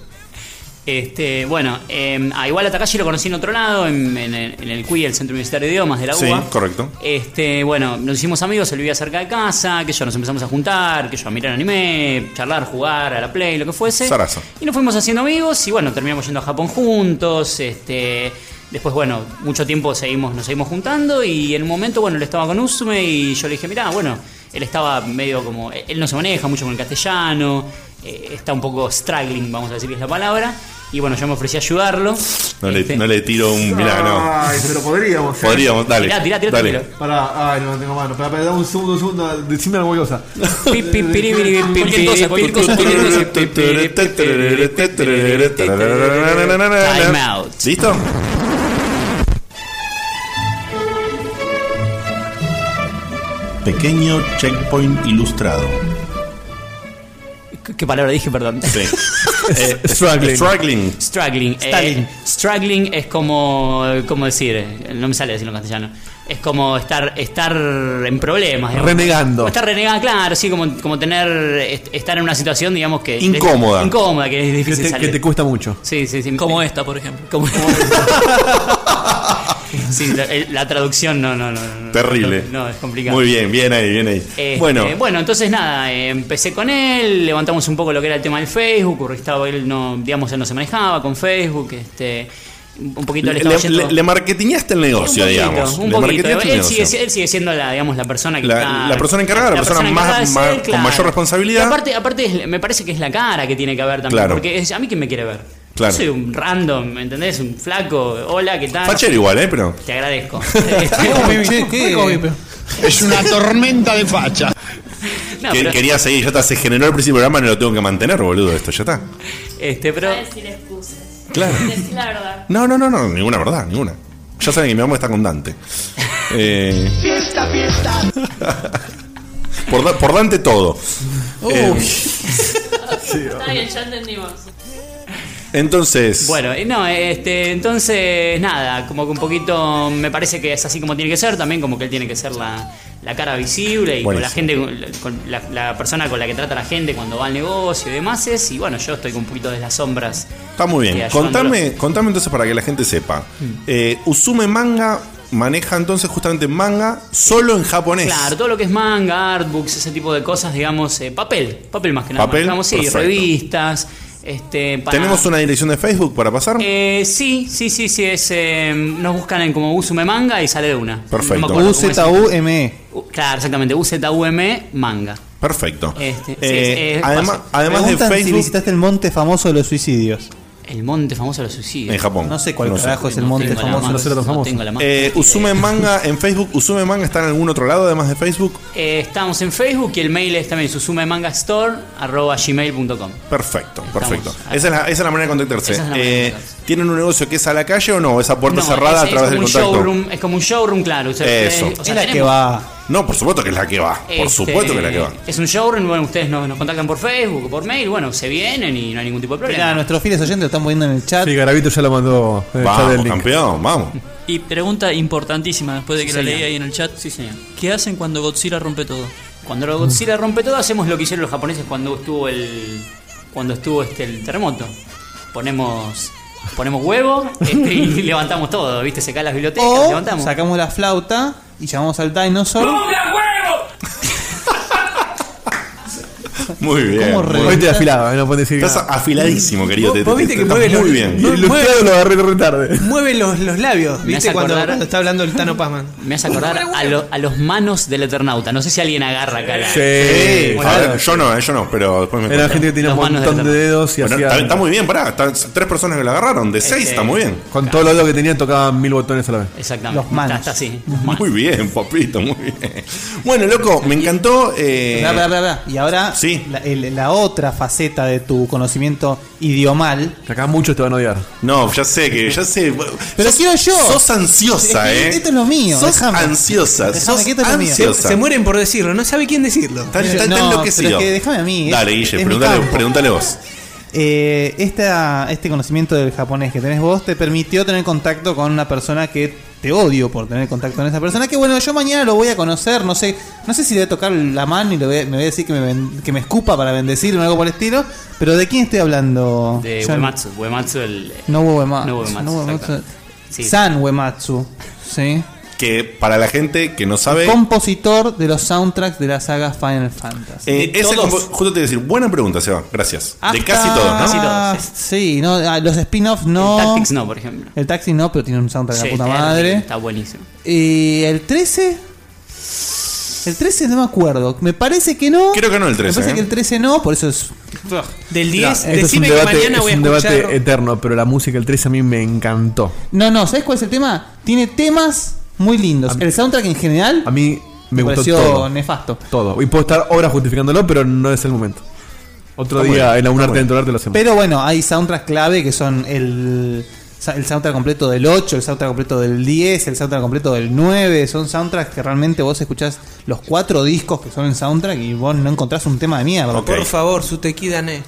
S8: Este, bueno, eh, a igual a Takashi lo conocí en otro lado, en, en el- en el CUI, el Centro Universitario de Idiomas de la UBA.
S1: Sí, correcto.
S8: Este, bueno, nos hicimos amigos, él vivía cerca de casa, que yo, nos empezamos a juntar, que yo, a mirar anime, charlar, jugar, a la play, lo que fuese.
S1: Zarazo.
S8: Y nos fuimos haciendo amigos y bueno, terminamos yendo a Japón juntos, este, después bueno, mucho tiempo seguimos, nos seguimos juntando y en un momento, bueno, él estaba con Usume y yo le dije, mirá, bueno, él estaba medio como, e-, él no se maneja mucho con el castellano, eh, está un poco struggling, vamos a decir que es la palabra, y bueno, yo me ofrecí a ayudarlo.
S1: No
S8: Este.
S1: le, no le tiro un. Mirá, no.
S6: Ay, pero podríamos. ¿eh?
S1: Podríamos, dale. Tirá, tirá, tirá, dale. tirá.
S6: Pará, ay, no tengo mano. Pará, pará, dame un segundo, un segundo. Decime algo cosa.
S8: Cualquier cosa, cualquier cosa, cualquier cosa.
S1: Time
S8: out.
S1: ¿Listo? Pequeño checkpoint ilustrado.
S8: ¿Qué palabra dije, perdón?
S1: Sí. Eh,
S8: Struggling.
S1: Struggling.
S8: Struggling. eh,
S1: Stalin.
S8: struggling es como. ¿Cómo decir? Eh, No me sale decirlo en castellano. Es como estar estar en problemas. digamos.
S6: Renegando.
S8: Como Estar renegado, claro, sí, como, como tener. est- Estar en una situación, digamos que.
S6: Incómoda.
S8: incómoda, que es
S6: Que
S8: difícil
S6: te, que
S8: salir.
S6: te cuesta mucho.
S8: Sí, sí, sí. Como esta, por ejemplo. Como sí, la, el- la traducción no, no, no. no.
S1: Terrible.
S8: No, es complicado.
S1: Muy bien, bien ahí, bien ahí.
S8: Este,
S1: bueno,
S8: bueno. entonces nada, eh, empecé con él, levantamos un poco lo que era el tema del Facebook, porque estaba él no, digamos, él no se manejaba con Facebook, este, un poquito le
S1: le,
S8: estaba yendo-
S1: le- le marketineaste el negocio,
S8: un poquito,
S1: digamos.
S8: un
S1: Le
S8: poquito.
S1: marketineaste el
S8: Él sigue,
S1: negocio.
S8: él sigue siendo la, digamos, la persona que
S1: La-
S8: está-
S1: la persona encargada, la persona más-
S8: encargada de
S1: más- con mayor responsabilidad.
S8: Y aparte, aparte es- me parece que es la cara que tiene que haber también,
S1: Claro.
S8: porque es, a mí quién me quiere ver.
S1: Claro.
S8: Yo soy un random, ¿me entendés? Un flaco, hola, ¿qué tal?
S1: Fachero igual, ¿eh? Pero.
S8: Te agradezco. Este,
S9: Es una tormenta de facha.
S8: No,
S1: Que-
S8: pero-
S1: Quería seguir, ya está, se generó el principio del programa, no lo tengo que mantener, boludo, esto, ya está.
S8: Este, pero...
S7: No decir excusas.
S1: Claro.
S7: Decir la verdad.
S1: No, no, no, no, ninguna verdad, ninguna. Ya saben que mi mamá está con Dante. Eh,
S9: Fiesta, fiesta.
S1: por, Da- por Dante todo. Eh,
S7: Está bien, ya entendimos.
S1: entonces,
S8: Bueno, y no, este, entonces nada, como que un poquito me parece que es así como tiene que ser, también como que él tiene que ser la, la cara visible y con la gente,
S1: Buenísimo.
S8: con la, la persona con la que trata la gente cuando va al negocio y demás es, y bueno, yo estoy con un poquito de las sombras.
S1: está muy
S8: Sí,
S1: bien.
S8: ayudándolo.
S1: Contame, contame entonces para que la gente sepa.
S8: Mm.
S1: Eh, Usume Manga maneja entonces justamente manga solo en japonés.
S8: Claro, todo lo que es manga, artbooks, ese tipo de cosas, digamos, eh, papel, papel más que nada.
S1: Papel,
S8: manejamos, sí,
S1: perfecto.
S8: revistas, este, para-
S1: ¿Tenemos una dirección de Facebook para pasar?
S8: Eh, sí, sí, sí, sí, es, eh, nos buscan en como Usume E Manga y sale de una. No me acuerdo cómo es.
S5: UZUME.
S8: U- Claro, exactamente, UZUM E Manga.
S1: Perfecto.
S8: Este, sí,
S1: Eh,
S8: es- es
S1: además-
S8: fácil.
S1: además de
S5: Preguntan si
S1: Facebook-
S5: visitaste el monte famoso de los suicidios.
S8: El monte famoso de los suicidios.
S1: En Japón.
S5: No sé cuál
S1: No sé.
S5: carajo es el
S1: No
S5: monte
S1: tengo la
S5: famoso.
S1: más-
S5: de
S1: no
S5: los famosos.
S8: tengo la más-
S1: Eh, Usume Manga en Facebook. ¿Usume Manga está en algún otro lado además de Facebook?
S8: Eh, estamos en Facebook y el mail es también susumemangastore.gmail.com.
S1: Perfecto, perfecto. Esa es, la, esa es la manera de contactarse.
S8: Esa es la manera
S1: Eh, ¿Tienen un negocio que es a la calle o no? ¿Esa puerta
S8: No,
S1: cerrada
S8: es-
S1: a través
S8: es
S1: del
S8: como un
S1: contacto?
S8: showroom, es como un showroom, claro. ustedes-
S1: Eso.
S8: ustedes- o sea, tenemos-
S1: No, por supuesto que es la que va. Por
S8: Este,
S1: supuesto que es la que va.
S8: Es un showroom, bueno, ustedes nos, nos contactan por Facebook o por mail, bueno, se vienen y no hay ningún tipo de problema.
S5: Mirá, nuestros fieles oyentes lo están poniendo en el chat.
S6: Sí, Garavito ya lo mandó. en el
S1: Vamos,
S6: chat del link.
S1: campeón, vamos.
S10: Y pregunta importantísima después de que
S8: Sí,
S10: la
S8: señor.
S10: leí ahí en el chat. Sí,
S8: señor.
S10: ¿Qué hacen cuando Godzilla rompe todo?
S8: Cuando lo- Godzilla rompe todo, hacemos lo que hicieron los japoneses cuando estuvo el cuando estuvo este el terremoto. Ponemos ponemos huevo este, y levantamos todo, ¿viste? Se caen las bibliotecas,
S5: O
S8: levantamos.
S5: sacamos la flauta y llamamos al dinosaur.
S1: Muy bien.
S6: ¿Cómo
S1: muy
S6: re-
S1: bien.
S6: Hoy te afilaba, ¿eh? no puedes decir
S1: Estás
S6: nada.
S1: afiladísimo,
S6: Vos-
S1: querido. te-
S6: vos
S1: te-
S6: viste
S1: te-
S6: que
S1: estás
S6: mueve
S1: muy
S6: los-
S1: bien.
S6: y el
S1: Ilustrado
S6: lustrado lo agarré re tarde.
S2: Mueve los, los labios,
S8: Me
S2: ¿viste?
S8: hace
S2: Cuando,
S8: acordar-
S2: cuando está hablando el Tano Pazman.
S8: Me hace acordar a, lo- a los manos del Eternauta. No sé si alguien agarra acá. la-
S1: Sí,
S8: Bueno,
S1: a ver, yo no, eh, yo no, pero después me
S6: Era
S1: cuentan.
S6: gente que tenía un Los manos montón de de dedos y
S1: Bueno,
S6: hacía-
S1: está, está muy bien, pará, están tres personas que lo agarraron, de
S8: Este,
S1: seis, está muy bien.
S6: Con todo lo dedos que tenía tocaban mil botones a la vez.
S8: Exactamente.
S1: Los manos.
S8: Está, está así.
S1: Muy bien, papito, muy bien. Bueno, loco, me encantó. eh,
S5: Pará, pará, pará, pará. Y ahora la, el- la otra faceta de tu conocimiento idiomal.
S6: Que acá muchos te van a odiar.
S1: No, ya sé que, ya sé.
S5: Pero quiero yo.
S1: Sos ansiosa,
S5: Es que
S1: eh.
S5: Esto es lo mío.
S1: Sos
S5: déjame.
S1: ansiosa,
S5: Déjame
S1: sos
S5: que esto es lo mío.
S1: ansiosa.
S2: Se mueren por decirlo, no sabe quién decirlo.
S1: Está, está- está
S5: No,
S1: enloquecido.
S5: pero es que déjame a mí, es-
S1: Dale,
S5: es mi
S1: Guille, pregúntale,
S5: campo.
S1: pregúntale vos.
S5: Eh, esta- este conocimiento del japonés que tenés vos te permitió tener contacto con una persona que te odio por tener contacto con esa persona. Que bueno, yo mañana lo voy a conocer, no sé no sé si le voy a tocar la mano y le voy a- me voy a decir que me, ben- que me escupa para bendecirme o algo por el estilo. Pero ¿de quién estoy hablando?
S8: De
S5: John?
S8: Uematsu. Uematsu el.
S5: No Uematsu.
S8: No Uematsu,
S5: no Uematsu.
S8: exactamente. Sí.
S5: San Uematsu, ¿sí?
S1: Que para la gente que no sabe.
S5: compositor de los soundtracks de la saga Final Fantasy.
S1: eh, ese compo- justo te iba a decir, buena pregunta, Seba, gracias. De
S5: Hasta-
S1: casi todos, ¿no?
S5: Sí, no, ah, los spin-offs no.
S8: El Tactics no, por ejemplo.
S5: El Tactics no, pero tiene un soundtrack de
S8: Sí,
S5: la puta
S8: está-
S5: madre.
S8: Está buenísimo.
S5: ¿Y el 13? El 13 no me acuerdo. Me parece que no.
S1: Creo que no el 13,
S5: Me parece
S1: ¿eh?
S5: que el 13 no, por eso es.
S2: Del
S6: Mira,
S2: 10,
S6: esto es un
S2: decime
S6: debate,
S2: que mañana
S6: es
S2: voy a
S6: un
S2: escuchar.
S6: debate eterno, pero la música del 3 a mí me encantó.
S5: No, no, ¿sabes cuál es el tema? Tiene temas muy lindos. el soundtrack en general.
S6: A mí me gustó
S5: pareció
S6: todo.
S5: nefasto.
S6: Todo. Y puedo estar horas justificándolo, pero no es el momento. Otro
S5: Está
S6: día
S5: bueno,
S6: en algún
S5: está
S6: arte
S5: bueno.
S6: dentro del arte lo hacemos.
S5: Pero bueno, hay soundtracks clave que son el, el soundtrack completo del 8, el soundtrack completo del 10, el soundtrack completo del 9. Son soundtracks que realmente vos escuchás los cuatro discos que son el soundtrack y vos no encontrás un tema de mierda.
S2: Por favor, su tequidane.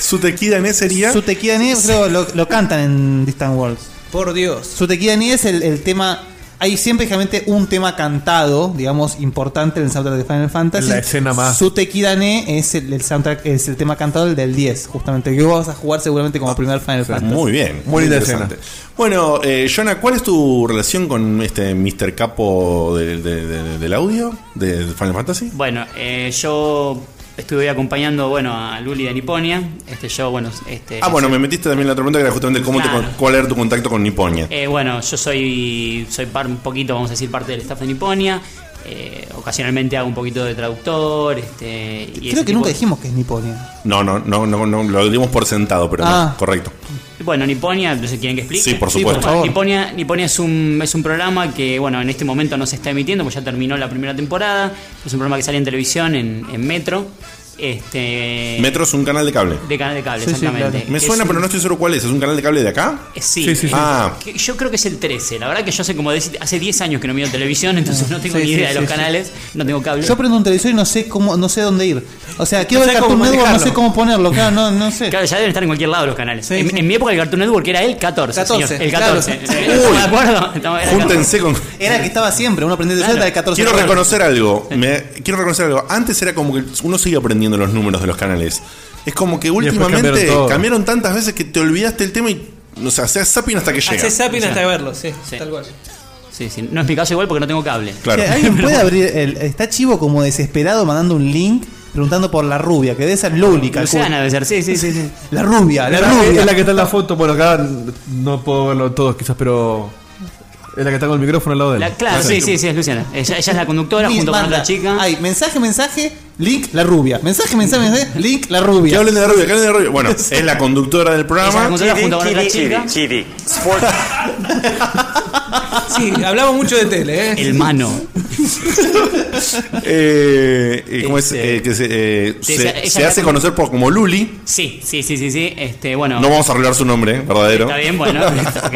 S1: Su tequila ne sería.
S5: Su tequila ni creo lo, lo cantan en Distant Worlds.
S2: Por Dios.
S5: Su tequila ni es el, el tema. Hay siempre generalmente un tema cantado, digamos, importante en el soundtrack de Final Fantasy.
S6: La escena más-
S5: Su tequila ne es el, el soundtrack, es el tema cantado el del 10, justamente, que vos vas a jugar seguramente como primer Final Fantasy.
S1: Ah, Muy bien.
S5: Muy
S1: interesante. Bueno, eh, Jonah, ¿cuál es tu relación con este Mr. Capo del- del- del- del audio de Final Fantasy?
S8: Bueno, eh, yo estuve acompañando bueno, a Luli de Niponia. Este, yo, bueno, este,
S1: Ah, bueno, me metiste también en la pregunta que era justamente cómo te
S8: Claro.
S1: con- cuál era tu contacto con Nipoña.
S8: Eh, bueno, yo soy, soy par- un poquito, vamos a decir, parte del staff de Niponia. Eh, ocasionalmente hago un poquito de traductor. Este, y ese
S5: Creo que
S8: tipo
S5: nunca
S8: de-
S5: dijimos que es Niponia.
S1: No, no, no, no, no, lo dimos por sentado, pero
S5: Ah.
S1: no, correcto.
S8: Bueno, Niponia, no sé quieren que explique.
S1: Sí, por Sí, supuesto. por favor.
S8: Niponia, Niponia es, un, es un programa que, bueno, en este momento no se está emitiendo, pues ya terminó la primera temporada. Es un programa que sale en televisión, en, en Metro. Este,
S1: Metro es un canal de cable.
S8: De canal de cable, exactamente.
S1: Me
S8: Es
S1: suena,
S8: un-
S1: pero no estoy seguro cuál es. ¿Es un canal de cable de acá?
S8: Eh, Sí,
S1: Ah,
S8: Que yo creo que es el 13. La verdad que yo sé como decir, hace 10 años que no miro televisión, entonces no tengo
S5: Ah. Sí,
S8: ni
S5: sí,
S8: idea
S5: sí,
S8: de los
S5: sí.
S8: canales, no tengo cable.
S5: Yo prendo un televisor y no sé cómo, no sé dónde ir. O sea, quiero
S8: No
S5: ver
S8: sé cómo
S5: Cartoon Network, no
S8: manejarlo.
S5: sé cómo ponerlo, claro, no, no sé.
S8: Claro, ya deben estar en cualquier lado los canales. en, en mi época el Cartoon Network era el 14.
S5: 14,
S8: señor, el
S5: claro.
S8: 14.
S5: Sí.
S8: ¿Estamos de acuerdo? Estamos- era el 14.
S1: júntense con.
S5: Era el que estaba siempre, uno aprendía de
S8: Claro.
S5: suelta de 14
S1: Quiero
S5: horas.
S1: reconocer algo. Me- quiero reconocer algo. Antes era como que uno sigue aprendiendo los números de los canales. Es como que
S6: después
S1: últimamente
S6: cambiaron todo.
S1: cambiaron, tantas veces que te olvidaste el tema y. O sea, haces zapping hasta que llega.
S2: Hace zapping
S8: Sí.
S2: hasta verlo, sí, tal cual.
S8: Sí, sí. No es mi caso igual porque no tengo cable.
S1: Claro.
S5: Che, Alguien puede abrir el. Está Chivo como desesperado mandando un link preguntando por la rubia, que debe ser Luli, calculo.
S8: Luciana debe ser, sí, sí, sí. sí.
S5: La rubia, la
S6: Es que-
S5: rubia.
S6: Es la que está en la foto. Bueno, acá no puedo verlo todos, quizás, pero. Es la que está con el micrófono al lado de él.
S8: La- claro,
S6: No sé.
S8: sí, sí, sí, es Luciana. Ella, ella es la conductora
S5: Link,
S8: junto con
S5: manda.
S8: otra chica.
S5: Ay, mensaje, mensaje, link, la rubia. Mensaje, mensaje, mensaje, link, la rubia.
S1: Que hablen de la rubia, que hablen de la rubia. Bueno, es la conductora del
S8: Esa es la
S1: programa.
S8: conductora junto con otra chica.
S2: Sí, hablamos mucho de tele, ¿eh?
S8: El mano.
S1: Eh, eh, ¿Cómo es?
S8: Este,
S1: Eh, que se eh,
S8: Sí,
S1: se-
S8: ella- ella
S1: se
S8: la
S1: hace
S8: condu-
S1: conocer por como Luli.
S8: Sí, sí, sí, sí, sí. Este, bueno.
S1: No vamos a arreglar su nombre, ¿eh? verdadero.
S8: Está bien, bueno. ok.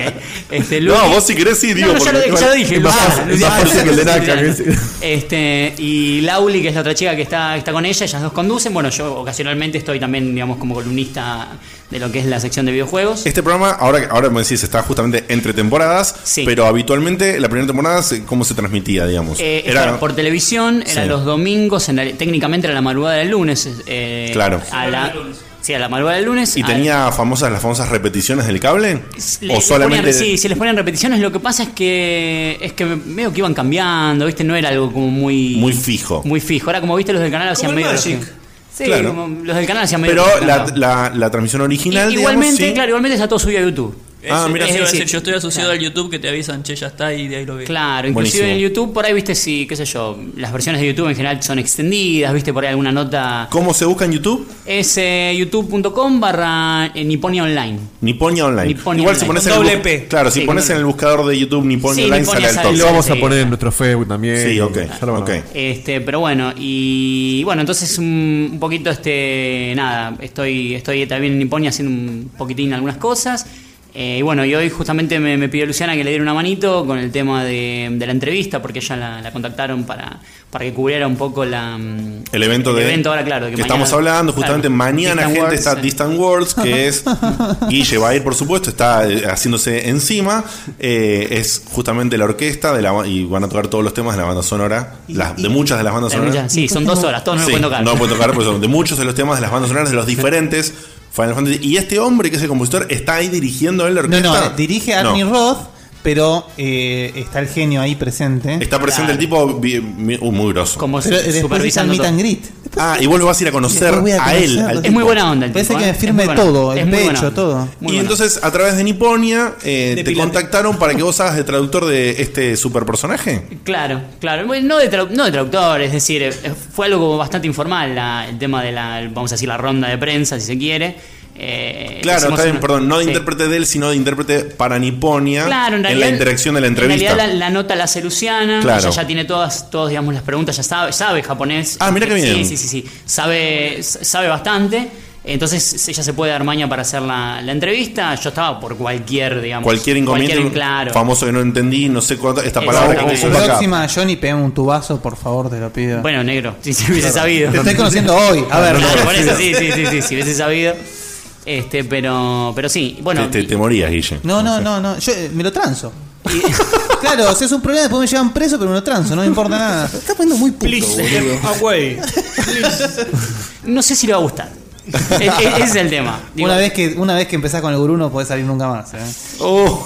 S8: Este, Luli-
S1: No, vos si querés sí, digo.
S8: No, no, ya,
S1: porque-
S8: lo, ya lo dije.
S1: Es más fácil- es más fácil que el de Naka, que es-
S8: Este, y Lauli, que es la otra chica que está, está con ella, ellas dos conducen. Bueno, yo ocasionalmente estoy también, digamos, como columnista de lo que es la sección de videojuegos.
S1: Este programa, ahora, ahora me decís, está justamente entre temporadas, pero habitualmente la primera temporada, se- ¿cómo se transmitía, digamos?
S8: Eh,
S1: Era-
S8: estaba por televisión, era
S1: Sí.
S8: los domingos, en la- técnicamente era la madrugada del lunes. eh,
S1: Claro.
S8: A la, sí, a la madrugada del lunes.
S1: ¿Y
S8: a-
S1: tenía famosas las famosas repeticiones del cable?
S8: Le-
S1: ¿O
S8: le
S1: solamente...?
S8: ponían- sí, se les ponían repeticiones. Lo que pasa es que es que medio que iban cambiando, ¿viste? No era algo como muy.
S1: Muy fijo.
S8: Muy fijo. Ahora, como viste, los del canal hacían
S2: el
S8: medio.
S2: Magic.
S8: los que- Sí, como los del canal hacían medio
S1: Pero la,
S8: propaganda.
S1: la, la transmisión original,
S8: I-
S1: digamos,
S8: igualmente,
S1: sí.
S8: claro, igualmente está todo subido a YouTube.
S1: Ah,
S8: Es-
S1: mira,
S8: es
S1: sí, iba a
S8: decir,
S1: decir,
S10: Yo estoy asociado al YouTube que te avisan, che, ya está y de ahí lo veo.
S8: Claro, inclusive
S1: Buenísimo.
S8: en YouTube por ahí viste si, qué sé yo, las versiones de YouTube en general son extendidas, viste por ahí alguna nota.
S1: ¿Cómo se busca en YouTube?
S8: Es eh, youtube.com barra eh, Nipponia Online.
S1: Nipponia Online.
S8: Nipponia
S1: Igual si
S8: Online.
S1: pones en
S8: Con
S1: el,
S8: doble
S1: bu-
S8: P.
S1: Claro, si
S8: Sí,
S1: pones
S8: con-
S1: en el buscador de YouTube Nipponia
S8: Sí,
S1: Online
S8: Nipponia
S1: sale al
S8: sale,
S1: top.
S8: Y lo vamos a sí. poner
S6: en nuestro Facebook también.
S1: Sí, ok. ok.
S8: Este, pero bueno, y bueno, entonces un, un poquito este nada, estoy, estoy también en Nipponia haciendo un poquitín algunas cosas. Eh, y bueno, y hoy justamente me, me pidió Luciana que le diera una manito con el tema de, de la entrevista, porque ella la, la contactaron para, para que cubriera un poco la, mm,
S1: El evento
S8: el
S1: de
S8: evento ahora, claro.
S1: que,
S8: Que, mañana-
S1: estamos hablando, justamente
S8: claro,
S1: mañana,
S8: Distant
S1: gente,
S8: Worlds,
S1: está
S8: eh.
S1: Distant Worlds, que es Guille va a ir, por supuesto, está eh, haciéndose encima. eh, es justamente la orquesta de la, ba- y van a tocar todos los temas de la banda sonora, las- de muchas de las bandas
S8: de
S1: sonoras.
S8: muchas- sí, son dos horas, todos no
S1: Sí,
S8: me pueden tocar.
S1: No pueden tocar, pues, son de muchos de los temas de las bandas sonoras, de los diferentes Final Fantasy. Y este hombre, que es el compositor, está ahí dirigiendo él la
S5: No,
S1: orquesta.
S5: no, dirige a Arnie Roth, pero eh, está el genio ahí presente.
S1: Está presente el tipo bi- mi- uh, muy grosso.
S8: Como
S5: Pero después es al meet and greet.
S1: Ah, y vos lo vas a ir a conocer,
S5: Después voy
S1: a, él.
S5: conocerlo,
S1: al
S5: tipo.
S1: tipo.
S5: Parece
S8: ¿eh?
S5: que me firme todo, el pecho, todo.
S1: y entonces, a través de Niponia, eh, te contactaron para que vos hagas de traductor de este super personaje.
S8: Claro, claro. Bueno, No de, trau- no de traductor, es decir, eh, fue algo como bastante informal la- el tema de la, vamos a decir, la ronda de prensa, si se quiere. Eh,
S1: Claro,
S8: hicimos
S1: está bien,
S8: una-
S1: perdón, no de
S8: sí.
S1: intérprete de él, sino de intérprete para Niponia
S8: Claro, en
S1: en,
S8: realidad.
S1: la interacción de la
S8: en
S1: entrevista.
S8: realidad la, la nota la hace Luciana.
S1: Claro.
S8: Ella ya tiene todas, todas, digamos, las preguntas, ya sabe, sabe japonés.
S1: Ah, mira qué
S8: Sí,
S1: bien.
S8: Sí, sí, sí. Sabe, s- sabe bastante. Entonces ella se puede dar maña para hacer la, la entrevista. Yo estaba por cualquier, digamos.
S1: Cualquier inconveniente
S8: claro.
S1: famoso que no entendí, no sé cuánto, esta palabra que
S5: Exactamente.
S1: uso acá.
S5: Próxima, Johnny, pegame un tubazo, por favor, te lo pido.
S8: Bueno, negro, si se hubiese sabido.
S5: Te estoy conociendo hoy. A ver,
S8: Claro, por eso sí, sí, sí, sí, si hubiese sabido. Este, pero, pero sí, bueno.
S1: te, te- te morías, Guille.
S5: No, no, no, no. Yo eh, me lo transo. claro, o sea, es un problema, después me llevan preso, pero me lo transo, no me importa nada. Me Está poniendo muy puto,
S8: eh,
S5: boludo.
S8: No sé si le va a gustar. E- e- Ese es el tema. Digo,
S5: Una vez, que, una vez que empezás con el gurú no podés salir nunca más. ¿eh?
S8: Oh.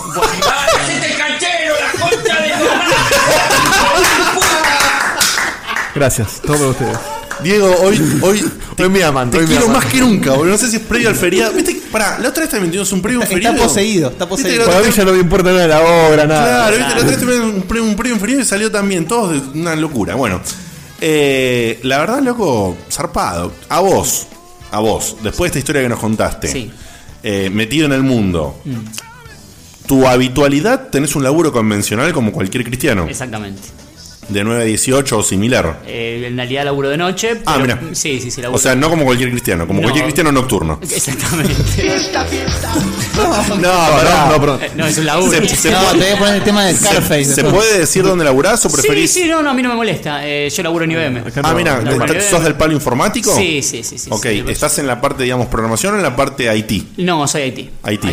S6: Gracias, todos ustedes.
S1: Diego, hoy, hoy te,
S6: me aman,
S1: te
S6: hoy me
S1: quiero
S6: aman.
S1: más que nunca, boludo. No sé si es previo al feriado. Viste, pará, la otra vez también tuvimos un previo
S5: Está-
S1: feriado.
S5: está poseído, está
S1: Viste,
S5: poseído.
S1: la otra
S6: Para mí ya no me importa nada de la obra, nada.
S1: Claro, ¿viste? la otra vez tuvieron un premio, un premio inferior y salió también, todos de una locura. Bueno, eh, la verdad, loco, zarpado. A vos, a vos, después de esta historia que nos contaste, eh, metido en el mundo, tu habitualidad tenés un laburo convencional como cualquier cristiano,
S8: Exactamente.
S1: de 9 a 18 o similar.
S8: Eh, en realidad laburo de noche. Pero,
S1: Ah, mira.
S8: Sí, sí, sí, laburo.
S1: O sea, no como cualquier cristiano, como
S8: No.
S1: cualquier cristiano nocturno.
S8: Exactamente.
S1: No, pará.
S8: Eh, no, es un laburo.
S1: Se- se
S5: no,
S1: puede-
S5: te voy a poner el tema de Scarface.
S1: ¿Se puede decir dónde laburás o preferís?
S8: Sí, sí, no, no, a mí no me molesta. Eh, yo laburo en IBM.
S1: Ah, mira,
S8: Laburo en
S1: ¿sos
S8: IBM.
S1: del palo informático?
S8: Sí, sí, sí, sí,
S1: Ok,
S8: sí, sí.
S1: ¿estás en la parte, digamos, programación o en la parte IT? IT,
S8: No, soy IT.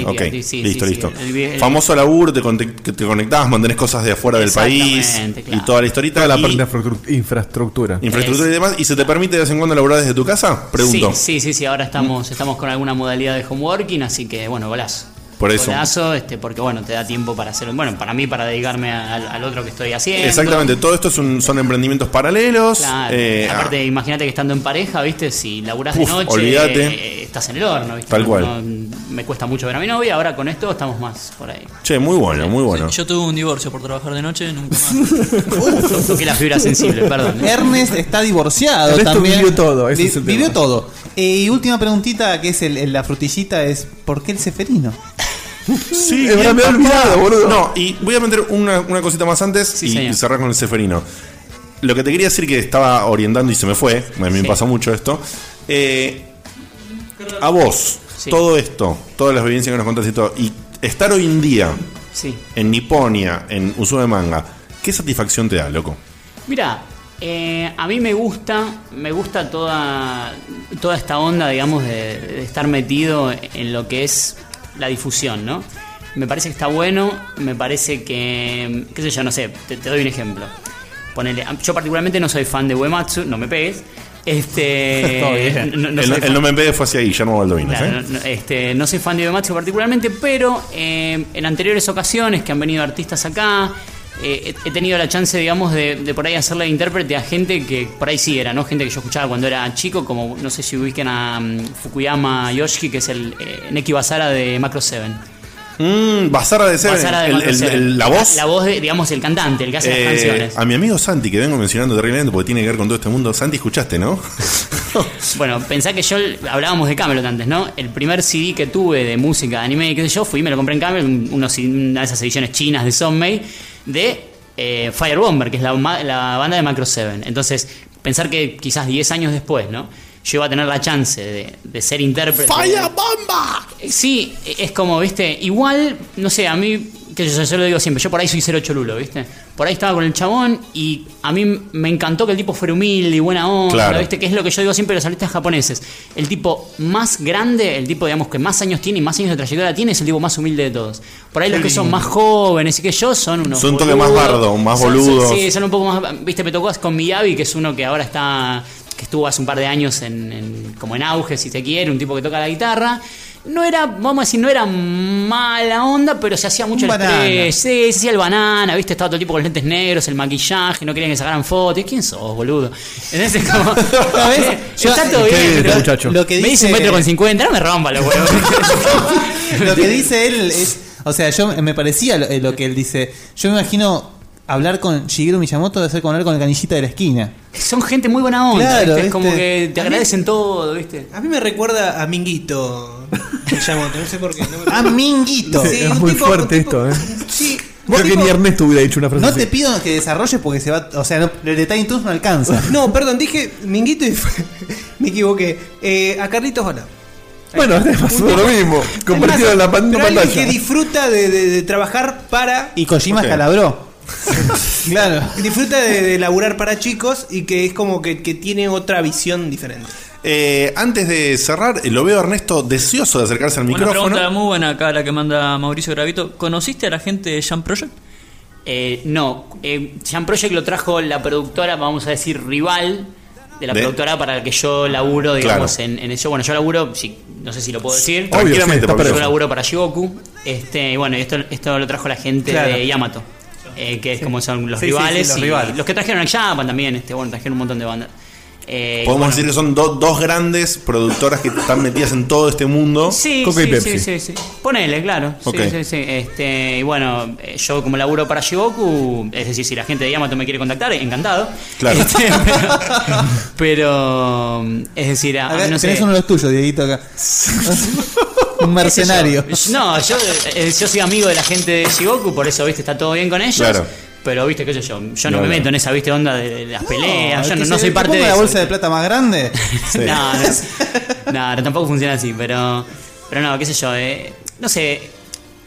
S1: ok.
S8: IT, sí,
S1: listo,
S8: sí, sí.
S1: listo.
S8: El- el-
S1: Famoso laburo, te, conte- que te conectabas, mantenés cosas de afuera del país
S8: Exactamente,
S1: y toda la historita.
S6: Toda la
S1: y
S6: parte de infraestru- infraestructura.
S1: infraestructura y demás. ¿Y se te permite de vez en cuando laburar desde tu casa? Pregunto.
S8: Sí, sí, sí, sí, ahora estamos, estamos con alguna modalidad de homeworking, así que bueno, golazo.
S1: Por eso.
S8: Golazo, este, porque bueno, te da tiempo para hacer, bueno, para mí para dedicarme al, al otro que estoy haciendo.
S1: Exactamente, todo esto es un- son emprendimientos paralelos.
S8: Claro.
S1: eh,
S8: Aparte, imagínate que estando en pareja, viste, si laburás
S1: Uf,
S8: de noche,
S1: olvídate.
S8: eh, estás en el horno, viste.
S1: Tal
S8: No-
S1: cual.
S8: no- me cuesta mucho ver a mi novia, ahora con esto estamos más por ahí.
S1: ah, che, muy bueno, muy bueno.
S10: Yo tuve un divorcio por trabajar de noche, nunca más.
S8: Toqué la fibra sensible, perdón.
S5: Ernest está divorciado
S6: Ernesto
S5: también.
S6: vivió todo, ese
S5: Vi-
S6: es el
S5: vivió
S6: tema.
S5: todo. Eh, y última preguntita, que es el- el- la frutillita, es ¿por qué el ceferino?
S1: Sí,
S6: Es verdad,
S1: bien
S6: me he
S1: tapado.
S6: olvidado, boludo.
S1: No, y voy a meter una, una cosita más antes y,
S8: señor.
S1: y cerrar con el Seferino. Lo que te quería decir que estaba orientando y se me fue, a mí me
S8: Sí.
S1: pasa mucho esto. Eh, a vos,
S8: Sí.
S1: todo esto, todas las vivencias que nos contaste y todo, y estar hoy en día
S8: Sí.
S1: en Niponia, en Uso de Manga, ¿qué satisfacción te da, loco?
S8: Mira, eh, a mí me gusta, me gusta toda, toda esta onda, digamos, de, de estar metido en lo que es la difusión, ¿no? Me parece que está bueno, me parece que, qué sé yo, no sé, te, te doy un ejemplo. Ponele, yo particularmente no soy fan de Uematsu, no me pegues. Este,
S5: Todo bien.
S8: no- no
S1: el,
S8: soy
S1: el
S8: fan-
S1: no me pegue fue hacia Guillermo Baldovinos,
S8: Claro,
S1: ¿eh?
S8: no, no, este, no soy fan de Macho particularmente, pero eh, en anteriores ocasiones que han venido artistas acá, eh, he he tenido la chance, digamos, de, de por ahí hacerle de intérprete a gente que por ahí sí era, ¿no? Gente que yo escuchaba cuando era chico, como no sé si ubiquen a mm, Fukuyama Yoshiki, que es el eh, Neki Basara de Macro 7.
S1: Mm, Basara de Seven.
S8: Basara de
S1: el-
S8: Macro
S1: el-
S8: 7.
S1: el- la voz.
S8: La voz, de, digamos, el cantante, el que hace
S1: Eh,
S8: las canciones.
S1: a mi amigo Santi, que vengo mencionando terriblemente porque tiene que ver con todo este mundo. Santi, escuchaste, ¿no?
S8: Bueno, pensá que yo hablábamos de Camelot antes, ¿no? El primer CD que tuve de música, de anime, qué sé yo, fui y me lo compré en Camelot, un- unos- una de esas ediciones chinas de Sonmei, de eh, Firebomber, que es la, ma- la banda de Macro 7. Entonces, pensar que quizás 10 años después, ¿no? Yo iba a tener la chance de, de ser intérprete.
S9: ¡Firebomba!
S8: Sí, es como, viste, igual, no sé, a mí, que yo, yo lo digo siempre, yo por ahí soy 08 Lulo, viste. Por ahí estaba con el chabón y a mí me encantó que el tipo fuera humilde y buena onda,
S1: Claro.
S8: viste, que es lo que yo digo siempre de los artistas japoneses. El tipo más grande, el tipo, digamos, que más años tiene y más años de trayectoria tiene, es el tipo más humilde de todos. Por ahí los que son más jóvenes y que yo son unos.
S1: Son un toque más
S8: boludos.
S1: bardo, más
S8: Son- son-
S1: boludos.
S8: Sí, son un poco más. Viste, me tocó con Miyavi, que es uno que ahora está. que estuvo hace un par de años en, en- como en auge, si se quiere, un tipo que toca la guitarra. No era, vamos a decir, no era mala onda, pero se hacía mucho
S5: Un
S8: el
S5: banana.
S8: estrés. Sí, se hacía el banana, viste, estaba todo el tipo con los lentes negros, el maquillaje, no querían que sacaran fotos. ¿Quién sos, boludo? Entonces, como.
S5: Yo-
S8: está todo
S5: ¿Qué
S8: bien,
S5: es,
S8: pero
S5: muchacho?
S8: Lo que
S5: Me
S8: dice...
S5: hice
S8: un metro con cincuenta, no me rompa los huevos.
S5: lo que dice él es. O sea, yo me parecía lo, eh, lo que él dice. Yo me imagino hablar con Shigeru Miyamoto de ser como hablar con el canillita de la esquina.
S8: Son gente muy buena onda,
S5: Claro,
S8: ¿viste?
S5: ¿viste?
S8: es como que te agradecen todo, ¿viste?
S2: Este, A mí me recuerda a Minguito. Miyamoto, no sé por qué. no me-
S8: Ah,
S5: A Ah, Minguito.
S2: Sí,
S6: es
S2: un
S6: muy
S2: tipo-
S6: fuerte esto, ¿eh?
S2: Sí.
S6: Creo que ni Ernesto hubiera dicho una frase
S5: No
S6: así.
S5: te pido que desarrolles porque se va. O sea, no, el de Tiny Toons no alcanza.
S2: No, perdón, dije Minguito y fue- me equivoqué. Eh, a Carlitos Hola.
S6: Bueno, te pasó lo mismo. Compartido en la pan-
S2: Pero alguien
S6: pantalla.
S2: que disfruta de, de- de trabajar para.
S5: Y Kojima
S2: Ok.
S5: escalabró. claro.
S2: Disfruta de, de laburar para chicos y que es como que, que tiene otra visión diferente.
S1: Eh, antes de cerrar, eh, lo veo a Ernesto deseoso de acercarse al
S10: Una
S1: micrófono.
S10: pregunta muy buena acá, la que manda Mauricio Gravito. ¿Conociste a la gente de Jam Project?
S8: Eh, no, eh, Jam Project lo trajo la productora, vamos a decir, rival de la
S1: ¿De?
S8: productora para la que yo laburo, digamos,
S1: Claro.
S8: en, en el show. Bueno, yo laburo, sí, no sé si lo puedo decir.
S1: Tranquilamente, sí, está
S8: yo
S1: perfecto.
S8: laburo para Shigoku. Este, y bueno, y esto, esto lo trajo la gente
S1: Claro.
S8: de Yamato. eh, que es como son los
S1: Sí, sí, sí,
S8: rivales,
S1: los
S8: y
S1: rivales.
S8: los que trajeron a Japan también, este, bueno, trajeron un montón de bandas. Eh,
S1: Podemos
S8: bueno,
S1: decir que son do- dos grandes productoras que están metidas en todo este mundo.
S8: Sí, sí, sí, sí, sí. Ponele, claro. Sí,
S1: Ok.
S8: sí, sí. Este, y bueno, eh, yo como laburo para Shigoku, es decir, si la gente de Yamato me quiere contactar, encantado.
S1: Claro.
S8: Este, pero, pero, es decir, a, a
S5: Acá
S8: mí Ah, no sé.
S5: tenés uno de los tuyos, Dieguito, acá. Un mercenario.
S8: Yo- No, yo, eh, yo soy amigo de la gente de Shigoku, por eso, viste, está todo bien con ellos.
S5: Claro.
S8: Pero, viste, qué sé yo, yo no
S5: Claro.
S8: me meto en esa, viste, onda de, de las peleas, yo
S5: el
S8: no,
S5: que
S8: no
S5: se-
S8: soy
S5: el que
S8: parte
S5: ponga
S8: de
S5: la
S8: eso.
S5: bolsa de plata más grande? Pues
S8: No, no, es- no, no, tampoco funciona así, pero, pero no, qué sé yo, eh, no sé,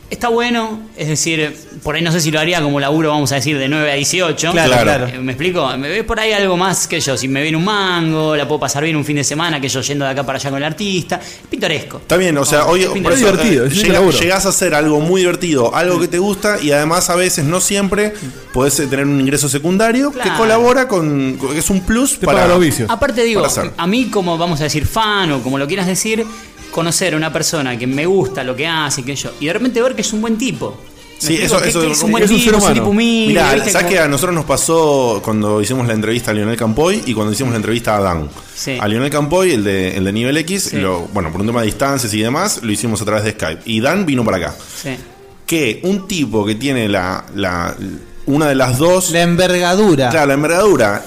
S8: está bueno, es decir, por ahí no sé si lo haría como laburo, vamos a decir, de 9 a 18.
S5: Claro, claro.
S8: Eh, ¿Me explico? Me ve por ahí algo más que yo, si me viene un mango, la puedo pasar bien un fin de semana, que yo yendo de acá para allá con el artista, pintoresco.
S1: Está bien, o sea, hoy
S8: Es
S1: por eso,
S8: divertido,
S1: eh,
S8: es un
S1: llega-
S8: laburo.
S1: llegás a hacer algo muy divertido, algo que te gusta y además a veces, no siempre, podés eh, tener un ingreso secundario que
S8: Claro.
S1: colabora con, con- que es un plus para
S8: Aparte digo,
S1: para hacer.
S8: a mí como vamos a decir fan o como lo quieras decir, conocer a una persona que me gusta lo que hace, que yo, y de repente ver que es un buen tipo. ¿Me
S1: Sí,
S8: explico?
S1: eso,
S8: Que-
S1: eso
S8: que es un buen tipo, es un tipo humilde.
S1: Mirá,
S8: ¿viste?
S1: ¿sabes
S8: Como-
S1: que a nosotros nos pasó cuando hicimos la entrevista a Lionel Campoy y cuando hicimos la entrevista a Dan?
S8: Sí.
S1: A Lionel Campoy, el de, el de nivel X, lo- bueno, por un tema de distancias y demás, lo hicimos a través de Skype. Y Dan vino para acá.
S8: Sí.
S1: que un tipo que tiene la, la- una de las dos
S5: la envergadura
S1: claro la envergadura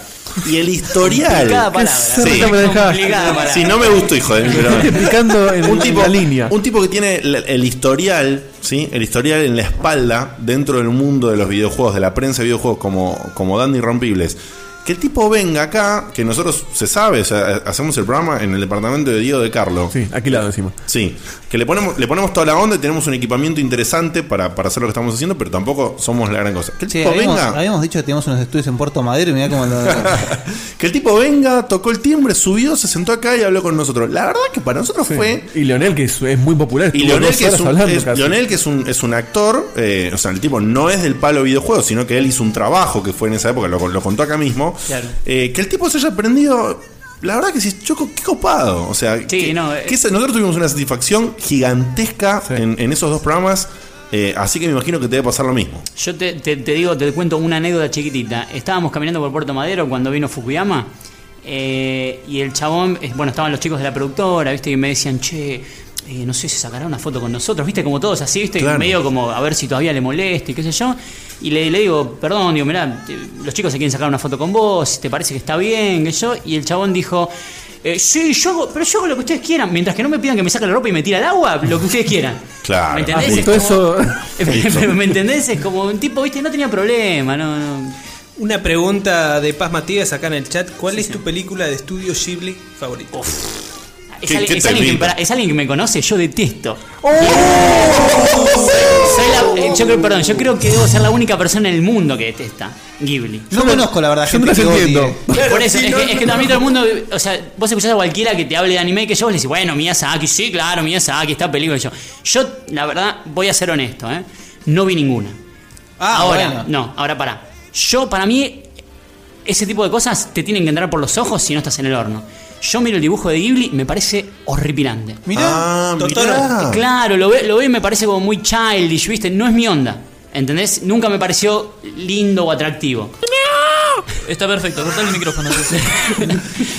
S1: y el historial
S6: Complicada palabra.
S1: Sí.
S6: Qué cerca me dejaste. Complicada palabra.
S1: si no me gustó hijo de
S6: Estoy
S1: pero
S6: picando en- en la línea.
S1: un tipo que tiene la- el, historial sí el historial en la espalda dentro del mundo de los videojuegos de la prensa de videojuegos como como Dan de irrompibles que el tipo venga acá, que nosotros se sabe, o sea, hacemos el programa en el departamento de Diego de Carlo. Sí,
S6: aquí lado encima.
S1: Sí, que le ponemos, le ponemos toda la onda y tenemos un equipamiento interesante para, para hacer lo que estamos haciendo, pero tampoco somos la gran cosa. Que el
S5: Che,
S1: tipo
S5: habíamos,
S1: venga,
S5: habíamos dicho que teníamos unos estudios en Puerto Madero y mirá cómo lo.
S1: que el tipo venga, tocó el timbre, subió, se sentó acá y habló con nosotros. La verdad que para nosotros fue
S6: Y Leonel, que es, es muy popular.
S1: Y
S6: estuvo
S1: Leonel,
S6: dos
S1: que, es
S6: horas
S1: un,
S6: hablando
S1: es-
S6: casi.
S1: Leonel, que es un, es un actor, eh, o sea, el tipo no es del palo videojuegos, sino que él hizo un trabajo que fue en esa época, lo, lo contó acá mismo.
S8: Claro.
S1: eh, que el tipo se haya aprendido. La verdad que sí, choco, qué copado.
S8: eh.
S1: O sea, que, que esa- nosotros tuvimos una satisfacción gigantesca en, en esos dos programas Eh, así que me imagino que te debe pasar lo mismo.
S8: Yo te, te- te digo, te cuento una anécdota chiquitita. Estábamos caminando por Puerto Madero cuando vino Fukuyama. eh, y el chabón, eh, bueno, estaban los chicos de la productora, ¿viste? Y me decían, che, eh, no sé si sacará una foto con nosotros, ¿viste? Como todos así, ¿viste?
S1: Claro.
S8: Medio como a ver si todavía le molesta y qué sé yo. Y le, le digo, perdón, digo, mirá, te- los chicos se quieren sacar una foto con vos, ¿te parece que está bien? Que yo. Y el chabón dijo. eh, sí, yo hago, pero yo hago lo que ustedes quieran. Mientras que no me pidan que me saque la ropa y me tire al agua, lo que ustedes quieran.
S1: Claro. Ah,
S8: ¿Me
S6: Ah,
S8: entendés?
S1: Justo
S8: Es como-
S1: Listo.
S8: ¿Me entendés? Es como un tipo, viste, no tenía problema, no, no.
S2: Una pregunta de Paz Matías acá en el chat. ¿Cuál es tu película de estudio Ghibli favorita?
S8: Es, alguien- es alguien que, pará, es alguien que me conoce, yo detesto.
S2: Oh.
S1: Oh.
S8: Soy la- eh, yo creo, perdón, yo creo que debo ser la única persona en el mundo que detesta Ghibli.
S5: No conozco, la verdad,
S8: yo no
S5: gente
S8: las
S5: que odie.
S8: entiendo. Por eso,
S5: sí,
S8: es,
S5: no,
S8: que,
S5: no,
S8: es que
S5: no.
S8: también todo el mundo, o sea, vos escuchás a cualquiera que te hable de anime que yo vos le decís, bueno, Miyazaki, sí, claro, Miyazaki, está peligro yo. Yo, la verdad, voy a ser honesto, ¿eh? No vi ninguna. ahora,
S5: Ah, bueno.
S8: no, ahora pará. Yo, para mí, ese tipo de cosas te tienen que entrar por los ojos si no estás en el horno. Yo miro el dibujo de Ghibli y me parece horripilante.
S5: Mirá,
S1: Totoro. Ah, mirá.
S8: Claro, lo veo, lo veo y me parece como muy childish, ¿viste? No es mi onda. ¿Entendés? Nunca me pareció lindo o atractivo.
S10: Está perfecto, cortale el micrófono.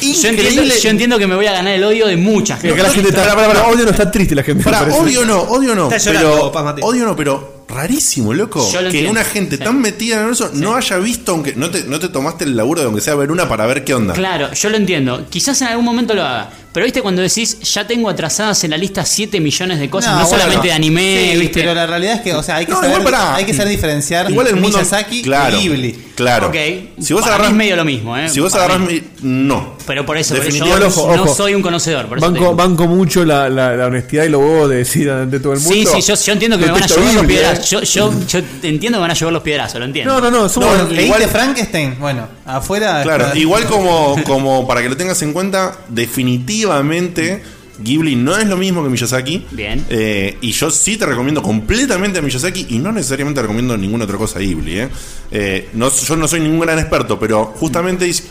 S8: Yo entiendo, yo entiendo que me voy a ganar el odio de muchas
S6: Creo que la gente está. Para, odio no está triste la gente.
S1: Pará, odio no, odio no.
S6: Está llorando,
S1: pero,
S6: Paz Matías.
S1: odio no, pero rarísimo, loco.
S6: Yo lo
S1: que
S6: entiendo,
S1: una gente
S6: sí.
S1: tan metida en el universo no haya visto, aunque no te, no te tomaste el laburo de aunque sea ver una para ver qué onda.
S8: Claro, yo lo entiendo. Quizás en algún momento lo haga. Pero viste cuando decís, ya tengo atrasadas en la lista 7 millones de cosas, no,
S5: bueno.
S8: solamente de anime,
S5: Sí,
S8: ¿viste?
S5: Pero la realidad es que, o sea, hay que,
S8: No,
S5: saber,
S8: igual pará.
S5: hay que saber diferenciar
S1: Igual el mundo.
S5: Miyazaki
S1: claro,
S5: y Ghibli.
S1: Claro.
S8: Ok.
S1: Si vos
S8: Para
S1: agarrás.
S8: mí es medio lo mismo, ¿eh?
S1: Si vos
S8: Para
S1: agarrás.
S8: mí.
S1: mi- no.
S8: Pero por eso, pero yo
S1: Definitivamente.
S6: Ojo,
S8: no
S6: ojo.
S8: soy un conocedor. Por eso te
S6: Banco,
S8: digo.
S6: banco mucho la, la, la honestidad y lo huevos de decir ante todo el mundo.
S8: Sí, sí, yo, yo entiendo que me van a
S6: Detesto
S8: llevar los
S6: Ghibli, ¿eh?
S8: piedrazos. Yo, yo, yo entiendo que me van a llevar los piedrazos, lo entiendo.
S5: bueno, leíste Frankenstein. Bueno, afuera.
S1: Claro,
S5: está-
S1: igual como, como para que lo tengas en cuenta, definitivamente Ghibli no es lo mismo que Miyazaki.
S8: Bien.
S1: Eh, y yo sí te recomiendo completamente a Miyazaki y no necesariamente recomiendo ninguna otra cosa a Ghibli. ¿eh? Eh, no, yo no soy ningún gran experto, pero justamente es-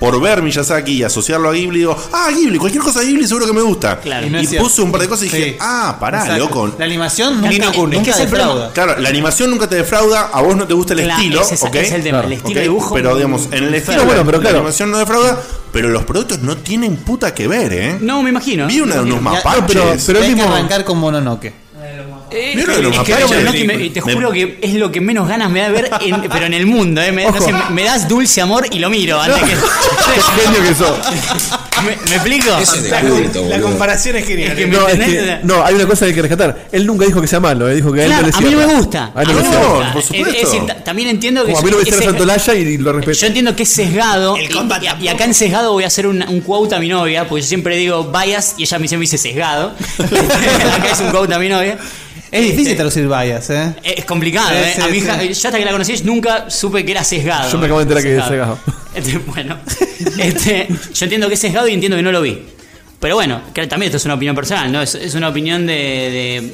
S1: por ver Miyazaki y asociarlo a Ghibli, digo, ah, Ghibli, cualquier cosa de Ghibli seguro que me gusta.
S5: Claro.
S1: Y,
S5: Y no es cierto.
S1: puse un par de cosas y dije,
S5: Sí.
S1: ah, pará,
S5: Exacto.
S1: loco.
S5: La animación nunca, nunca
S1: es que es el problema.
S5: defrauda.
S1: Claro, la animación nunca te defrauda, a vos no te gusta el
S5: Claro,
S1: estilo,
S5: ese es-
S1: ¿ok?
S5: es el tema, el
S1: Claro,
S5: estilo
S1: ¿ok?
S5: de dibujo
S1: Pero digamos, en el estilo,
S6: bueno, pero
S1: la
S6: claro.
S1: animación no defrauda, pero los productos no tienen puta que ver, ¿eh?
S8: No, me imagino.
S1: Vi una de unos mapaches.
S5: hay que arrancar con Mononoke.
S8: Eh,
S5: Mira lo de los
S8: es que
S5: mapaches.
S8: Mononoke me- te juro que es lo que menos ganas me da de ver, en- pero en el mundo. ¿eh? Me, no
S5: Ojo.
S8: sé, me das dulce amor y lo miro. Antes que,
S6: eh. que sos.
S8: ¿Me, me explico?
S6: Ese es de culto, boludo.
S2: es genial.
S8: Es que me
S6: no, es
S8: entendés?
S6: que- no, hay una cosa que hay que rescatar. Él nunca dijo que sea malo, él dijo que a él
S8: Claro,
S6: no le
S8: a mí no
S6: cierra.
S8: me gusta.
S6: A él
S8: A mí
S6: no le
S8: no me
S6: cierra.
S8: gusta. Es- es decir, ta- también entiendo que
S6: Como a mí no me cierra
S8: ese-
S6: Santolaya y lo respeto.
S8: Yo entiendo que es sesgado. y, y- y acá en sesgado voy a hacer un, un quote a mi novia, porque yo siempre digo bias y ella me siempre dice sesgado. Este, acá es un quote a mi novia.
S5: Es difícil traducir bias, ¿eh?
S8: Es complicado, ¿eh?
S5: Sí,
S8: A mi
S5: sí,
S8: hija-
S5: sí.
S8: yo hasta que la conocí nunca supe que era sesgado.
S6: Yo me acabo de enterar que es sesgado.
S8: Este, bueno, este, yo entiendo que es sesgado y entiendo que no lo vi. Pero bueno, que también esto es una opinión personal, ¿no? Es, es una opinión de, de-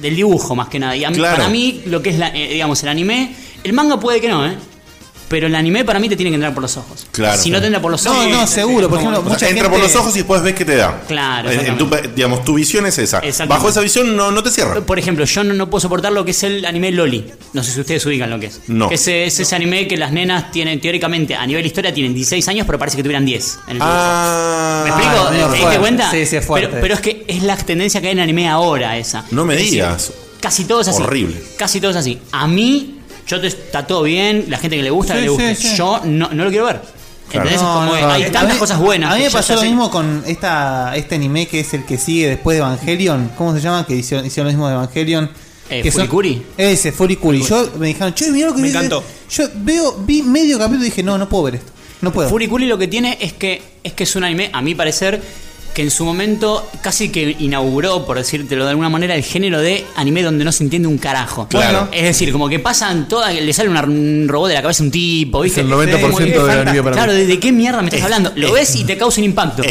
S8: del dibujo más que nada. Y a mí-
S1: Claro.
S8: para mí, lo que es, la, eh, digamos, el anime, el manga puede que no, ¿eh? Pero el anime para mí te tiene que entrar por los ojos.
S1: Claro.
S8: Si no te entra por los
S5: No,
S8: ojos.
S5: no, seguro, por ejemplo,
S1: O sea, entra por los ojos y después ves qué te da.
S8: Claro,
S1: En- en tu- digamos, tu visión es esa.
S8: Exactamente.
S1: Bajo esa visión no, no te cierra.
S8: Por ejemplo, yo no, no puedo soportar lo que es el anime Loli. No sé si ustedes ubican lo que es.
S1: No.
S8: Que ese- es ese anime que las nenas tienen, teóricamente, a nivel historia, tienen 16 años, pero parece que tuvieran 10. En el dibujo.
S1: Ah,
S8: ¿Me explico?
S1: Ah,
S8: ¿Te
S1: no,
S8: diste
S1: fuerte.
S8: cuenta?
S1: Sí, sí, es fuerte.
S8: Pero, pero es que es la tendencia que hay en anime ahora, esa.
S1: No me
S8: Es decir,
S1: digas.
S8: Casi todo es así.
S1: Horrible.
S8: Casi todo es así. A mí, yo te, está todo bien, la gente que le gusta,
S5: Sí,
S8: que le gusta.
S5: sí, sí.
S8: Yo no, no lo quiero ver. ¿Entendés?
S5: No,
S8: Es como,
S5: no,
S8: eh,
S5: no.
S8: hay
S5: A
S8: tantas
S5: mí-
S8: cosas buenas.
S5: A mí
S8: que
S5: me
S8: yo
S5: pasó
S8: ya
S5: lo
S8: sé-
S5: mismo con esta, este anime que es el que sigue después de Evangelion. ¿Cómo se llama? Que hicieron, hicieron lo mismo de Evangelion.
S8: Eh,
S5: que son-
S8: Furikuri.
S5: Ese, Furikuri. Yo me dijeron, che, mirá lo que
S8: Me
S5: vi-
S8: encantó.
S5: Yo veo, vi medio capítulo y dije, no, no puedo ver esto. No puedo.
S8: Furikuli lo que tiene es que es que es un anime, a mi parecer, que en su momento casi que inauguró, por decírtelo de alguna manera, el género de anime donde no se entiende un carajo.
S6: Claro.
S8: Es decir, como que pasan todas, le sale una- un robot de la cabeza a un tipo, ¿viste?
S6: el 90%
S8: Como que-
S6: del anime para mí.
S8: Claro, ¿de, de qué mierda me estás hablando? Lo ves y te causa un impacto.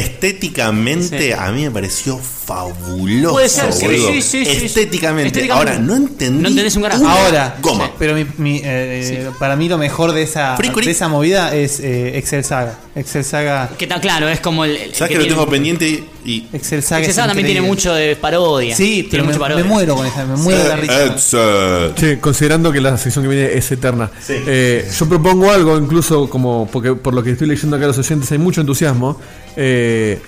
S1: Estéticamente
S8: Sí.
S1: a mí me pareció fabuloso.
S8: Puede ser, sí,
S1: boludo.
S8: sí, sí, sí, sí.
S1: Estéticamente.
S8: Estéticamente.
S1: Ahora, no entendí. una
S5: Ahora,
S1: Goma.
S5: sí, pero mi- mi, eh, para mí lo mejor de esa,
S1: Fricuri.
S5: de esa movida es eh, Excel Saga. Excel Saga.
S8: Que está claro, es como el. el
S1: ¿Sabes que lo
S8: tiene-
S1: tengo pendiente Morty y.
S5: Excel Saga,
S8: Ese
S5: es
S8: también
S5: increíble.
S8: tiene mucho de parodia.
S5: Sí,
S8: tiene
S5: pero
S8: mucho
S5: me,
S8: parodia.
S5: me muero con esa, me muero de la risa.
S6: Sí, considerando que la sección que viene es eterna. Eh, yo propongo algo, incluso como porque por lo que estoy leyendo acá a los oyentes hay mucho entusiasmo. Eh,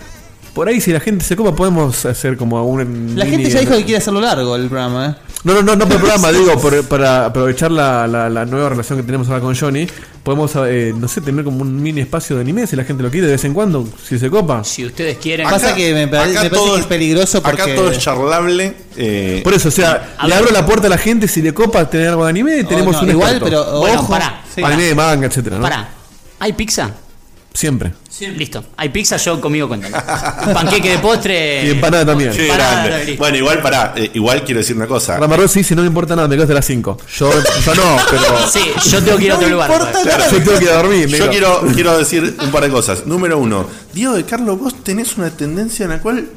S6: por ahí si la gente se copa podemos hacer como un...
S5: La gente ya dijo que quiere hacerlo largo el programa, ¿eh?
S6: No, no, no, no por el programa, digo, por- para aprovechar la, la- la nueva relación que tenemos ahora con Johnny, podemos, eh, no sé, tener como un mini espacio de anime si la gente lo quiere de vez en cuando, si se copa.
S8: Si ustedes quieren...
S5: Pasa que me, pare- me parece que es peligroso porque...
S1: charlable. eh,
S6: por eso, o sea, le abro la puerta a la gente si le copa tener algo de anime,
S5: Oh,
S6: tenemos
S8: no,
S6: un
S8: igual,
S6: experto.
S8: pero, Bueno, ojo, pará, sí.
S6: Anime,
S8: pará.
S6: manga, etcétera, ¿no?
S8: Pará. ¿Hay pizza?
S6: Siempre.
S8: Listo. Hay pizza, yo conmigo cuentan. Panqueque de postre.
S6: Y empanada también.
S1: Qué
S8: Empanada,
S1: grande.
S8: listo.
S1: Bueno, igual pará, eh, igual quiero decir una cosa.
S6: Ramarro sí, si no me importa nada, me quedo hasta las 5. Yo, yo no, pero.
S8: Sí, yo tengo que ir a otro No me lugar. importa
S1: Claro.
S6: Yo tengo que ir a dormir. me
S1: Yo
S6: digo.
S1: quiero, quiero decir un par de cosas. Número uno, Diego de Carlos, vos tenés una tendencia en la cual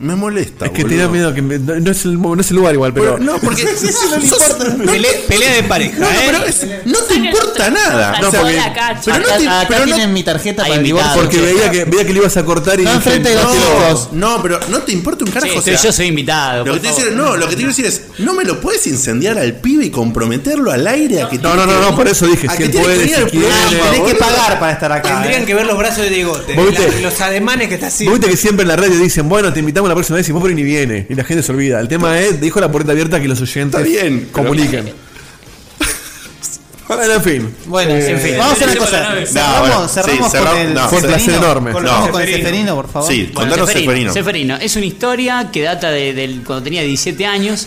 S1: me molesta.
S6: Es que
S1: boludo.
S6: tenía miedo que. me- no, no es el, mo- no es el lugar igual, pero.
S1: Bueno, no, porque
S2: Pele- pelea de pareja,
S1: No, no,
S2: ¿eh?
S1: pero es- no te importa nada.
S6: No, porque-
S8: Ah,
S1: pero no te- pero no-
S5: tienen mi tarjeta para el
S1: invitados,
S5: divorcio.
S6: Porque veía que, veía que le ibas a cortar y.
S1: No,
S6: dije,
S1: enfrente de los
S6: no.
S1: chicos. No, pero no te importa un carajo.
S8: Sí,
S1: o sea,
S8: soy- yo soy invitado.
S1: Lo que
S8: por
S1: te
S8: favor.
S1: quiero decir- no, lo que te quiero decir es, no me lo puedes incendiar al pibe y comprometerlo al aire a que
S6: no, no, no, por eso dije,
S8: Ah,
S1: a
S6: si
S1: que
S6: él
S1: tiene que
S6: puede,
S1: venir
S6: si
S1: al
S6: quiere.
S1: programa,
S6: Tenés que
S1: boludo.
S6: pagar para estar acá,
S2: Tendrían
S6: eh.
S2: que ver los brazos de Diegote.
S6: ¿Vos viste?
S2: la- los ademanes que está
S6: Vos
S2: haciendo.
S6: viste que siempre en la radio dicen, bueno, te invitamos la próxima vez y vos por ahí ni viene. Y la gente se olvida. El tema es, dijo la puerta abierta que los oyentes
S1: Está bien, pero-
S6: comuniquen. Bueno, en fin. Eh,
S5: Bueno, en fin. Vamos a hacer una cosa. Cerramos,
S1: bueno, sí,
S5: cerramos
S1: cerra-
S5: con el
S1: no.
S5: Fue un placer
S1: Seferino.
S5: enorme.
S1: No.
S5: Cerramos con el Seferino, por favor.
S1: Sí,
S8: Bueno,
S1: contanos
S8: Seferino,
S1: Seferino.
S8: Seferino. es una historia que data de, del- cuando tenía 17 años.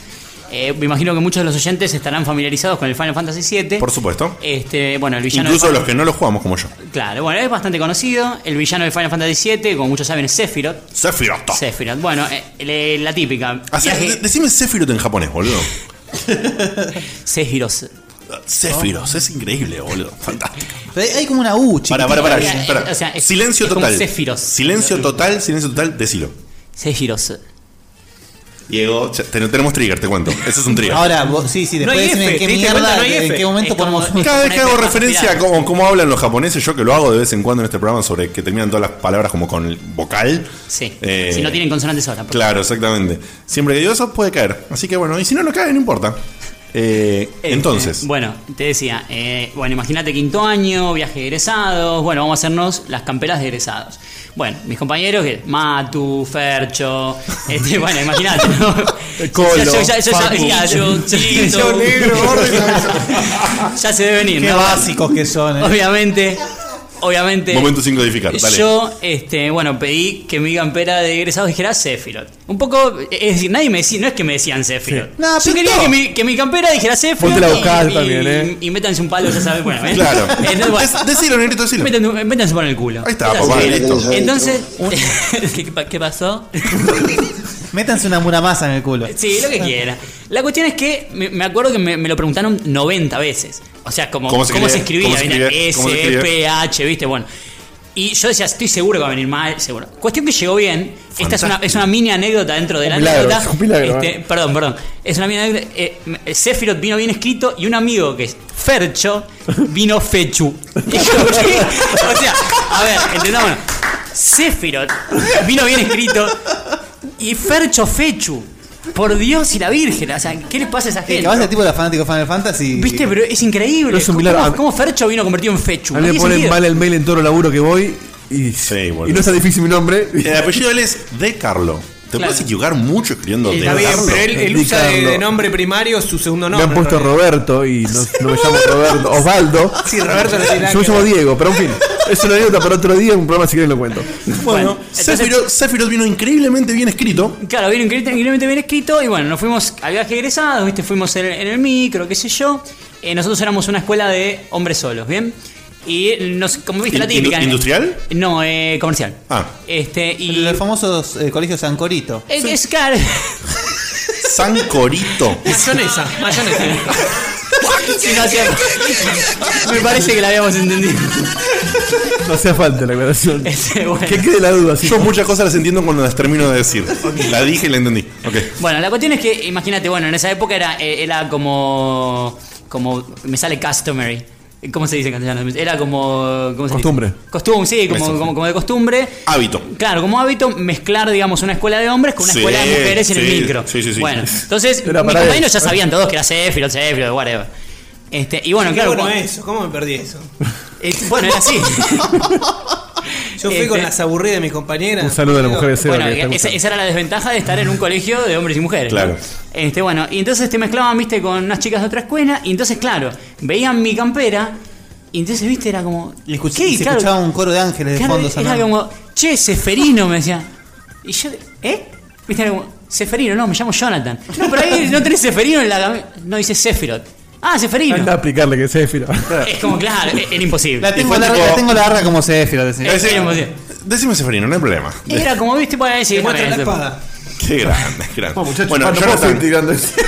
S8: Eh, me imagino que muchos de los oyentes estarán familiarizados con el Final Fantasy VII.
S1: Por supuesto.
S8: Este, bueno, el villano.
S1: Incluso
S8: de-
S1: los que no lo jugamos como yo.
S8: Claro, bueno, es bastante conocido. El villano de Final Fantasy VII, como muchos saben, es Sephiroth.
S1: Sephiroth.
S8: Sephiroth. Bueno, eh, le- la típica.
S1: Así- de- decime Sephiroth en japonés, boludo.
S8: Sephiroth.
S1: Sephiroth, es increíble, boludo. Fantástico.
S5: Pero hay- Hay como una U, chiquitita.
S1: Para, para, para.
S8: Mira,
S1: para.
S8: o sea, es-
S1: silencio
S8: es como
S1: total.
S8: Sephiroth.
S1: Silencio total, silencio total, decilo.
S8: Sephiroth.
S1: Diego, ya- ten- tenemos trigger, te cuento. Eso es un trigger.
S5: Ahora, vos- sí, sí, después decime en qué mierda, en qué momento ponemos un...
S1: Cada vez que hago referencia a cómo, cómo hablan los japoneses, yo que lo hago de vez en cuando en este programa sobre que terminan todas las palabras como con el vocal.
S8: Sí.
S1: Eh,
S8: Si no tienen consonantes ahora. por
S1: Claro, exactamente. Siempre que digo eso puede caer. Así que bueno, y si no, no cae, no importa. Eh,
S8: Eh,
S1: entonces,
S8: eh, bueno, te decía, eh, bueno, imagínate quinto año, viaje de egresados, bueno, vamos a hacernos las camperas de egresados. Bueno, mis compañeros, que Matu, Fercho, este, bueno, imagínate, ¿no?
S6: Colo,
S8: Yo- yo- yo- yo-
S6: Facu.
S8: ya, yo- Tito.
S6: Yo negro, gordo y
S8: Ya se debe venir,
S5: Qué
S8: ¿no?
S5: básicos que son, eh.
S8: Obviamente, obviamente.
S1: momento sin codificar. Dale.
S8: Yo, este, bueno, pedí que mi campera de egresados dijera Sephiroth. Un poco, es decir, nadie me decía, no es que me decían Sephiroth.
S6: Sí.
S5: No,
S8: yo
S5: pintó.
S8: quería que mi, que mi campera dijera Sephiroth.
S6: Vos te la
S8: y-
S6: buscás
S8: y,
S6: también, ¿eh?
S8: Y métanse un palo, ya sabes, bueno. ¿eh?
S1: Claro.
S8: Entonces, bueno,
S1: Des- decilo, negrito, decilo.
S8: métanse, un- métanse un palo en el culo.
S1: Ahí está,
S8: Métanse
S1: papá,
S8: un palo.
S1: listo.
S8: Entonces, ¿qué pa- ¿qué pasó?
S5: Métanse una muramasa en el culo.
S8: Sí, lo que quiera. La cuestión es que me, me acuerdo que me, me lo preguntaron 90 veces. O sea, como
S1: ¿Cómo
S8: cómo
S1: se
S8: se, escribía,
S1: escribe? ¿Cómo se
S8: venía
S1: escribe? ¿Cómo se
S8: S,
S1: escribe?
S8: P, H, viste, bueno. Y yo decía, estoy seguro que va a venir mal, seguro. Cuestión que llegó bien. Esta es una,
S1: Fantástico.
S8: es una mini anécdota dentro de
S6: Un
S8: la
S6: milagro,
S8: anécdota.
S6: es un milagro,
S8: Este,
S6: ¿eh?
S8: Perdón, perdón. Es una mini anécdota. Eh, eh, Sephiroth vino bien escrito y un amigo que es Fercho vino Fechu. Y yo, ¿qué? o sea, a ver, entendámonos. Sephiroth vino bien escrito y Fercho Fechu. Por Dios y la Virgen, o sea, ¿qué le pasa a esa
S5: El
S8: gente?
S5: que va a ser tipo de los fanáticos de Final Fantasy.
S8: Viste, pero es increíble.
S6: Pero es un
S8: ¿Cómo-
S6: milagro.
S8: ¿Cómo, Fercho vino convertido en Fechu?
S6: A mí me
S8: Tiene
S6: ponen
S8: sentido.
S6: mal el mail en todo el laburo que voy y,
S1: boludo.
S6: y no está difícil mi nombre.
S1: el apellido de él es De Carlo. Te
S8: Claro.
S1: puedes equivocar mucho escribiendo De
S2: Está bien,
S1: Carlo.
S2: pero él, él
S6: Di
S2: usa de,
S6: Carlo.
S2: de nombre primario su segundo
S6: me
S2: nombre.
S6: han puesto
S2: en realidad.
S6: Roberto y no, no me llamo Roberto, Osvaldo.
S2: Sí, Roberto no tiene nada
S6: Yo me
S2: que
S6: llamo
S2: ver.
S6: Diego, pero en fin. Es una anécdota para otro día, un programa si quieren lo cuento.
S1: Bueno,
S8: Bueno, entonces-
S1: Sephiroth Sephiroth vino increíblemente bien escrito.
S8: Claro, vino increíble- increíblemente bien escrito y bueno, nos fuimos al viaje egresados, ¿viste? fuimos en, en el micro, qué sé yo. Eh, nosotros éramos una escuela de hombres solos, ¿bien? Y nos, como viste la
S1: In-
S8: típica.
S1: indu- ¿Industrial?
S8: No, eh, comercial.
S1: Ah.
S8: Este, y.
S5: Los famosos eh, colegios Sancorito.
S8: Es, es claro.
S1: San Corito.
S8: Ah,
S2: Mayonesa, mayonesa.
S8: Sí, no, o sea, me parece que la habíamos entendido.
S6: No hacía falta la aclaración.
S8: Este, bueno.
S6: Que quede la duda. sí.
S1: Yo muchas cosas las entiendo cuando las termino de decir. La dije y la entendí. Ok.
S8: Bueno, la cuestión es que, imagínate, bueno, en esa época era, eh, era como. como. me sale customary. ¿Cómo se dice en castellano? Era como. ¿cómo se dice?
S6: Costumbre.
S8: Costumbre, sí, como,
S6: Eso.
S8: como, como de costumbre.
S1: Hábito.
S8: Claro, como hábito, mezclar, digamos, una escuela de hombres con una
S1: Sí,
S8: escuela de mujeres en
S1: sí,
S8: el micro.
S1: sí, sí, sí.
S8: Bueno, entonces,
S1: Pero
S8: mis
S1: pará,
S8: compañeros
S1: eh.
S8: ya sabían todos que era Cefiro, Cefiro, whatever. Este, y bueno,
S2: Qué
S8: claro.
S2: bueno eh,
S8: cuando-
S2: eso, ¿cómo me perdí eso?
S8: eh, bueno, era así.
S2: Yo fui
S8: Este-
S2: con las aburridas de mis compañeras.
S6: Un saludo a la mujer de Seba
S8: Bueno,
S6: que está
S8: esa,
S6: escuchando.
S8: esa era la desventaja de estar en un colegio de hombres y mujeres.
S6: Claro.
S8: ¿no? Este, bueno, y entonces te mezclaban, viste, con unas chicas de otra escuela, y entonces, claro, veían mi campera, y entonces, viste, era como. ¿qué?
S5: Y se
S8: Claro,
S5: escuchaba un coro de ángeles de
S8: claro,
S5: fondo.
S8: era
S5: sonando.
S8: como, che, Seferino, me decía. Y yo, ¿eh? Viste, era como, Seferino, no, me llamo Jonathan. No, pero ahí no tenés Seferino en la cam- No, dice Sefirot. Ah, Seferino.
S6: Anda a aplicarle que es Céfiro.
S8: Es como, claro, era imposible.
S5: La tengo larga, la tengo larga como Céfiro.
S8: Eh, sí, como si-
S1: Decime Seferino, no hay problema.
S8: Era como, viste, para decir.
S1: Te muestra
S8: "Déjame
S1: la
S8: ver".
S1: Qué grande, qué grande.
S8: No, muchachos,
S1: bueno,
S8: no puedo
S1: Jonathan,
S8: seguir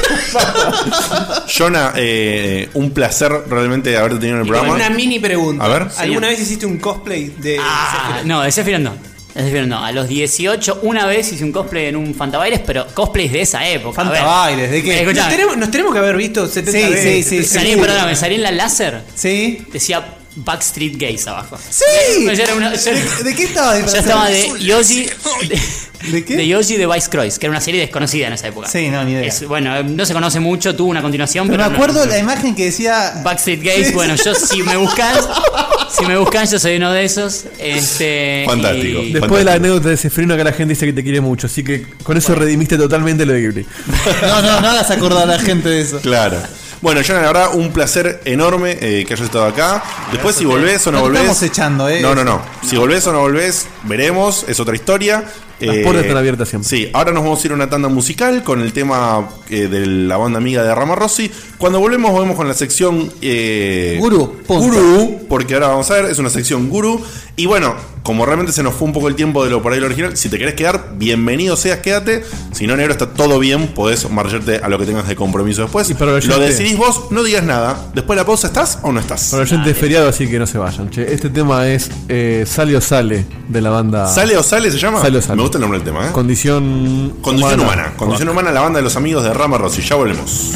S1: Jonah, eh, un placer realmente haberte tenido en el
S2: Y tengo
S1: programa.
S2: una mini pregunta.
S1: A ver.
S2: ¿Alguna
S1: Señor.
S2: vez hiciste un cosplay de
S8: Ah, no, de Sephiroth no. De Sephiroth no. A los 18, una vez hice un cosplay en un Fantabailes, pero cosplays de esa época. a ver.
S5: Fantabailes, ¿de qué?
S8: Escuchá,
S2: Nos tenemos, nos tenemos que haber visto 70
S8: Sí,
S2: veces.
S8: sí, sí. Salí,
S2: seguro.
S8: perdóname, salí en la láser.
S5: Sí.
S8: Decía Backstreet Gays abajo.
S5: ¡Sí!
S8: Yo era una- yo-
S5: ¿De, de qué estaba
S8: Yo estaba de Yoshi.
S5: ¿De qué?
S8: De Yoshi de Vice Croix, que era una serie desconocida en esa época.
S5: Sí, no, ni idea.
S8: Es- bueno, eh, no se conoce mucho, tuvo una continuación,
S5: Pero
S8: pero.
S5: me
S8: no-
S5: acuerdo la imagen que decía.
S8: Backstreet Gays,
S5: Sí.
S8: bueno, yo si me buscas, si me buscas, yo soy uno de esos. Este, y-
S6: Después de la anécdota de Seferino, que la gente dice que te quiere mucho. Así que con eso redimiste totalmente lo de Ghibli.
S5: No, no, no hagas acordar a la gente de eso.
S1: Claro. Bueno, Jonah, la verdad, un placer enorme eh, que hayas estado acá. Después, si volvés o no,
S5: No te
S1: volvés.
S5: estamos echando, eh.
S1: No, no, no. Si volvés o no volvés, veremos. Es otra historia. Eh,
S6: Las puertas están abiertas siempre.
S1: Sí, ahora nos vamos a ir a una tanda musical con el tema eh, de la banda amiga de Rama Rossi. Cuando volvemos, volvemos con la sección eh,
S5: Gurú, punto.
S1: Gurú, porque ahora vamos a ver, es una sección Guru. Y bueno, como realmente se nos fue un poco el tiempo de lo por ahí lo original, si te querés quedar, bienvenido seas, quédate. Si no, negro, está todo bien, podés marcharte a lo que tengas de compromiso después. lo
S6: oyente-
S1: decidís vos, no digas nada. Después de la pausa, ¿estás o no estás?
S6: Para gente
S8: eh.
S6: de feriado, así que no se vayan. Che, este tema es eh, Sale o Sale de la banda.
S1: ¿Sale o sale se llama?
S6: Sale o Sale.
S1: Me gusta el nombre del tema, ¿eh?
S6: Condición.
S1: Condición humana. Condición humana, la banda de los amigos de Rama Rossi. Ya volvemos.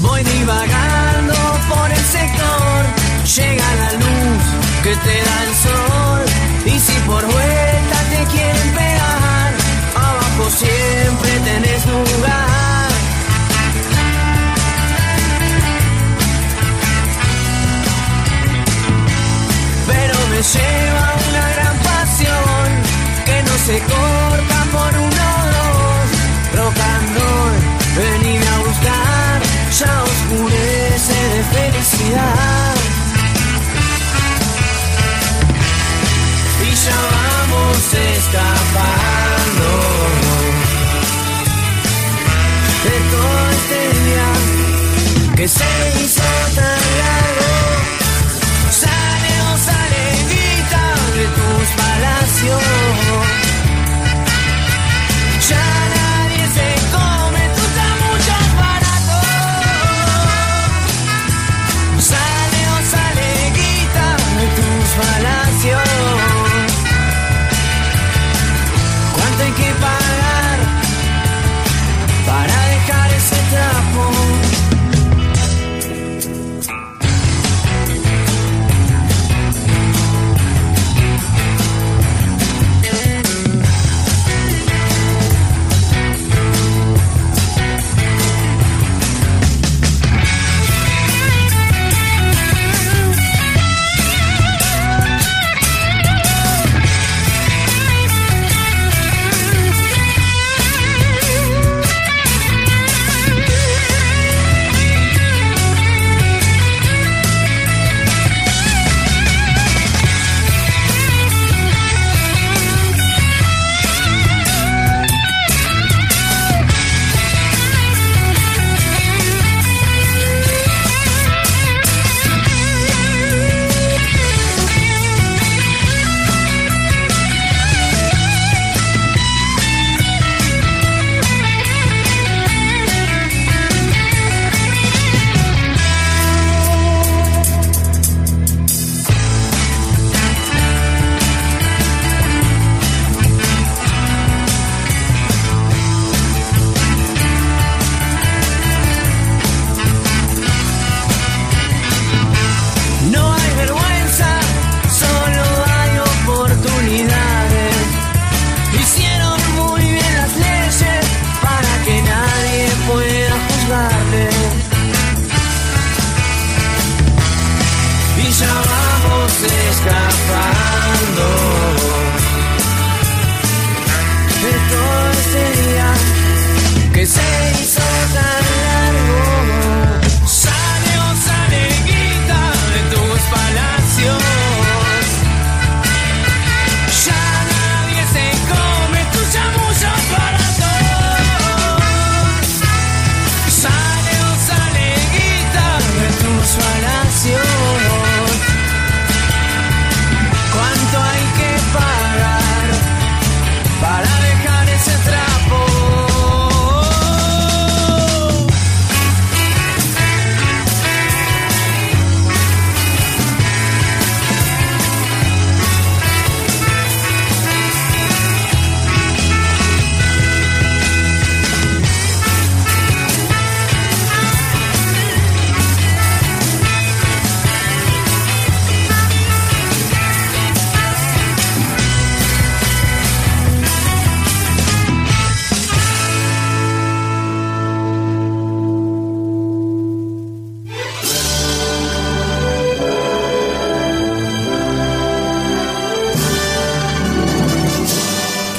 S13: Voy divagando por el sector, llega la luz que te da el sol. Y si por vuelta te quieren pegar, abajo siempre tenés lugar. Pero me lleva una gran pasión que no se corta por uno o dos. Rock and roll, venime a buscar, ya oscurece de felicidad. Y ya vamos escapando de todo este día que se hizo tan largo. Sale o sale, grita de tus palacios.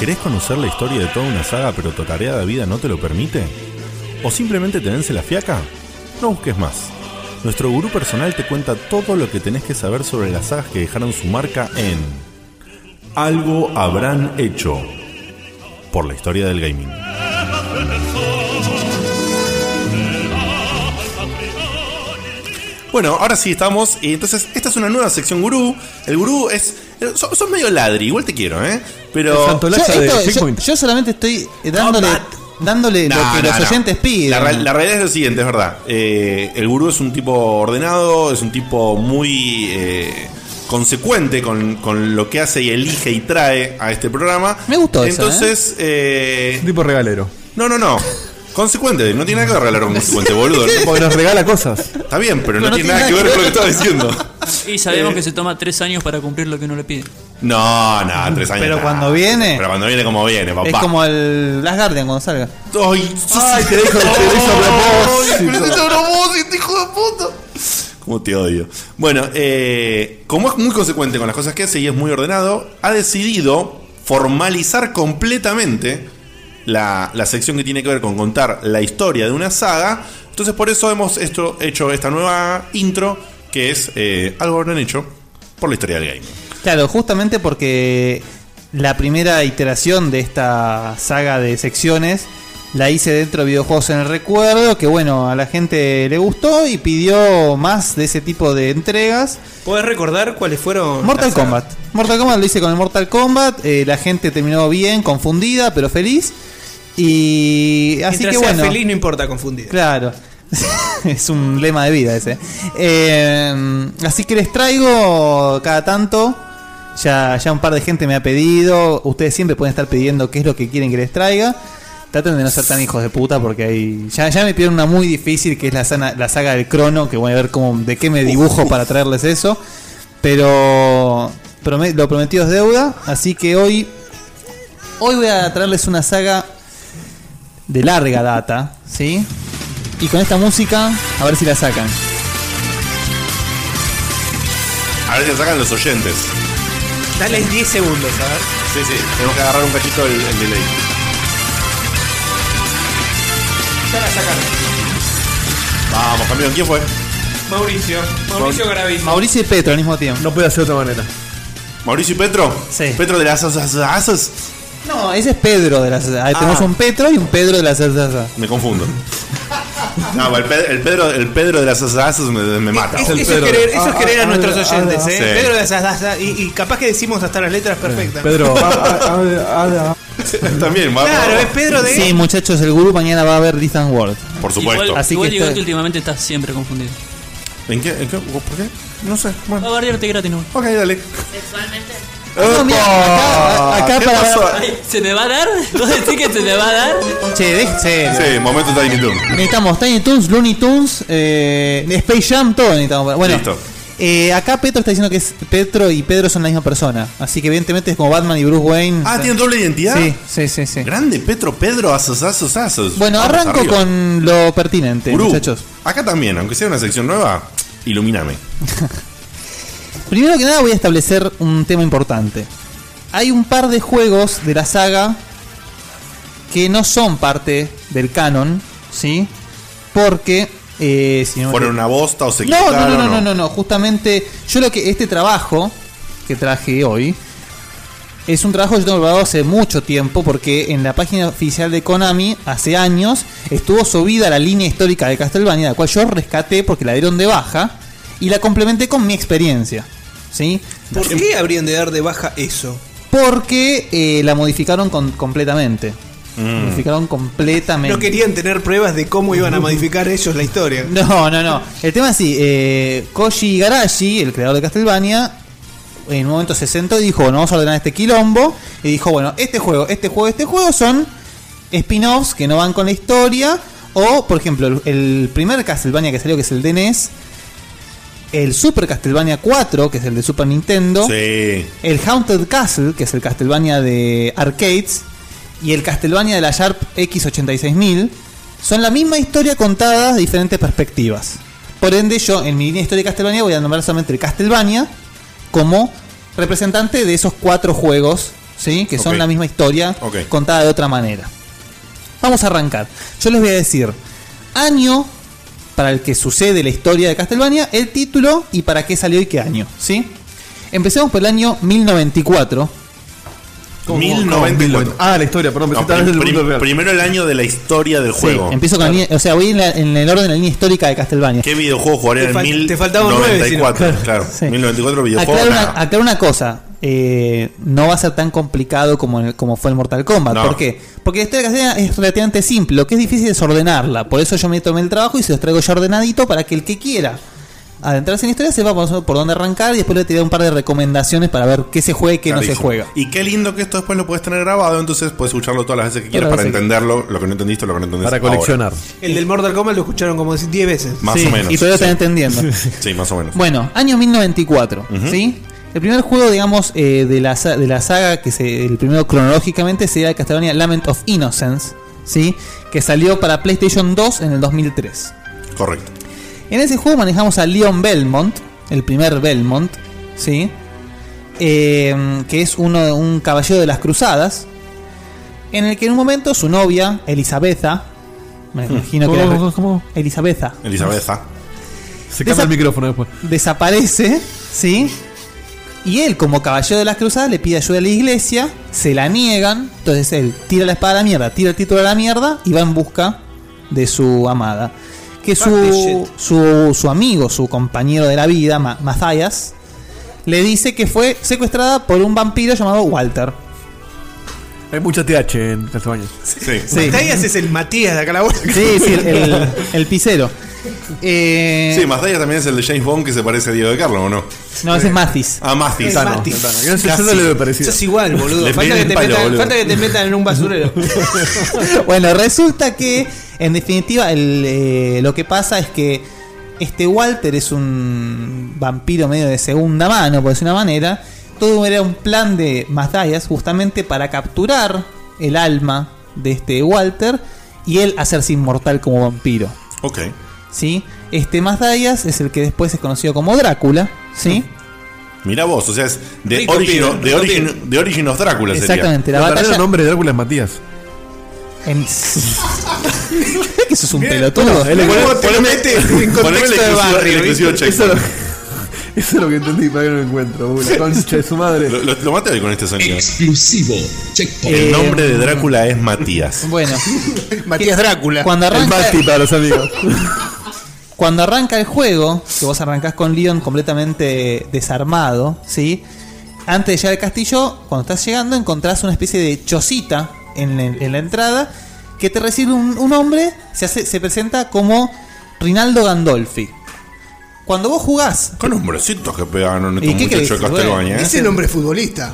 S1: ¿Querés conocer la historia de toda una saga pero tu atareada vida no te lo permite? ¿O simplemente tenés la fiaca? No busques más. Nuestro gurú personal te cuenta todo lo que tenés que saber sobre las sagas que dejaron su marca en Algo habrán hecho por la historia del gaming. Bueno, ahora sí estamos. Y entonces, esta es una nueva sección gurú. El gurú es. Son, son medio ladri, igual te quiero, ¿eh? Pero.
S5: Yo, esto- yo- yo solamente estoy dándole, dándole
S1: No,
S5: lo que
S1: no,
S5: los
S1: no.
S5: oyentes piden.
S1: La, real- la realidad es lo siguiente, es verdad. Eh, el gurú es un tipo ordenado, es un tipo muy eh, consecuente con, con lo que hace y elige y trae a este programa.
S5: Me gustó eso,
S1: Entonces, eh,
S6: Un tipo regalero.
S1: no, no, no. Consecuente, no tiene nada que ver regalar un consecuente, boludo.
S6: Porque nos regala cosas.
S1: Está bien, pero no, tiene nada que ver con lo que estaba diciendo.
S10: Y
S1: Eh.
S10: sabemos que se toma tres años para cumplir lo que uno le pide.
S1: No, no, tres años.
S10: Pero
S1: nada.
S10: cuando
S5: viene-
S1: Pero cuando viene, como viene, papá.
S5: Es como el Last Guardian cuando salga.
S1: Ay,
S5: te dijo
S1: Ay, pero te hizo a propósito, este hijo de puta. Como te odio. Bueno, eh, como es muy consecuente con las cosas que hace y es muy ordenado, ha decidido formalizar completamente la, la sección que tiene que ver con contar la historia de una saga. Entonces por eso hemos esto, hecho esta nueva intro, que es eh, algo han hecho por la historia del game.
S5: Claro, justamente porque la primera iteración de esta saga de secciones la hice dentro de videojuegos en el recuerdo, que bueno, a la gente le gustó y pidió más de ese tipo de entregas.
S2: ¿Podés recordar cuáles fueron?
S5: Mortal
S2: las sagas?
S5: Kombat. Mortal Kombat lo hice con el Mortal Kombat, eh, la gente terminó bien, confundida, pero feliz. Y así
S2: Mientras
S5: que
S2: sea
S5: bueno.
S2: feliz no importa confundido.
S5: Claro. es un lema de vida ese. Eh, así que les traigo cada tanto. Ya, ya un par de gente me ha pedido. Ustedes siempre pueden estar pidiendo qué es lo que quieren que les traiga. Traten de no ser tan hijos de puta porque ahí. Ya, ya me pidieron una muy difícil que es la, sana- la saga del crono. Que voy a ver cómo, de qué me dibujo para traerles eso. Pero prome- lo prometido es deuda. Así que hoy. Hoy voy a traerles una saga de larga data, ¿sí? Y con esta música, a ver si la sacan.
S1: A ver si sacan los oyentes.
S2: Dale 10 segundos, a ver.
S1: Sí, sí, tenemos que agarrar un cachito el, el delay.
S2: Ya la sacaron.
S1: Vamos, campeón, ¿quién fue?
S2: Mauricio. Mauricio Garavito.
S5: Mauricio y Petro al mismo tiempo.
S6: No puede hacer de otra manera.
S1: ¿Mauricio y Petro? Sí. ¿Petro de las asas? asas?
S5: No, ese es Pedro de las. ah, Tenemos un Petro y un Pedro de las.
S1: Me confundo. No, el Pedro, el Pedro, el Pedro de las asas me, me mata.
S2: Eso, es querer, eso es querer a nuestros oyentes, ¿eh?
S1: Sí. Eh,
S2: Pedro de esas- das- das- y, y capaz que decimos hasta las letras perfectas.
S1: ah, También, va.
S2: Claro, es Pedro de.
S5: Sí, muchachos, el gurú mañana va a ver Distant World.
S1: Por
S10: Igual,
S5: Así
S10: igual
S5: que
S10: digo
S5: estoy-
S10: que últimamente estás siempre confundido.
S1: ¿En qué? ¿En qué? ¿Por qué? No sé. Bueno.
S10: Va a bardearte gratis, ¿no?
S1: Ok, dale.
S10: Sexualmente.
S1: ¡Epa!
S10: acá
S1: ¿Qué
S10: para-
S1: pasó?
S10: ¿Se te va a dar? ¿Vos decís que se te va a dar?
S5: Che, déjese.
S1: Sí, momento Tiny Toon.
S5: Necesitamos Tiny Toons, Looney Tunes, eh, Space Jam, todo necesitamos. Bueno,
S1: Listo.
S5: eh, acá Petro está diciendo que es Petro y Pedro son la misma persona. Así que evidentemente es como Batman y Bruce Wayne.
S1: Ah, ¿tienen doble identidad?
S5: Sí, sí, sí. sí.
S1: Grande, Petro, Pedro, asas, asas, asas.
S5: Bueno,
S1: Vamos
S5: arranco
S1: arriba.
S5: con lo
S2: este,
S5: pertinente,
S1: Gurú,
S5: muchachos.
S1: Acá también, aunque sea una sección nueva, ilumíname.
S5: Primero que nada voy a establecer un tema importante. Hay un par de juegos de la saga que no son parte del canon, ¿sí? Porque... Eh, si no-
S1: ¿Fueron una bosta o se
S5: no, no,
S1: quitaron?
S5: no, no, no, no, no, justamente yo lo que este trabajo que traje hoy es un trabajo que yo tengo preparado hace mucho tiempo porque en la página oficial de Konami hace años estuvo subida la línea histórica de Castlevania, la cual yo rescaté porque la dieron de baja y la complementé con mi experiencia, ¿sí?
S2: ¿Por qué habrían de dar de baja eso?
S5: Porque eh, la modificaron con- completamente. Modificaron completamente.
S2: No querían tener pruebas de cómo iban a modificar ellos la historia.
S5: No, no, no. El tema es así. eh, Koji Garashi, el creador de Castlevania, en un momento se sentó y dijo, bueno, vamos a ordenar este quilombo. Y dijo, bueno, este juego, este juego, este juego son spin-offs que no van con la historia. O, por ejemplo, el, el primer Castlevania que salió, que es el de NES. El Super Castlevania 4, que es el de Super Nintendo. El Haunted Castle, que es el Castlevania de arcades. Y el Castlevania de la Sharp X86000. Son la misma historia contada de diferentes perspectivas. Por ende, yo en mi línea de historia de Castlevania voy a nombrar solamente el Castlevania como representante de esos cuatro juegos ¿sí? que son
S1: Ok.
S5: la misma historia
S1: Ok.
S5: contada de otra manera. Vamos a arrancar. Yo les voy a decir año para el que sucede la historia de Castlevania, el título y para qué salió y qué año, ¿sí? Empecemos por el año 1094.
S1: ¿Cómo? 1094.
S6: Ah, la historia, perdón, pensé
S1: No,
S6: que estabas en el
S1: prim-
S6: mundo real.
S1: primero el año de la historia del juego.
S5: Empiezo con la línea- o sea, voy en, la- en el orden de la línea histórica de Castlevania.
S1: ¿Qué videojuego jugaría
S5: Te
S1: en
S5: fal- te faltaban nueve, si no.
S1: 1094? Claro, 1094 videojuegos.
S5: Aclaro una, aclaro una cosa. eh, no va a ser tan complicado como, el- como fue el Mortal Kombat.
S1: No.
S5: ¿Por qué? Porque la historia de Castlevania es relativamente simple. Lo que es difícil es ordenarla. Por eso yo me tomé el trabajo y se los traigo ya ordenadito para que el que quiera adentrarse en la historia sepa más o menos por dónde arrancar y después le tiré un par de recomendaciones para ver qué se juega y qué no se
S1: Clarísimo.
S5: juega.
S1: Y qué lindo que esto después lo puedes tener grabado, entonces puedes escucharlo todas las veces que quieras
S5: Todas
S1: para
S5: las veces
S1: entenderlo, lo que no entendiste, lo que no entendiste. ahora.
S2: El del Mortal Kombat lo escucharon como 10 veces.
S1: Más o menos.
S5: y todavía
S1: sí.
S5: están entendiendo.
S1: Sí, más o menos.
S5: Bueno, año 1094, ¿sí? El primer juego, digamos, eh, de, la, sa- de la saga, que se, el primero cronológicamente, sería el Castlevania Lament of Innocence, ¿sí? Que salió para PlayStation 2 en el 2003.
S1: Correcto.
S5: En ese juego manejamos a Leon Belmont, el primer Belmont, ¿sí? Eh, que es uno, un caballero de las cruzadas, en el que en un momento su novia, Elizabetha, me
S1: Hmm.
S5: imagino que...
S1: ¿Cómo,
S5: era-
S1: cómo,
S5: Elizabetha.
S1: Elizabetha.
S6: Se cambia el micrófono después.
S5: Desaparece, ¿sí? Y él, como caballero de las cruzadas, le pide ayuda a la iglesia, se la niegan, entonces él tira la espada a la mierda, tira el título a la mierda y va en busca de su amada. Que su, su, su amigo, su compañero de la vida, Ma- Matthias, le dice que fue secuestrada por un vampiro llamado Walter.
S6: Hay mucha TH en Castlevania.
S1: Sí.
S5: Sí.
S2: Matías es el Matías de acá la vuelta.
S5: Sí, sí, el, el, el pisero. Eh,
S1: Sí, Mazdaya también es el de James Bond que se parece a Diego de Carlo, ¿o no?
S5: No, ese es Mathis.
S1: Ah, Mathis.
S5: Es
S1: Tano,
S5: Mathis.
S1: Tano. Yo no sé, yo no le veo parecido.
S2: Sos igual, boludo.
S1: Le pegué
S2: Falta que,
S1: un
S2: te
S1: palo,
S2: metan,
S1: boludo.
S2: falta que te metan en un basurero.
S5: bueno, resulta que, en definitiva, el, eh, lo que pasa es que este Walter es un vampiro medio de segunda mano, por decir una manera. Todo era un plan de Mazdayas justamente para capturar el alma de este Walter y él hacerse inmortal como vampiro.
S1: Ok.
S5: ¿Sí? Este Mazdayas es el que después es conocido como Drácula, ¿sí?
S1: Mira vos, o sea, es de
S5: Rico
S1: Origin,
S5: pibe,
S1: de
S5: rico
S1: origin,
S5: pibe.
S1: de origin of Drácula sería.
S5: Exactamente, la El verdadero batalla-
S1: nombre
S6: de Drácula es Matías.
S5: En... que eso es un pelotudo.
S6: Bueno, él es- poneme- poneme el exclusivo- el exclusivo
S1: ¿viste?
S6: check. Eso, lo- eso es lo que entendí, para que no lo encuentro. uy, la concha de su madre.
S1: Lo, lo- lo maté hoy con este sonido.
S9: Exclusivo.
S5: Eh,
S1: El nombre de Drácula es Matías.
S5: Bueno.
S9: Matías Drácula.
S5: Cuando arranca- El Mati para
S6: los amigos.
S5: Cuando arranca el juego, que vos arrancás con Leon completamente desarmado, ¿sí? Antes de llegar al castillo, cuando estás llegando, encontrás una especie de chocita en la, en la entrada que te recibe un, un hombre, se, hace- se presenta como Rinaldo Gandolfi. Cuando vos jugás...
S1: Con hombrecitos que pegaron
S5: ¿Y
S1: estos
S5: qué
S1: muchachos de
S5: crees?
S1: Castelbaña,
S5: Bueno,
S1: ¿eh?
S5: ese
S14: nombre futbolista.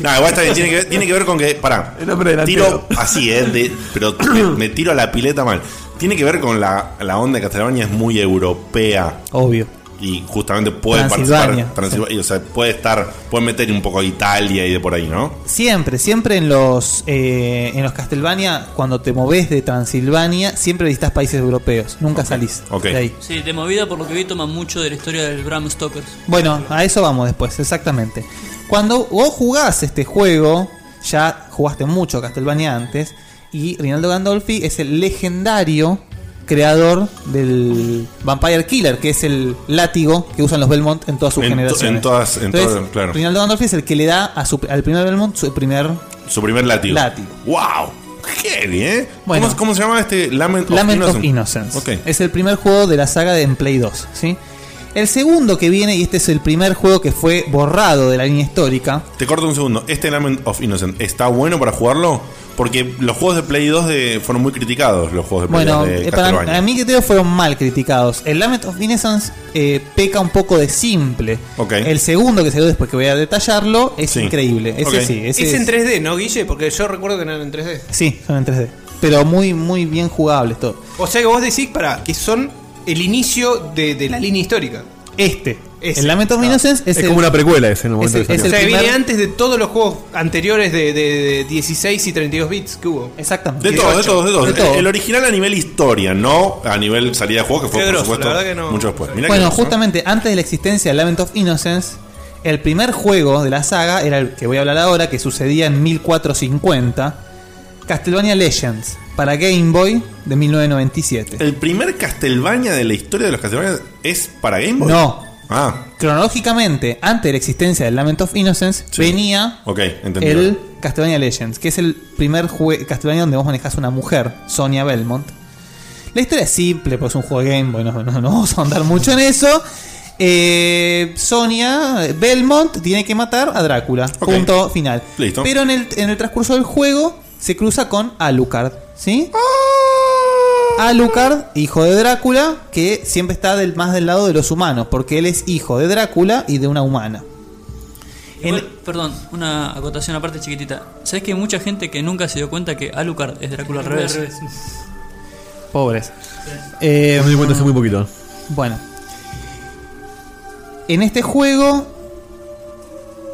S1: No, igual está bien, tiene que ver, tiene que ver con que. Pará. Tiro así, ¿eh? de- pero me, me tiro a la pileta mal. Tiene que ver con la, la onda de Castlevania, es muy europea.
S5: Obvio.
S1: Y justamente puede
S5: Transilvania,
S1: participar. Transilva- y, o sea, puede estar. Puede meter un poco de Italia y de por ahí, ¿no?
S5: Siempre, siempre en los eh, en los Castlevania, cuando te moves de Transilvania, siempre visitas países europeos, nunca salís de ahí.
S10: Sí, de movida por lo que vi toma mucho de la historia del Bram Stoker.
S5: Bueno, a eso vamos después, exactamente. Cuando vos jugás este juego, ya jugaste mucho Castlevania antes, y Rinaldo Gandolfi es el legendario creador del Vampire Killer, que es el látigo que usan los Belmont en todas sus
S1: En to-
S5: generaciones.
S1: en todas- en todo- claro.
S5: Rinaldo Gandolfi es el que le da a su- al primer Belmont su primer
S1: Su primer látigo.
S5: Látigo.
S1: ¡Wow! Heavy, ¿eh?
S5: Bueno.
S1: ¿Cómo, cómo se llama este? Lament of
S5: Lament of
S1: Innocence.
S5: Innocence.
S1: Ok.
S5: Es el primer juego de la saga de en Play 2, ¿sí? El segundo que viene, y este es el primer juego que fue borrado de la línea histórica,
S1: Te corto un segundo. Este Lament of Innocent está bueno para jugarlo porque los juegos de Play 2 de- fueron muy criticados. Los juegos de Play
S5: Bueno,
S1: 2 de
S5: eh, para,
S1: Castlevania.
S5: para mi criterio fueron mal criticados. El Lament of Innocence eh, peca un poco de simple. El segundo que salió después que voy a detallarlo es increíble. Ese sí, ese
S2: es en
S5: es-
S2: 3D, ¿no, Guille? Porque yo recuerdo que no era en 3D.
S5: Sí, son en 3D. Pero muy, muy bien jugables todo.
S2: O sea que vos decís, para que son el inicio de, de la línea histórica.
S5: Este.
S2: Ese.
S5: El Lament of Innocence es,
S6: Ah. Es como una precuela ese en el momento
S5: es
S6: que
S5: el-
S2: o
S6: salió.
S2: sea, que viene
S5: primer-
S2: antes de todos los juegos anteriores de, de- de 16 y 32 bits que hubo.
S5: Exactamente.
S1: De todo, de todo, de todo. El, el original a nivel historia, no a nivel salida de juego, que fue
S2: Qué
S1: por
S2: grosso,
S1: supuesto
S2: la verdad que no-
S1: mucho después. Mirá
S5: Bueno,
S1: qué grosso, ¿eh?
S5: justamente antes de la existencia de Lament of Innocence, El primer juego de la saga era el que voy a hablar ahora, que sucedía en 1450, Castlevania Legends, para Game Boy de 1997.
S1: El primer Castlevania de la historia de los Castlevania es para Game Boy.
S5: No.
S1: Ah,
S5: Cronológicamente, antes de la existencia del Lament of Innocence, venía
S1: ok, entendí.
S5: el Castlevania Legends, que es el primer jue- Castlevania donde vos manejás una mujer, Sonia Belmont. La historia es simple, pues es un juego de Game Boy, no, no- no vamos a andar mucho en eso. Eh, Sonia Belmont tiene que matar a Drácula. Punto final.
S1: Listo.
S5: Pero en el, en el transcurso del juego se cruza con Alucard, ¿sí? Alucard, hijo de Drácula, que siempre está del, más del lado de los humanos, porque él es hijo de Drácula y de una humana.
S10: Igual, perdón, una acotación aparte chiquitita. ¿Sabes que hay mucha gente que nunca se dio cuenta que Alucard es Drácula al
S8: Drácula
S10: revés?
S8: al
S5: Pobres. Eh,
S6: Me di cuenta hace muy poquito.
S5: Bueno. En este juego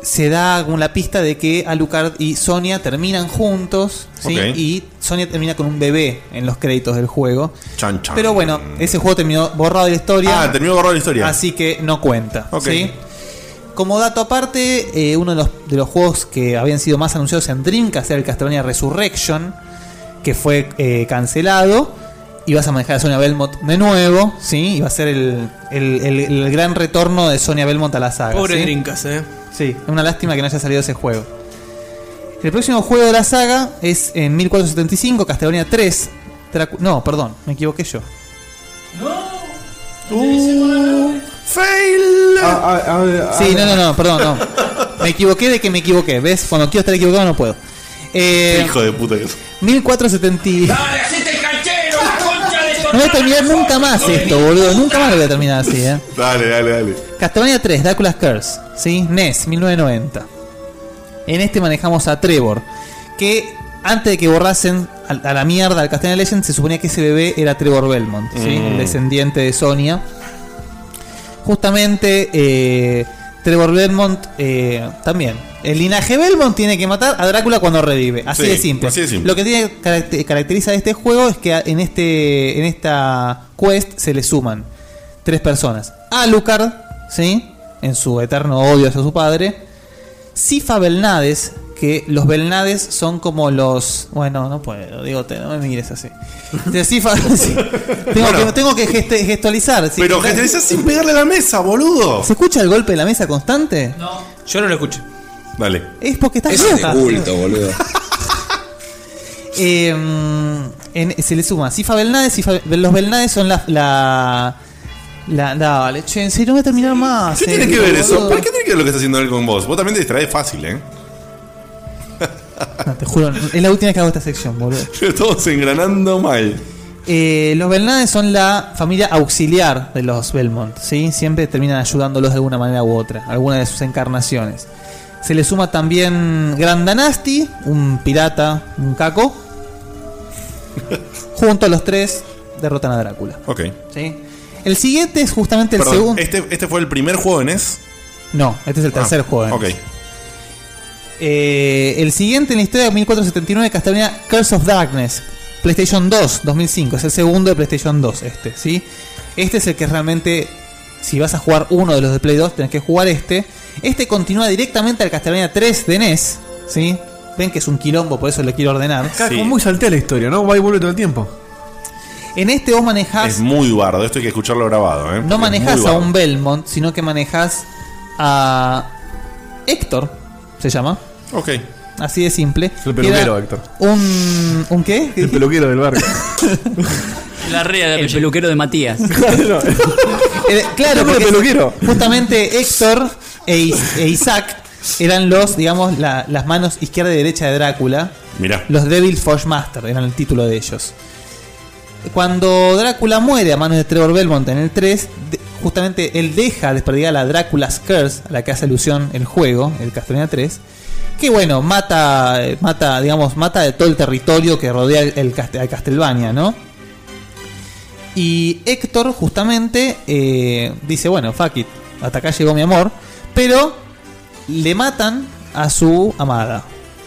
S5: se da como la pista de que Alucard y Sonia terminan juntos, ¿sí?
S1: Ok.
S5: Y Sonia termina con un bebé en los créditos del juego.
S1: Chan, chan.
S5: Pero bueno, ese juego terminó borrado de la historia.
S1: Ah, terminó borrado de la historia.
S5: Así que no cuenta.
S1: Ok.
S5: ¿sí? Como dato aparte, eh, uno de los, de los juegos que habían sido más anunciados en Dreamcast era el Castlevania Resurrection, que fue eh, cancelado. Y vas a manejar a Sonia Belmont de nuevo, ¿sí? Y va a ser el, el- el- el gran retorno de Sonia Belmont a la saga.
S2: Pobre
S5: ¿sí?
S2: Drinkas, eh.
S5: Sí, es una lástima que no haya salido ese juego. El próximo juego de la saga es en 1475, Castlevania 3. Dracu- no, perdón, me equivoqué yo.
S13: Uh,
S1: ¡Fail!
S5: sí, no, no, no, perdón, no. Me equivoqué de que me equivoqué, ¿ves? Cuando quiero estar equivocado no puedo. Eh,
S1: Hijo de puta que es.
S5: 1470.
S13: ¡Hacete el canchero! ¡La concha de
S5: No voy a terminar nunca más esto, boludo. Nunca más lo voy a terminar así, eh.
S1: Dale, dale, dale.
S5: Castlevania 3, Drácula's Curse, ¿sí? E NES, 1990. En este manejamos a Trevor, que antes de que borrasen a, a la mierda al Castlevania Legend, se suponía que ese bebé era Trevor Belmont, ¿sí?
S2: Mm.
S5: El descendiente de Sonia. Justamente, eh, Trevor Belmont eh, también. El linaje Belmont tiene que matar a Drácula cuando revive. Así,
S1: Sí,
S5: de, simple.
S1: así de simple.
S5: Lo que tiene, caracte- caracteriza a este juego es que a- en, este, en esta quest se le suman tres personas. Alucard, ¿sí? En su eterno odio hacia su padre. Sifa Belnades, que los Belnades son como los... Bueno, no puedo, digo, te- no me mires así. De Sifa... sí. tengo, que, tengo que geste- gestualizar. sí.
S1: Pero gestualizás sin pegarle a la mesa, boludo.
S5: ¿Se escucha el golpe de la mesa constante? No.
S2: Yo no lo escucho.
S1: Dale.
S5: Es porque está
S9: Eso es de
S5: rota.
S9: culto, boludo.
S5: Eh, mm, en- se le suma Sifa Belnades. Sifa- los Belnades son la. la la, dale, che, en serio no voy a terminar más.
S1: ¿Qué
S5: eh,
S1: tiene que ver eso?
S5: boludo.
S1: ¿Por qué tiene que ver lo que está haciendo él con vos? Vos también te distraes fácil, ¿eh?
S5: No, te juro, es la última vez que hago esta sección, boludo.
S1: Estamos engranando mal.
S5: Eh, los Belnades son la familia auxiliar de los Belmont, ¿sí? Siempre terminan ayudándolos de alguna manera u otra, alguna de sus encarnaciones. Se le suma también Grandanasti, un pirata, un caco. Junto a los tres, derrotan a Drácula.
S1: Ok.
S5: ¿sí? El siguiente es justamente el
S1: Perdón,
S5: segundo.
S1: Este, este fue el primer juego en NES.
S5: No, este es el tercer
S1: Ah,
S5: juego.
S1: Ok.
S5: Eh, el siguiente en la historia de 1479, Castlevania Curse of Darkness, PlayStation 2, 2005. Es el segundo de PlayStation 2, este, ¿sí? Este es el que realmente, si vas a jugar uno de los de Play 2, tenés que jugar este. Este continúa directamente al Castlevania 3 de NES, ¿sí? Ven que es un quilombo, por eso lo quiero ordenar.
S6: Acá como muy saltea la historia, ¿no? Va y vuelve todo el tiempo.
S5: En este vos manejás...
S1: Es muy bardo. Esto hay que escucharlo grabado, ¿eh? Porque
S5: No
S1: es
S5: manejas
S1: muy
S5: a
S1: bardo.
S5: un Belmont, sino que manejas a Héctor, se llama.
S1: Ok.
S5: Así de simple.
S6: El peluquero,
S5: Era
S6: Héctor.
S5: Un, ¿Un qué?
S6: El peluquero del barco.
S10: La rea El peluquero de Matías.
S5: Eh, claro,
S10: Yo creo
S5: porque
S10: que peluquero.
S5: justamente Héctor e, Is- e Isaac eran los, digamos, la- las manos izquierda y derecha de Drácula.
S1: Mirá.
S5: Los Devil Forge Master eran el título de ellos. Cuando Drácula muere a manos de Trevor Belmont en el 3, de- justamente él deja desperdigada la Drácula's Curse, a la que hace alusión el juego, el Castlevania 3. Que bueno, mata, eh, mata, digamos, mata de todo el territorio que rodea el, el Castel- a Castlevania, ¿no? Y Héctor justamente eh, dice, bueno, fuck it, hasta acá llegó mi amor, pero le matan a su amada.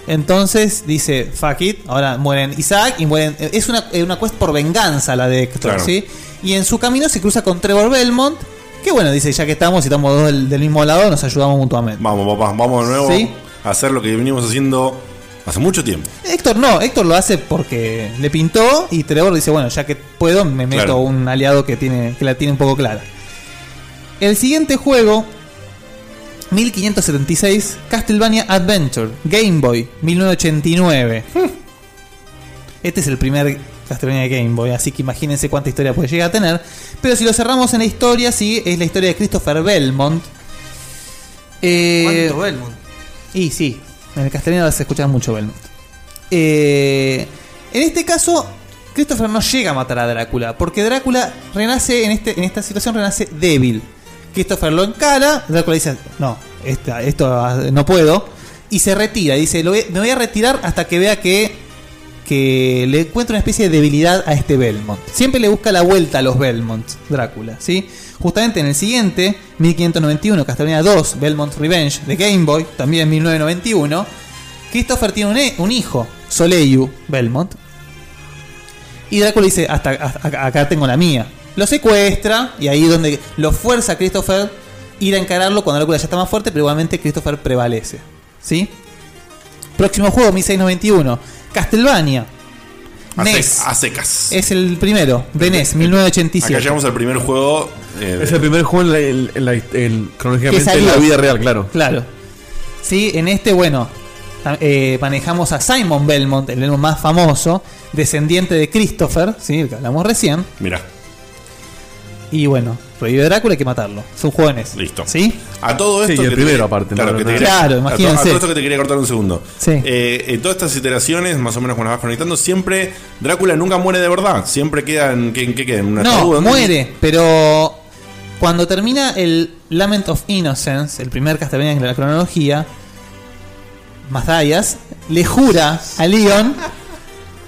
S5: Entonces dice, fuck it, ahora mueren Isaac y mueren... Es una, eh, una quest por venganza la de Héctor,
S1: Claro.
S5: ¿sí? Y en su camino se cruza con Trevor Belmont, Qué bueno, dice, ya que estamos, si estamos dos del, del mismo lado, nos ayudamos mutuamente.
S1: Vamos, papá, vamos de nuevo
S5: ¿Sí?
S1: a hacer lo que venimos haciendo hace mucho tiempo.
S5: Héctor no, Héctor lo hace porque le pintó y Trevor dice, bueno, ya que puedo, me meto
S1: Claro.
S5: a un aliado que, tiene, que la tiene un poco clara. El siguiente juego, 1576, Castlevania Adventure, Game Boy, 1989. Este es el primer Castlevania de Game Boy, así que imagínense cuánta historia puede llegar a tener. Pero si lo cerramos en la historia, sí, es la historia de Christopher Belmont. Eh,
S2: ¿Cuánto Belmont?
S5: Y sí, en el castellano vas a escuchar mucho Belmont. Eh, en este caso, Christopher no llega a matar a Drácula, porque Drácula renace, en, este, en esta situación renace débil. Christopher lo encara, Drácula dice, no, esta, esto ah, no puedo, y se retira, dice, "Lo voy- me voy a retirar hasta que vea que, que le encuentra una especie de debilidad a este Belmont. Siempre le busca la vuelta a los Belmont, Drácula, ¿sí? Justamente en el siguiente, 1591, Castlevania 2, Belmont Revenge, de Game Boy, también 1991, Christopher tiene un, e- un hijo, Soleil Belmont, y Drácula dice, hasta, hasta acá tengo la mía. Lo secuestra y ahí es donde lo fuerza a Christopher ir a encararlo cuando Drácula ya está más fuerte, pero igualmente Christopher prevalece. ¿Sí? Próximo juego, 1691. Castlevania.
S1: A,
S5: NES.
S1: sec- a secas.
S5: Es el primero, de NES,
S1: Acá
S5: 1987.
S1: llegamos al primer juego. eh,
S6: Es el primer juego en la, en- en la- en-
S5: Que
S6: cronológicamente
S5: salió.
S6: en la vida real, claro.
S5: Claro. Sí, en este, bueno, ta- eh, manejamos a Simon Belmont, el Belmont más famoso, descendiente de Christopher, sí, el que hablamos recién.
S1: Mirá.
S5: Y bueno, prohíbe Drácula hay que matarlo. Son jóvenes.
S1: Listo.
S5: ¿Sí?
S1: A todo esto.
S5: Sí, el
S1: que
S5: primero
S1: te-
S5: aparte,
S1: Claro,
S5: no,
S1: que
S5: no,
S1: te
S5: no.
S1: quería-
S5: Claro,
S1: a to- A,
S5: imagínense.
S1: todo esto que te quería cortar un segundo.
S5: Sí.
S1: Eh, en todas estas iteraciones, más o menos cuando las vas conectando, siempre Drácula nunca muere de verdad. Siempre queda en. ¿Qué, en qué queda? ¿En una
S5: No, muere, pero cuando termina el Lament of Innocence, el primer Castlevania en la cronología, Mazayas le jura a Leon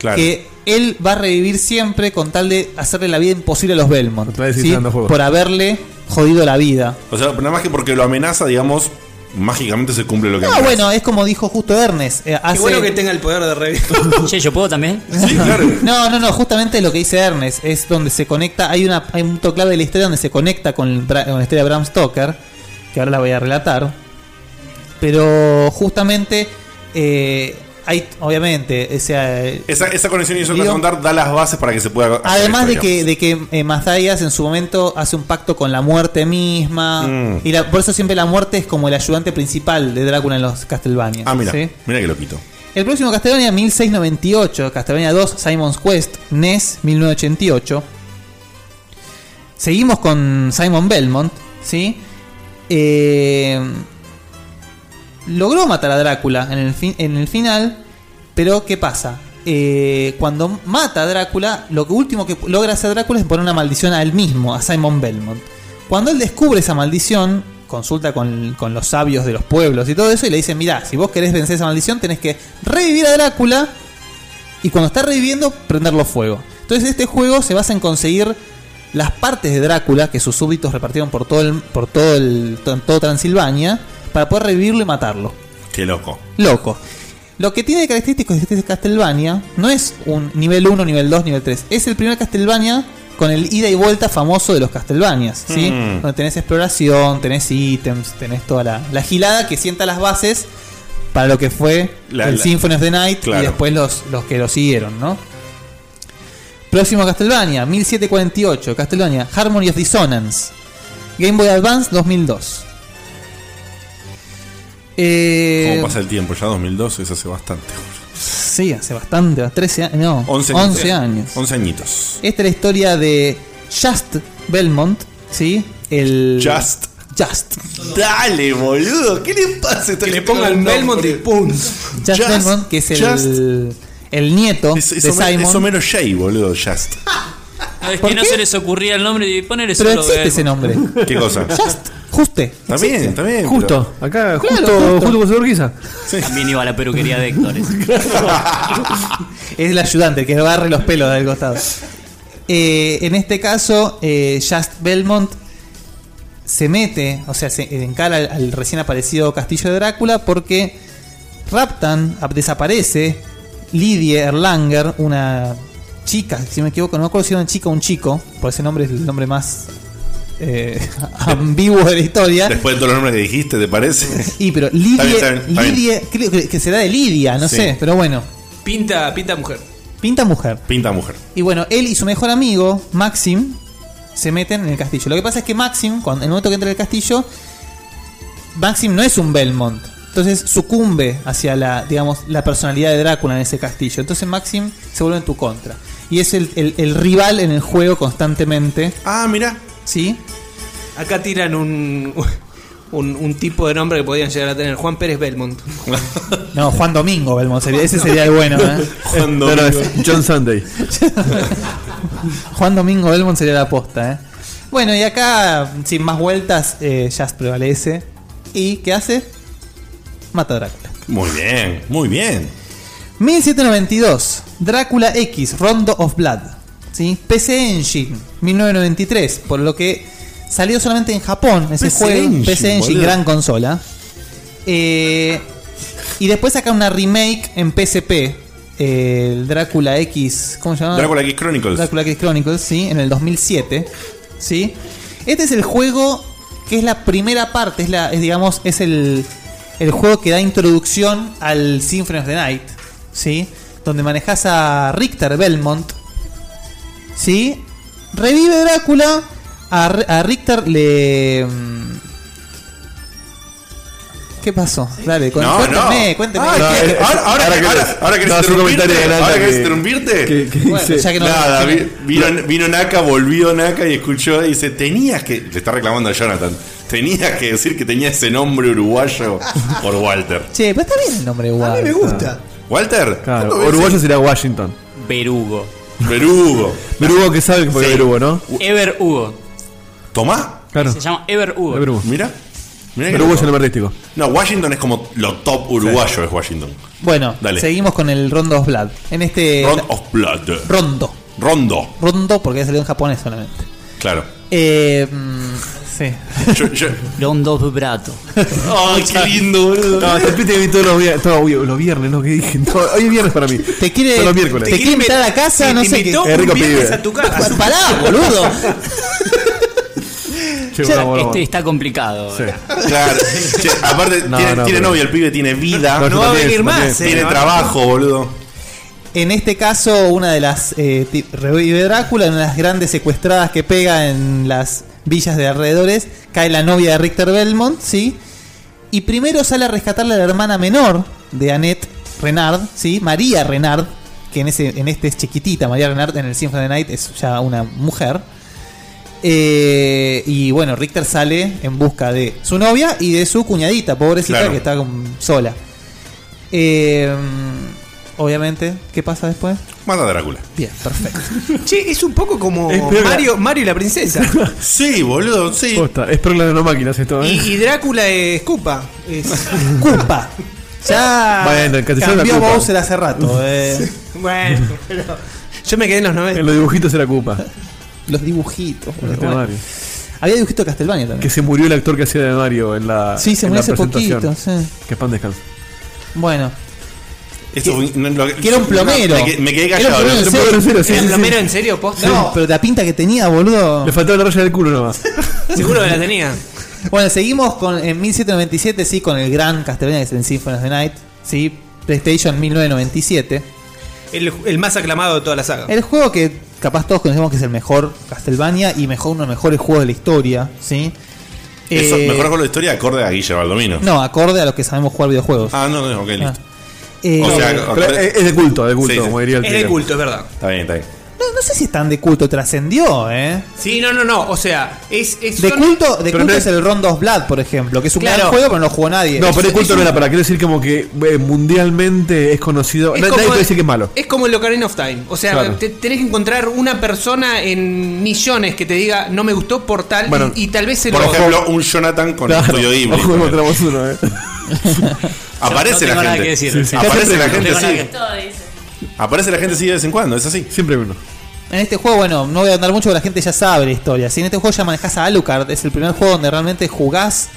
S1: Claro.
S5: que él va a revivir siempre con tal de hacerle la vida imposible a los Belmont ¿sí?
S1: desinflando juegos.
S5: por haberle jodido la vida.
S1: O sea, nada más que porque lo amenaza, digamos, mágicamente se cumple lo que
S5: No,
S1: amenaza.
S5: Ah, bueno, es como dijo justo Ernest. eh, hace-
S2: tenga el poder de revivir.
S8: che, ¿yo puedo también?
S5: No, no, no, justamente lo que dice Ernest es donde se conecta, hay una hay un punto clave de la historia donde se conecta con, Bra- con la historia de Bram Stoker, que ahora la voy a relatar. Pero justamente eh, hay obviamente esa,
S1: Esa, esa conexión y eso que
S5: Digo-
S1: vas a contar da las bases para que se pueda. hacer
S5: Además de
S1: esto,
S5: que, de que eh, Mazayas en su momento hace un pacto con la muerte misma.
S1: Mm.
S5: Y la- por eso siempre la muerte es como el ayudante principal de Drácula en los Castlevania.
S1: digamos. Ah, mira.
S5: ¿sí?
S1: Mira que lo quito.
S5: El próximo Castlevania 1698, Castlevania 2, Simon's Quest, E NES 1988. Seguimos con Simon Belmont, ¿sí? Eh, logró matar a Drácula en el, fin- en el final, pero ¿qué pasa? Eh, cuando mata a Drácula, lo que último que logra hacer Drácula es poner una maldición a él mismo, a Simon Belmont. Cuando él descubre esa maldición, consulta con, con los sabios de los pueblos y todo eso, y le dicen, mirá, si vos querés vencer esa maldición, tenés que revivir a Drácula y cuando está reviviendo, prenderlo fuego. Entonces este juego se basa en conseguir las partes de Drácula que sus súbditos repartieron por todo, el- por todo, el, todo Transilvania para poder revivirlo y matarlo.
S1: Qué loco.
S5: Loco. Lo que tiene de característico este Castlevania no es un nivel 1, nivel 2, nivel 3. Es el primer Castlevania con el ida y vuelta famoso de los Castlevanias. ¿sí?
S2: Mm.
S5: Donde tenés exploración, tenés ítems, tenés toda la, la gilada que sienta las bases para lo que fue
S2: La-
S5: el
S2: la-
S5: Symphony of the Night
S2: Claro.
S5: y después los, los que lo siguieron, ¿no? Próximo Castlevania, 1748. Castlevania, Harmony of Dissonance. Game Boy Advance 2002. Eh,
S1: ¿Cómo pasa el tiempo? Ya 2002, eso hace bastante.
S5: Sí, hace bastante, 13 años. No, 11,
S1: 11,
S5: años.
S1: 11 añitos.
S5: Esta es la historia de Just Belmont, ¿sí? El.
S1: Just.
S5: Just.
S1: Dale, boludo. ¿Qué le pasa? este Que le
S2: pongan Belmont y ¡pum!
S5: Just, Belmont, que es el, el nieto
S1: Es,
S5: de
S1: Homero-
S5: Simon.
S1: es Homero Jay, boludo, Just.
S10: No, es que no se les ocurría el nombre y poner eso.
S5: Pero existe ese nombre.
S1: ¿Qué cosa?
S5: Just. Juste.
S1: Está bien, está bien.
S6: Justo, acá,
S5: Claro,
S6: justo,
S5: justo.
S6: justo con su orquiza.
S8: También iba a la peluquería de Héctor. eh.
S5: Es el ayudante, el que barre los pelos del costado. Eh, en este caso, eh, Just Belmont se mete, o sea, se encara al, al recién aparecido Castillo de Drácula porque raptan, ap- desaparece Lidie Erlanger, una chica, si no me equivoco, no me acuerdo si era una chica o un chico, por ese nombre es el nombre más eh, ambiguo de la historia.
S1: Después de todos los nombres que dijiste, ¿te parece?
S5: Y pero
S1: Está bien,
S5: Lidia,
S1: está bien, está bien.
S5: Lidia- creo que, que será de Lidia, no
S1: Sí.
S5: sé, pero bueno,
S2: Pinta, pinta mujer.
S5: pinta mujer.
S1: Pinta mujer.
S5: Y bueno, él y su mejor amigo, Maxim, se meten en el castillo. Lo que pasa es que Maxim, cuando, en el momento que entra en el castillo, Maxim no es un Belmont. Entonces sucumbe hacia la, digamos, la personalidad de Drácula en ese castillo. Entonces Maxim se vuelve en tu contra. Y es el, el- el rival en el juego constantemente.
S1: Ah, mira.
S5: Sí.
S2: Acá tiran un, un, un tipo de nombre que podían llegar a tener. Juan Pérez Belmont.
S5: No, Juan Domingo Belmont. sería- ese sería el bueno, ¿eh?
S1: Juan
S6: No, no, es John Sunday.
S5: Juan Domingo Belmont sería la aposta, ¿eh? Bueno, y acá, sin más vueltas, eh, Jazz prevalece. ¿Y qué hace? Mata a Drácula.
S1: Muy bien, muy bien.
S5: 1792, Drácula X, Rondo of Blood. ¿sí? PC Engine, 1993, por lo que salió solamente en Japón ese
S2: PC
S5: juego.
S2: Engine,
S5: PC Engine,
S2: boludo.
S5: gran consola. Eh, y después saca una remake en PSP, eh, el Drácula X, ¿cómo se llama?
S1: Drácula X Chronicles.
S5: Drácula X Chronicles, sí, en el 2007, ¿sí? Este es el juego que es la primera parte, es la es, digamos es el el juego que da introducción al Symphony of the Night, ¿sí? Donde manejas a Richter Belmont, ¿sí? Revive Drácula, a, R- a Richter le mm, ¿Qué pasó? Dale, con-
S1: No,
S5: cuéntame,
S1: no.
S5: cuéntame.
S1: Ah, que- ahora- ahora- ahora- ahora querés interrumpirte, ahora querés interrumpirte.
S5: Bueno, dice- ya que no-
S1: Nada,
S5: que-
S1: vi- vino, vino Naka, volvió Naka y escuchó y dice, tenías que... Le está reclamando a Jonathan. Tenías que decir que tenía ese nombre uruguayo por Walter.
S5: Che, pero está bien el nombre Walter.
S1: me gusta. ¿Walter?
S6: Claro,
S1: ¿cuándo ves
S6: uruguayo
S1: el-
S6: sería Washington.
S8: Verugo.
S1: Verugo.
S6: Verugo que sabe que fue
S1: Sí.
S6: Verugo, ¿no?
S8: Ever Hugo.
S1: ¿Tomá?
S6: Claro.
S8: Se llama Ever Hugo.
S1: Mira. Mira
S6: Verugo es el nombre artístico.
S1: No, Washington es como lo top uruguayo es Washington.
S5: Bueno,
S1: Dale.
S5: seguimos con el Rondo of Blood. En este
S1: Round of Blood.
S5: Rondo.
S1: Rondo.
S5: Rondo porque ya salió en japonés solamente.
S1: Claro.
S5: Eh, mm, sí.
S8: Rondo of Brato.
S1: Ay, qué lindo, boludo.
S6: No, te pite vi todos los viernes. Todos los- los viernes, ¿no? que dije? Todo- hoy es viernes para mí.
S5: Te quiere,
S6: Todos los miércoles.
S5: Te quiere invitar a casa, no sé qué.
S6: Es rico pibe.
S8: tu casa.
S5: Pa- Pará, boludo.
S6: Che, bravo, bravo.
S8: Este está complicado.
S1: Claro. Che, aparte,
S8: No,
S1: tiene,
S8: no,
S1: tiene
S8: pero-
S1: novia, el pibe tiene vida.
S8: No, yo también, yo también.
S1: Tiene
S8: ¿no?
S1: trabajo, boludo.
S5: En este caso, una de las eh, ti- revive Drácula, una de las grandes secuestradas que pega en las villas de alrededores, cae la novia de Richter Belmont, ¿sí? Y primero sale a rescatarle a la hermana menor de Annette Renard, ¿sí? María Renard, que en, ese, en este es chiquitita, María Renard en el Symphony of the Night es ya una mujer. Eh, y bueno, Richter sale en busca de su novia y de su cuñadita, pobrecita,
S1: Claro.
S5: que está con- sola. Eh, obviamente, ¿qué pasa después?
S1: Mata a Drácula.
S5: Bien, perfecto.
S2: Che, es un poco como
S6: Es peor la-
S2: Mario, Mario y la princesa.
S1: Sí, boludo, sí.
S6: Posta, es perla de no máquinas esto, ¿eh?
S2: Y, y Drácula es Cupa. Es...
S5: Cupa. Ya
S6: Bueno, en castellano
S5: cambió
S6: la culpa.
S5: Bowser hace rato. eh.
S2: Bueno, pero yo me quedé en los 90.
S6: En los dibujitos era Cupa.
S5: Los dibujitos. boludo.
S6: Este
S5: Bueno,
S6: Mario.
S5: había dibujitos de Castlevania también.
S6: Que se murió el actor que hacía de Mario en la.
S5: Sí, se
S6: en la
S5: murió hace
S6: presentación.
S5: poquito, sí.
S6: Que pan descanso.
S5: Bueno,
S1: Esto fue- no, lo-
S5: que era un plomero.
S1: Me, que- me quedé
S5: Era un
S1: callado.
S5: plomero
S1: ¿no?
S5: en
S1: Pero-
S5: serio.
S6: sí,
S2: ¿Era
S6: sí,
S2: un
S6: sí.
S2: plomero en serio, posta?
S5: No, pero la pinta que tenía, boludo.
S6: Le faltaba la raya del culo nomás.
S2: Seguro que la tenía.
S5: Bueno, seguimos con en 1797, sí, con el gran Castlevania que es el Symphony of the Night, sí, PlayStation 1997.
S2: El, el más aclamado de toda la saga.
S5: El juego que capaz todos conocemos que es el mejor Castlevania y mejor uno de los mejores juegos de la historia, sí.
S1: Eso,
S5: Eh,
S1: mejor con la historia acorde a Guille Baldomino.
S5: No, acorde a lo que sabemos jugar videojuegos.
S1: Ah, no, no, ok, listo.
S5: Ah. Eh,
S1: O sea,
S6: Pero
S1: acorde-
S6: es es de culto, de culto,
S1: Sí, sí.
S6: como diría el
S2: Es de
S6: tío.
S2: culto, es verdad.
S1: Está bien, está bien.
S5: no, no sé si es tan de culto, trascendió, ¿eh?
S2: Sí, no, no, no. O sea, es. es
S5: De
S2: son-
S5: culto, de
S6: Pero
S5: culto
S6: no
S5: es
S6: es-
S5: el Rondo of Blood, por ejemplo, que es un
S2: Claro.
S5: gran juego, pero no lo jugó nadie.
S6: No,
S5: Es-
S6: pero el
S5: es
S6: culto
S5: un-
S6: no era para. Quiero decir como que eh, mundialmente es conocido.
S2: Es
S6: Na-
S2: como
S6: Nadie puede
S2: el-
S6: decir que es malo.
S2: Es como el Ocarina of Time. O sea,
S6: Claro.
S2: te- tenés que encontrar una persona en millones que te diga no me gustó por tal
S6: Bueno,
S2: y, y tal vez se
S1: Por
S2: lo.
S1: ejemplo, un Jonathan con
S6: Claro.
S1: Estudio Ghibli.
S6: Ojo, encontramos uno, eh.
S1: Aparece
S8: no tengo
S1: la
S8: nada que
S1: gente.
S8: decir. Sí, sí.
S1: Aparece la
S6: Siempre-
S1: gente,
S8: No tengo
S1: sí.
S8: nada
S7: Todo dice.
S1: Aparece la gente, sí, de vez en cuando. Es así.
S6: Siempre hay uno.
S5: En este juego, bueno, no voy a andar mucho porque la gente ya sabe la historia. Si en este juego ya manejás a Alucard, es el primer juego donde realmente jugás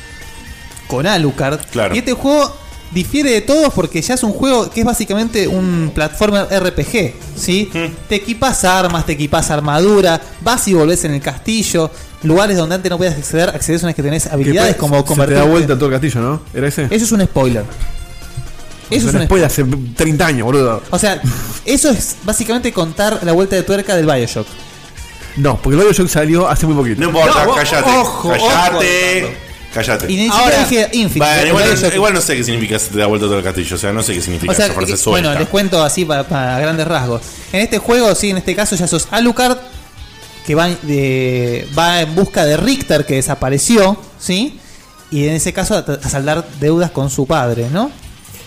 S5: con Alucard.
S1: Claro.
S5: Y este juego difiere de todos porque ya es un juego que es básicamente un platformer RPG, ¿sí? Te equipas armas, te equipas armadura, vas y volvés en el castillo, lugares donde antes no podías acceder, accedes a unas que tenés habilidades
S6: Que
S5: como
S6: se- se te da
S5: convertirte.
S6: vuelta todo el castillo, ¿no? ¿Era ese?
S5: Eso es un spoiler. Eso es un
S6: spoiler hace 30 años, boludo.
S5: O sea, eso es básicamente contar la vuelta de tuerca del Bioshock.
S6: No, porque el Bioshock salió hace muy poquito.
S5: No importa, No, callate, ojo,
S1: Callate. Cállate.
S5: Y ni siquiera dije Infinite,
S1: Bueno,
S5: pero
S1: igual,
S5: Bioshock-
S1: igual no sé qué significa se te da vuelta todo el castillo. O sea, no sé qué significa
S5: O sea,
S1: esa frase
S5: que-
S1: suelta.
S5: bueno, les cuento así para, para grandes rasgos. En este juego, sí, en este caso ya sos Alucard, que va, en- de- va en busca de Richter, que desapareció, ¿sí? Y en ese caso a, a saldar deudas con su padre, ¿no?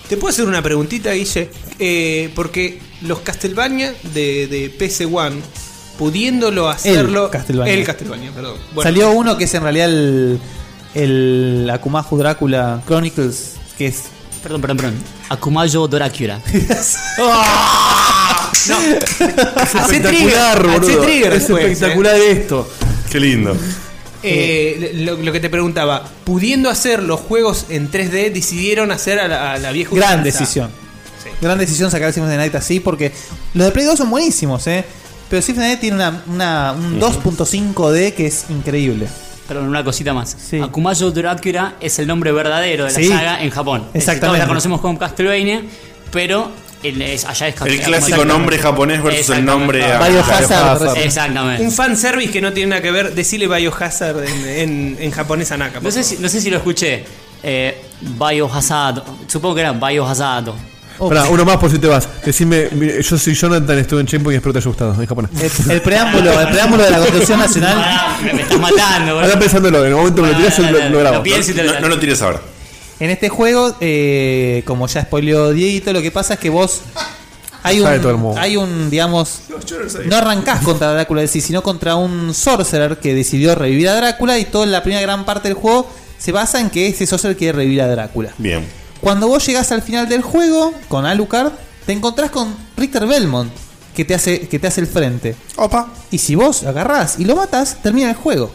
S2: ¿Te puedo hacer una preguntita, Guille? Eh, porque los Castlevania de, de PC1, pudiéndolo hacerlo.
S5: Castlevania.
S2: El Castlevania, perdón. Bueno, eh,
S5: Salió uno que es en realidad el, el Akumajo Drácula Chronicles, que es...
S8: Perdón, perdón, perdón. Akumayo Drácula.
S13: Ah.
S1: Ah.
S2: No. Hace
S6: espectacular,
S2: trigger, hace
S6: boludo.
S2: trigger
S6: Es
S2: después,
S6: espectacular esto.
S1: Qué lindo.
S2: Eh, lo, lo que te preguntaba, pudiendo hacer los juegos en 3D, decidieron hacer a la, a la vieja
S5: Gran
S2: usanza.
S5: decisión. Gran decisión sacar el Symphony of the Night así porque los de Play 2 son buenísimos, ¿eh? Pero Symphony of the Night tiene una, una- un 2.5D que es increíble.
S8: Perdón, una cosita más. Akumayo Drácula es el nombre verdadero de la
S5: Sí.
S8: saga en Japón. Es decir, Todos
S5: Exactamente.
S8: la conocemos como Castlevania, pero el- es- allá es
S1: El
S8: Castlevania.
S1: clásico nombre japonés versus el nombre.
S8: Exactamente.
S2: Un fanservice que no tiene nada que ver, decirle Biohazard en, en, en japonés a Naka.
S8: No sé, si, no sé si lo escuché. Eh, Biohazard. Supongo que era Biohazard.
S6: Pará, uno más por si te vas. Decime, mire, yo soy Jonathan, estuve en Chenpo y espero te haya gustado en japonés.
S5: El, el preámbulo, el preámbulo de la Constitución Nacional.
S8: Ah, Me, me estás matando, boludo.
S6: Ahora pensándolo, en el momento que lo tiras, lo, lo grabo.
S1: No, no lo tires ahora.
S5: En este juego, eh, como ya spoileó Dieguito, lo que pasa es que vos. Hay
S6: Sabe todo el
S5: un,
S6: mundo.
S5: hay un, digamos.
S1: ahí.
S5: No arrancás contra Drácula en sí, sino contra un sorcerer que decidió revivir a Drácula y toda la primera gran parte del juego se basa en que ese sorcerer quiere revivir a Drácula.
S1: Bien.
S5: Cuando vos llegás al final del juego, con Alucard, te encontrás con Richter Belmont, que te hace, que te hace el frente.
S1: Opa.
S5: Y si vos agarrás y lo matás, termina el juego.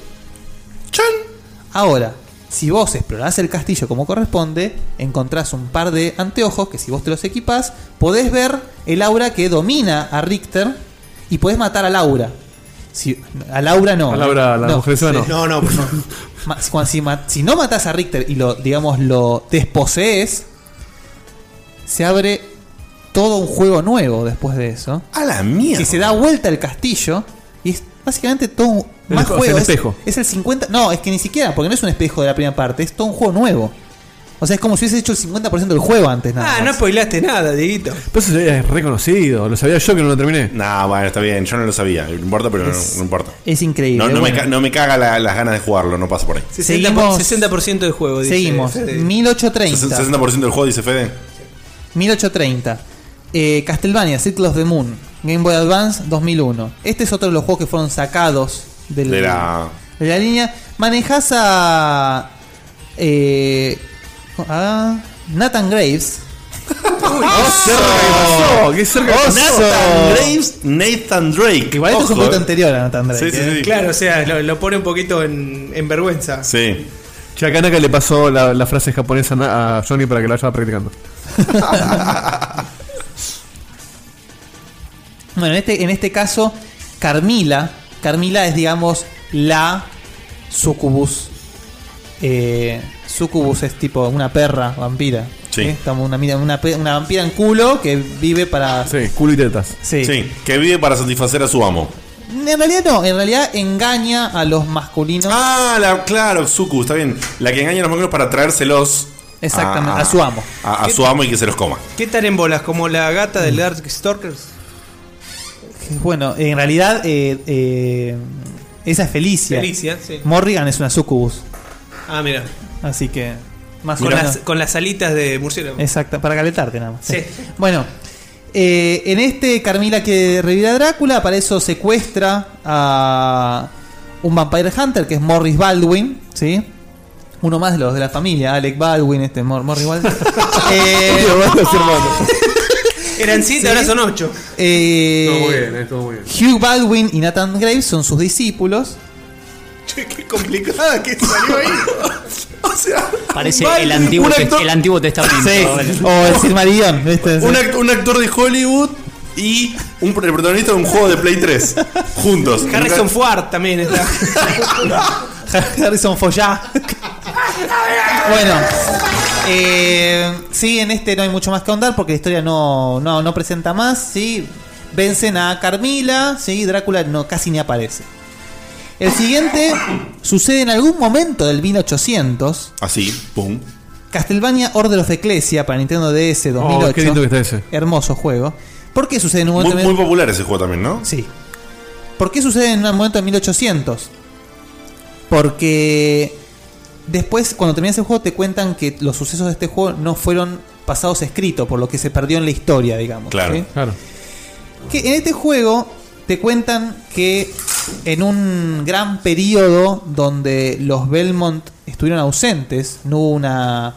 S5: Ahora, si vos explorás el castillo como corresponde, encontrás un par de anteojos que si vos te los equipás, podés ver el aura que domina a Richter y podés matar a Laura. Si, a Laura no.
S6: A Laura, la mujer esa no.
S5: No, pues no, Ma- si, cuando- si ma- si no matás a Richter y lo, digamos, lo desposees, se abre todo un juego nuevo después de eso.
S1: ¡A la mierda!
S5: Si se da vuelta el castillo, y es básicamente todo un
S6: El
S5: más
S6: espe- o sea,
S5: juego.
S6: el
S5: es,
S6: espejo.
S5: es el 50. No, es que ni siquiera, porque no es un espejo de la primera parte, es todo un juego nuevo. O sea, es como si hubiese hecho el 50% del juego antes, nada.
S2: Ah, no spoilaste nada, Dieguito.
S6: Pues eso es reconocido, lo sabía yo que no lo terminé.
S1: No, bueno, está bien, yo no lo sabía. No importa, pero no-
S5: Es-
S1: no, importa.
S5: Es increíble.
S1: No, no me,
S5: bueno.
S1: ca- no me caga la- las ganas de jugarlo, no pasa por ahí.
S2: 60%,
S5: Seguimos.
S2: 60 del juego, dice
S5: Seguimos.
S2: Fede.
S5: 1830.
S1: 60% del juego, dice Fede.
S5: 1830. Eh, Castlevania, Circle of the Moon. Game Boy Advance 2001. Este es otro de los juegos que fueron sacados del-
S1: De la.
S5: de la línea. Manejas a. eh, a Nathan Graves.
S6: ¡Qué
S1: Nathan Graves, Nathan Drake.
S5: Igual esto es un
S2: Ojo,
S5: poquito
S2: eh.
S5: anterior a Nathan Drake.
S1: Sí, sí,
S5: eh.
S1: sí.
S2: Claro, o sea, lo, lo pone un poquito en, en vergüenza.
S1: Sí.
S6: Chakanaka le pasó la, la frase japonesa na- a Johnny para que la vaya practicando.
S5: Bueno, en este, en este caso, Carmila. Carmila es, digamos, la sucubus. Eh, sucubus es tipo una perra vampira.
S1: Sí.
S5: ¿eh? Como una, mina- una, pe- una vampira en culo que vive para.
S6: Sí, culo y tetas.
S5: Sí.
S1: Sí, que vive para satisfacer a su amo.
S5: En realidad no, en realidad engaña a los masculinos.
S1: Ah, la- claro, Suku, está bien. La que engaña a los magros para traérselos.
S5: Exactamente, a su amo.
S1: A, a su amo y que se los coma.
S2: ¿Qué tal en bolas? ¿Como la gata
S5: Mm.
S2: del Dark Stalkers?
S5: Eh, Bueno, en realidad, eh, eh, esa es Felicia.
S2: Felicia, sí.
S5: Morrigan es una sucubus.
S2: Ah, mira.
S5: Así que. Más o
S2: Con
S5: menos.
S2: las, con las alitas de murciélago.
S5: Exacto, para calentarte nada más.
S2: Sí.
S5: Bueno, eh, en este Carmila que revive a Drácula, para eso secuestra a un Vampire Hunter que es Morris Baldwin, ¿sí? Uno más de los de la familia, Alec Baldwin, este Mor- Morris Baldwin. Eh,
S2: Eran 7,
S5: Sí.
S2: ahora son 8.
S5: eh,
S2: Estuvo muy bien,
S6: estuvo muy bien.
S5: Hugh Baldwin y Nathan Graves son sus discípulos.
S1: Che, qué complicada que salió ahí.
S8: Parece
S1: Mal,
S8: el antiguo,
S1: un
S8: te-
S1: actor-
S8: el antiguo testamento.
S1: Sí. Oh,
S5: O el Silmarillion, ¿viste?
S1: Un, act- un actor de Hollywood y un, pro- el protagonista de un juego de Play 3. Juntos.
S2: Harrison
S1: Nunca-
S2: Ford también está.
S5: Harrison Follá. bueno, eh, sí, en este no hay mucho más que ahondar porque la historia no, no, no presenta más. Sí, vencen a Carmila. Sí, Drácula no, casi ni aparece. El siguiente sucede en algún momento del 1800.
S1: Así, pum.
S5: Castlevania Order of Ecclesia para Nintendo DS 2008.
S1: Oh, qué lindo que está ese.
S5: Hermoso juego. ¿Por qué sucede en un
S1: Muy,
S5: momento?
S1: muy popular ese juego también, ¿no?
S5: Sí. ¿Por qué sucede en un momento de 1800? Porque después, cuando terminas el juego, te cuentan que los sucesos de este juego no fueron pasados escritos, por lo que se perdió en la historia, digamos.
S1: Claro.
S5: ¿sí? Que en este juego te cuentan que en un gran periodo donde los Belmont estuvieron ausentes, no hubo una,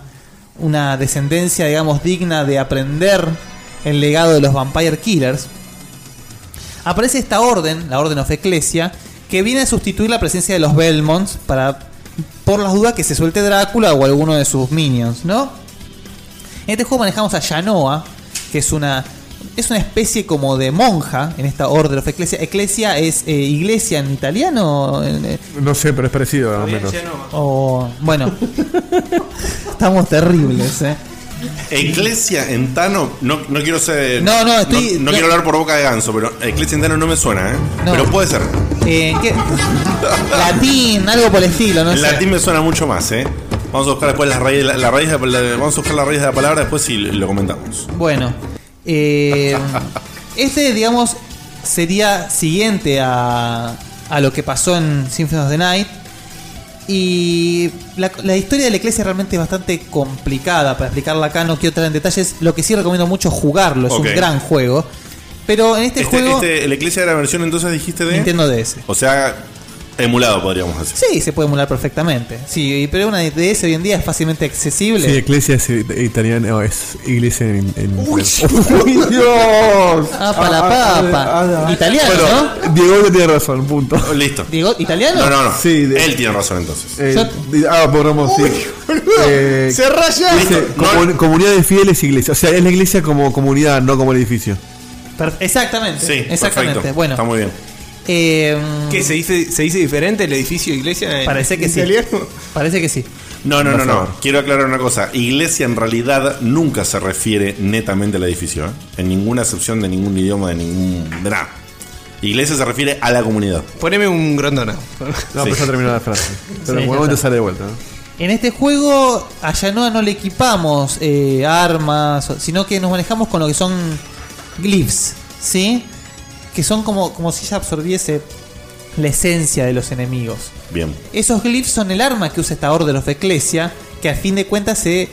S5: una descendencia, digamos, digna de aprender el legado de los Vampire Killers, aparece esta orden, la Orden of Ecclesia, que viene a sustituir la presencia de los Belmonts para, por las dudas, que se suelte Drácula o alguno de sus minions, ¿no? En este juego manejamos a Yanoa, que es una es una especie como de monja en esta Order of Ecclesia. Ecclesia es eh, iglesia en italiano.
S6: No sé, pero es parecido, al menos.
S5: O, bueno, estamos terribles, ¿eh?
S1: Iglesia en Tano, no, no quiero ser.
S5: No, no, estoy-
S1: No,
S5: no-
S1: quiero hablar por boca de ganso, pero Iglesia en Tano no me suena, ¿eh?
S5: No.
S1: Pero puede ser.
S5: Eh, ¿qué? Latín, algo por el estilo, ¿no?
S1: En
S5: sé.
S1: latín me suena mucho más, ¿eh? Vamos a buscar después la raíz, la, la raíz de- la- vamos a buscar la raíz de la palabra, después sí lo comentamos.
S5: Bueno, eh, este, digamos, sería siguiente a, a lo que pasó en Symphony of the Night. Y la, la historia de la iglesia realmente es bastante complicada para explicarla acá. No quiero entrar en detalles. Lo que sí recomiendo mucho es jugarlo, es
S1: Ok.
S5: un gran juego. Pero en este,
S1: Este,
S5: juego,
S1: este- la Iglesia de la versión entonces dijiste de.
S5: Nintendo DS.
S1: O sea, emulado podríamos decir.
S5: sí, se puede emular perfectamente. Sí, pero una DS hoy en día es fácilmente accesible.
S6: Sí, iglesia es it- italiana, no, es iglesia en. en-
S5: Dios! ¡Ah, para la papa! Italiano, ¿no?
S6: Bueno, Diego tiene razón, punto.
S1: Oh, Listo.
S5: Diego, ¿italiano?
S1: No, no, no.
S6: Sí, de-
S1: Él tiene razón entonces.
S6: Eh, di- ah, borramos, sí. Eh,
S1: Se raya.
S6: dice,
S1: Listo,
S6: comun- Comunidad de fieles iglesia. O sea, es la iglesia como comunidad, no como el edificio.
S5: Per- exactamente. exactamente. Bueno, eh,
S1: muy bien.
S2: ¿Qué se dice, se dice diferente el edificio de iglesia? en
S5: Parece que sí.
S2: italiano?
S5: Parece que sí.
S1: No, no, no,
S5: Por
S1: no.
S5: favor.
S1: Quiero aclarar una cosa. Iglesia en realidad nunca se refiere netamente al edificio, ¿eh? En ninguna excepción de ningún idioma, de ningún. de nada. Iglesia se refiere a la comunidad.
S2: Poneme un grondona.
S1: No, pues
S6: pero pues ya terminó la frase. Pero en algún momento sale de vuelta. ¿no?
S5: En este juego a Yanoa no le equipamos eh, armas, sino que nos manejamos con lo que son glyphs, ¿sí? Que son como, como si ella absorbiese la esencia de los enemigos.
S1: Bien.
S5: Esos glyphs son el arma que usa esta Orden of Ecclesia, que al fin de cuentas se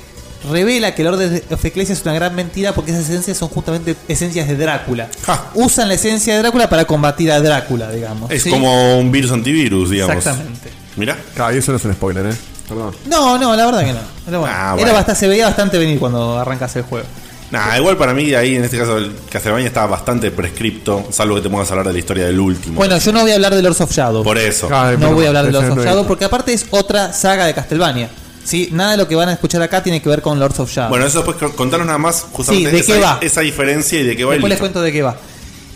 S5: revela que la Orden of Ecclesia es una gran mentira porque esas esencias son justamente esencias de Drácula. Usan la esencia de Drácula para combatir a Drácula, digamos.
S1: Es
S5: ¿sí?
S1: como un virus antivirus, digamos.
S5: Exactamente.
S1: Mira.
S6: Claro, y eso no es un spoiler, ¿eh? Perdón.
S5: No, no, la verdad que no. Era bueno.
S1: Ah,
S5: Era
S1: bueno.
S5: bastante- se veía bastante venir cuando arrancas el juego.
S1: Nah, igual para mí ahí en este caso el Castlevania está bastante prescripto, salvo que te pongas a hablar de la historia del último.
S5: Bueno, yo no voy a hablar de Lords of Shadow.
S1: Por eso.
S6: Ah,
S5: no voy a hablar de Lords of Shadow porque aparte es otra saga de Castlevania. ¿sí? Nada de lo que van a escuchar acá tiene que ver con Lords of Shadow.
S1: Bueno, eso después con- contanos nada más justamente
S5: Sí, ¿de
S1: esa,
S5: qué va?
S1: esa diferencia y de qué va
S5: Después
S1: el
S5: les cuento de qué va.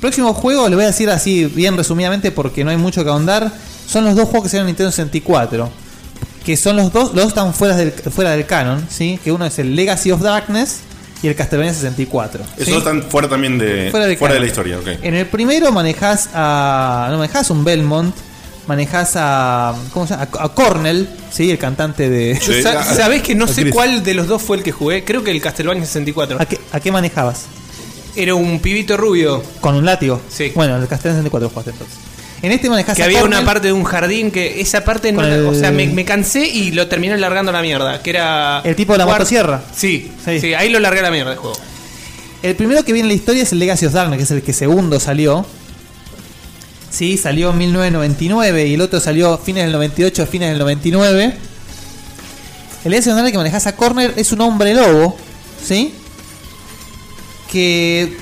S5: Próximo juego, les voy a decir así bien resumidamente porque no hay mucho que ahondar. Son los dos juegos que salieron en Nintendo 64. Que son los dos, los dos están fuera del, fuera del canon, ¿sí? Que uno es el Legacy of Darkness y el Castlevania 64.
S1: Eso
S5: ¿sí?
S1: está fuera también de. Fuera,
S5: Fuera de
S1: de
S5: Eh.
S1: la
S5: canon.
S1: historia, ok.
S5: En el primero manejás a. No manejás un Belmont. Manejás a. ¿Cómo se llama? A, a Cornell, ¿sí? Ah, El cantante de.
S2: Yo sa- ¿Sabés que no sé cuál de los dos fue el que jugué? Creo que el Castlevania 64.
S5: ¿A qué, a qué manejabas?
S2: Era un pibito rubio.
S5: ¿Con un látigo?
S2: Sí.
S5: Bueno, el Castlevania 64 jugaste entonces. En este manejás
S2: Que
S5: a
S2: había una
S5: Cornell.
S2: parte de un jardín que esa parte no.
S5: Con
S2: la- O
S5: el-
S2: sea, me, me cansé y lo terminé largando a la mierda. Que era.
S5: El tipo de la
S2: jugar-
S5: motosierra.
S2: Sí, sí, ahí lo largué a la mierda el juego.
S5: El primero que viene en la historia es el Legacy of Darkness, que es el que segundo salió. Sí, salió en 1999 y el otro salió fines del 98, fines del 99. El Legacy of Darkness que manejas a Corner es un hombre lobo, ¿sí? Que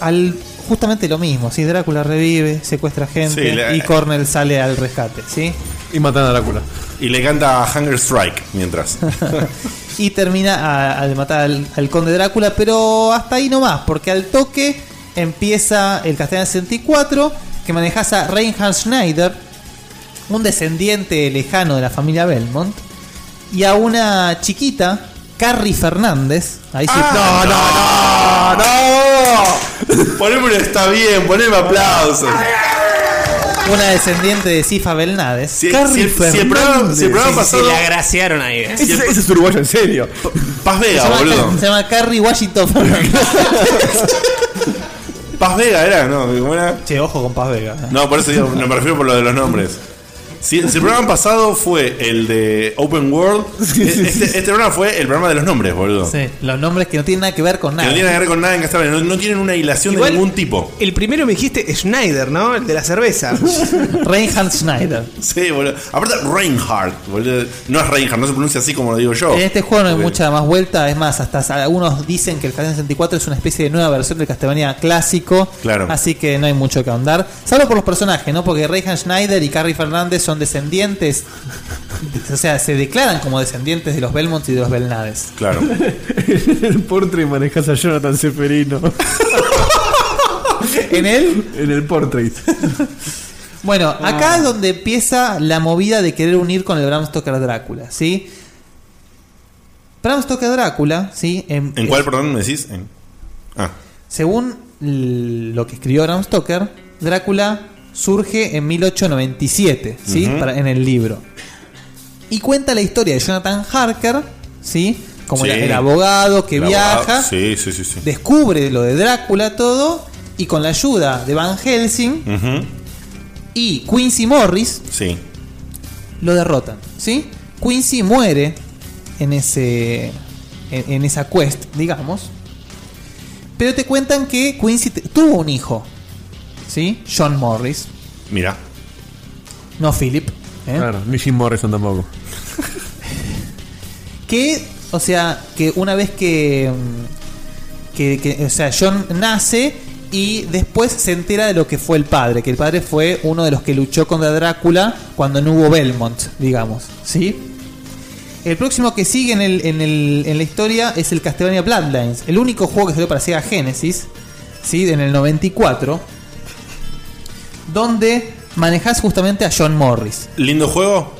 S5: al justamente lo mismo, ¿sí? Drácula revive, secuestra gente
S6: Sí, la-
S5: y Corner sale al rescate, ¿sí?
S6: Y matan a Drácula.
S1: Y le canta Hunger Strike mientras.
S5: y termina a- al matar al, al conde Drácula, pero hasta ahí nomás, porque al toque empieza el Castellano 64, que manejas a Reinhard Schneider, un descendiente lejano de la familia Belmont, y a una chiquita, Carrie Fernández. Ahí sí-
S1: ¡No, no! Ah, Poneme un está bien, poneme aplausos.
S5: Una descendiente de Cifa Belnades.
S1: si el- si el programa- si el programa Sí, sí, pasado- sí, la
S2: agraciaron ahí.
S1: Ese- ese
S6: es uruguayo, en serio.
S1: Paz
S5: se,
S1: Vega,
S5: llama,
S1: boludo.
S5: se llama Carrie Washington.
S1: Paz Vega era, ¿no? ¿Cómo era?
S5: Che, ojo con Paz Vega.
S1: No, por eso digo, no me refiero por lo de los nombres. Si, si el programa pasado fue el de Open World, este, este programa fue el programa de los nombres, boludo.
S5: Sí, eh. los nombres que no tienen nada que ver con
S1: Que
S5: nada.
S1: no tienen que ver con nada en Castlevania, no, no tienen una hilación
S2: Igual-
S1: de ningún tipo.
S2: El primero me dijiste Schneider, ¿no? El de la cerveza.
S5: Reinhard Schneider.
S1: Sí, boludo. Aparte, Reinhardt, boludo. No es Reinhardt, no se pronuncia así como lo digo yo.
S5: En este juego no hay
S1: Porque-
S5: mucha más vuelta, es más, hasta algunos dicen que el Castlevania 64 es una especie de nueva versión del Castlevania clásico,
S1: Claro.
S5: así que no hay mucho que ahondar. Salvo por los personajes, ¿no? Porque Reinhard Schneider y Carrie Fernández son descendientes, o sea, se declaran como descendientes de los Belmont y de los Belnades.
S1: Claro.
S6: el portrait manejas a Jonathan Seferino.
S5: ¿En él?
S6: En el portrait.
S5: Bueno,
S1: Ah.
S5: acá es donde empieza la movida de querer unir con el Bram Stoker Drácula, ¿sí? Bram Stoker Drácula, ¿sí? eh,
S1: ¿En cuál, perdón, me decís? En- Ah.
S5: Según l- lo que escribió Bram Stoker, Drácula surge en 1897, ¿sí?
S1: Ujú.
S5: Para- en el libro. Y cuenta la historia de Jonathan Harker, ¿sí? Como
S1: Sí.
S5: el, el abogado que
S1: El
S5: viaja,
S1: abogado- Sí, sí, sí. sí.
S5: descubre lo de Drácula todo, y con la ayuda de Van Helsing
S1: Ujú.
S5: y Quincy Morris,
S1: Sí.
S5: lo derrotan, ¿sí? Quincy muere en ese en, en esa quest, digamos. Pero te cuentan que Quincy te- tuvo un hijo, ¿sí? John Morris,
S1: Mira.
S5: no Philip, ¿eh?
S6: Claro, ni Jim Morrison tampoco.
S5: que, o sea, que una vez que, mm, que, que- o sea, John nace y después se entera de lo que fue el padre, que el padre fue uno de los que luchó contra Drácula cuando no hubo Belmont, digamos, ¿sí? El próximo que sigue en, el- en el- en la historia es el Castlevania Bloodlines, el único juego que salió para Sega Genesis, ¿sí? En el 94, donde manejás justamente a John Morris.
S1: ¿Lindo juego?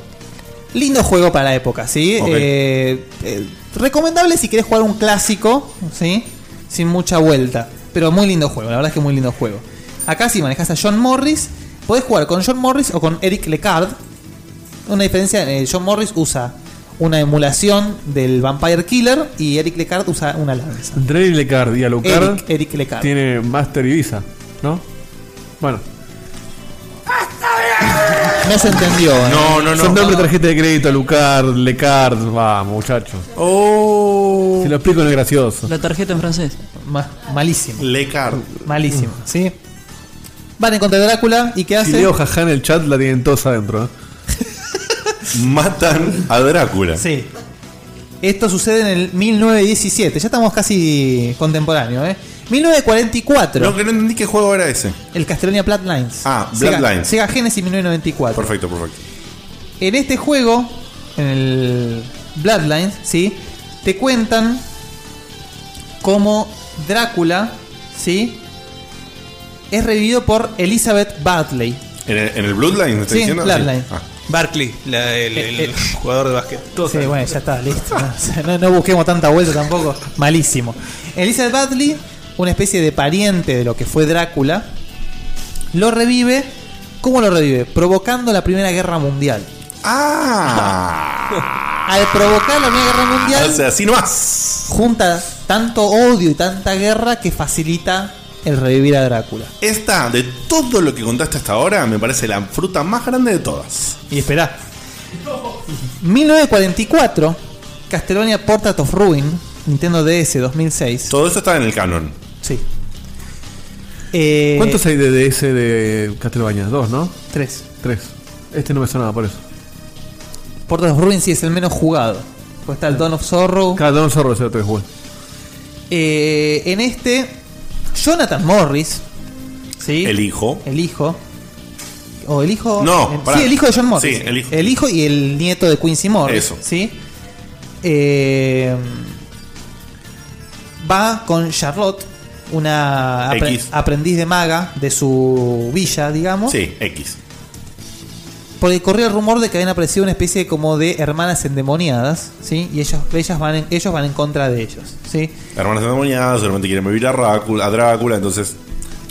S5: Lindo juego para la época, ¿sí?
S1: Ok.
S5: Eh, eh, recomendable si querés jugar un clásico, ¿sí? Sin mucha vuelta. Pero muy lindo juego, la verdad es que muy lindo juego. Acá si manejas a John Morris, podés jugar con John Morris o con Eric Lecard. Una diferencia, eh, John Morris usa una emulación del Vampire Killer y Eric Lecard usa una lanza.
S6: Entre Eric Lecard y Alucard
S5: Eric, Eric Lecard.
S6: tiene Master y Visa, ¿no? Bueno.
S5: No se entendió. ¿eh?
S1: No, no, no.
S6: Son nombre, tarjeta de crédito, Alucard, Lecard. Va, muchacho.
S1: Oh.
S6: Se lo explico, no es gracioso.
S10: La tarjeta en francés.
S5: malísimo.
S1: Lecard.
S5: Malísimo, ¿sí? Van en contra de Drácula y ¿qué
S6: Si
S5: hace?
S6: leo jajá en el chat, la tienen todos adentro. ¿eh?
S1: Matan a Drácula.
S5: Sí. Esto sucede en el 1917. Ya estamos casi contemporáneos, ¿eh? 1944.
S1: No, que no entendí qué juego era ese.
S5: El Castlevania Bloodlines.
S1: Ah,
S5: Sega-
S1: Bloodlines.
S5: Sega, Genesis 1994.
S1: Perfecto, perfecto.
S5: En este juego, en el Bloodlines, ¿sí? Te cuentan cómo Drácula, ¿sí? Es revivido por Elizabeth Bartley.
S1: ¿En el, en el Bloodline me está
S5: Sí,
S1: diciendo?
S5: Bloodline.
S1: Ah.
S2: Barkley, la- el,
S5: eh,
S2: el jugador de básquet.
S5: Sí, bueno, ya está, listo. No, o sea, no- no busquemos tanta vuelta tampoco. Malísimo. Elizabeth Badley, una especie de pariente de lo que fue Drácula, lo revive. ¿Cómo lo revive? Provocando la Primera Guerra Mundial.
S1: Ah.
S5: Al provocar la Primera Guerra Mundial,
S1: Ah, O sea, así nomás.
S5: junta tanto odio y tanta guerra que facilita el revivir a Drácula.
S1: Esta, de todo lo que contaste hasta ahora, me parece la fruta más grande de todas.
S5: Y esperá. 1944, Castlevania Portrait of Ruin, Nintendo DS 2006.
S1: Todo eso está en el canon.
S5: Sí. Eh,
S6: ¿Cuántos hay de DS de Castelbaña? Dos, ¿no?
S5: Tres.
S6: Tres. Este no me sonaba por eso.
S5: Portrait of Ruin sí es el menos jugado. Pues está el Dawn of Zorro.
S6: Cada Don Zorro es el otro que jugué.
S5: Eh, en este, Jonathan Morris, ¿sí?
S1: El hijo.
S5: el hijo, o el hijo.
S1: No,
S5: el-
S1: pará.
S5: sí, el hijo de John Morris.
S1: Sí, el hijo.
S2: Eh,
S5: y el nieto de Quincy Morris.
S1: Eso.
S5: ¿Sí? Eh, va con Charlotte, una apre-
S1: X.
S5: aprendiz de maga de su villa, digamos.
S1: Sí, X.
S5: Porque corría el rumor de que habían aparecido una especie como de hermanas endemoniadas, ¿sí? Y ellos, ellas van en- ellos van en contra de ellos, ¿sí?
S1: Hermanas endemoniadas, solamente quieren vivir a Drácula, a Drácula entonces.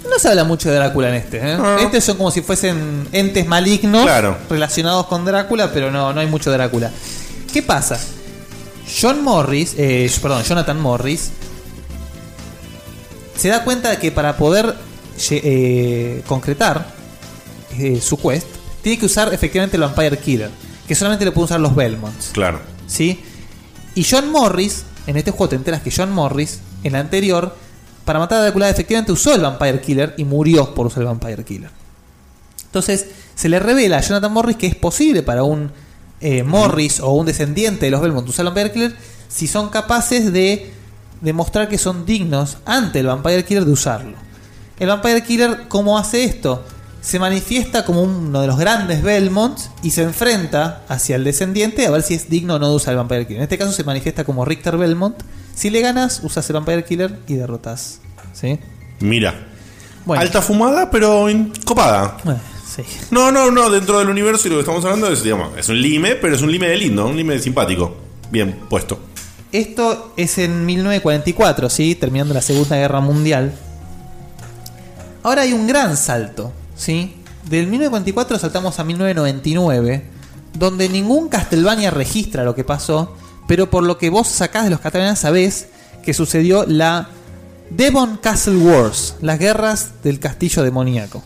S5: No se habla mucho de Drácula en este. ¿eh? Estos son como si fuesen entes malignos
S1: Claro.
S5: relacionados con Drácula, pero no, no hay mucho Drácula. ¿Qué pasa? John Morris, eh, perdón, Jonathan Morris, se da cuenta de que para poder lle- eh, concretar eh, su quest, tiene que usar efectivamente el Vampire Killer, que solamente lo pueden usar los Belmonts.
S1: Claro.
S5: ¿sí? Y John Morris, en este juego te enteras que John Morris, en la anterior, para matar a Drácula efectivamente usó el Vampire Killer y murió por usar el Vampire Killer. Entonces, se le revela a Jonathan Morris que es posible para un eh, Morris o un descendiente de los Belmont usar el Vampire Killer si son capaces de demostrar que son dignos ante el Vampire Killer de usarlo. El Vampire Killer, ¿cómo hace esto? Se manifiesta como uno de los grandes Belmonts y se enfrenta hacia el descendiente a ver si es digno o no de usar el Vampire Killer. En este caso se manifiesta como Richter Belmont. Si le ganas, usas el Vampire Killer y derrotas. ¿Sí?
S1: Mira.
S5: Bueno.
S1: Alta fumada, pero in- copada.
S5: Bueno, sí.
S1: No, no, no, dentro del universo y lo que estamos hablando es, digamos, es un lime, pero es un lime de lindo, un lime de simpático. Bien puesto.
S5: Esto es en 1944, ¿sí? Terminando la Segunda Guerra Mundial. Ahora hay un gran salto, ¿sí? Del 1944 saltamos a 1999, donde ningún Castlevania registra lo que pasó, pero por lo que vos sacás de los catalanes sabés que sucedió la Devon Castle Wars, las guerras del castillo demoníaco.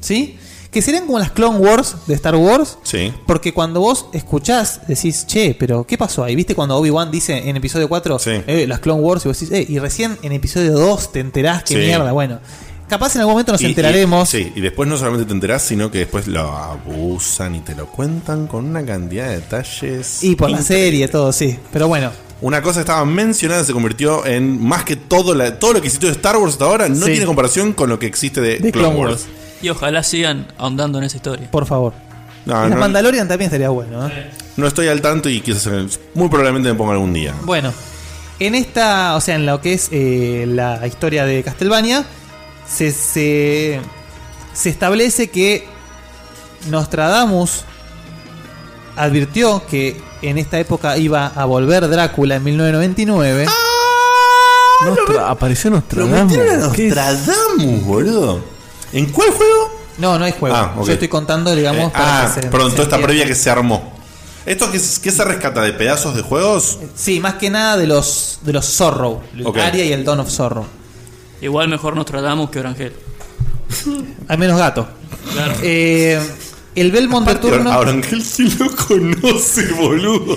S5: ¿Sí? Que serían como las Clone Wars de Star Wars,
S1: Sí.
S5: porque cuando vos escuchás, decís, che, pero ¿qué pasó ahí? ¿Viste cuando Obi-Wan dice en episodio 4, eh, las Clone Wars? Y vos decís, eh, y recién en episodio 2 te enterás, qué
S1: Sí.
S5: mierda. Bueno, capaz en algún momento nos
S1: Y- y-
S5: enteraremos.
S1: sí, y después no solamente te enterás, sino que después lo abusan y te lo cuentan con una cantidad de detalles.
S5: Y por la serie, todo, sí. Pero bueno.
S1: Una cosa que estaba mencionada se convirtió en más que todo, la- todo lo que existió de Star Wars hasta ahora, no
S10: Sí.
S1: tiene comparación con lo que existe de,
S5: De
S1: Clone
S5: Clone
S1: Wars.
S10: Y ojalá sigan ahondando en esa historia.
S5: Por favor.
S1: Ah, No,
S5: Y la
S1: no,
S5: Mandalorian también estaría bueno. ¿eh?
S1: no estoy al tanto y quizás en el- muy probablemente me ponga algún día.
S5: Bueno, en esta, o sea, en lo que es eh, la historia de Castlevania, se, se, se establece que Nostradamus advirtió que en esta época iba a volver Drácula en 1999.
S6: Nostra- apareció Nostradamus.
S5: metieron a
S6: ¿Qué es?
S1: Nostradamus, boludo. ¿En cuál juego?
S5: No, no hay juego.
S1: Ah, ok.
S5: Yo estoy contando, digamos,
S1: Eh, ah,
S5: que se-
S1: perdón,
S5: se
S1: toda esta
S5: entienda.
S1: previa que se armó. ¿Esto qué, qué se rescata? ¿De pedazos de juegos?
S5: Sí, más que nada de los de los Zorro, el
S1: Ok.
S5: Aria y el Dawn of Zorro.
S10: Igual mejor Nostradamus que Orangel.
S5: Al menos gato.
S10: Claro.
S5: Eh, el Belmont de turno.
S1: Orangel sí lo conoce, boludo.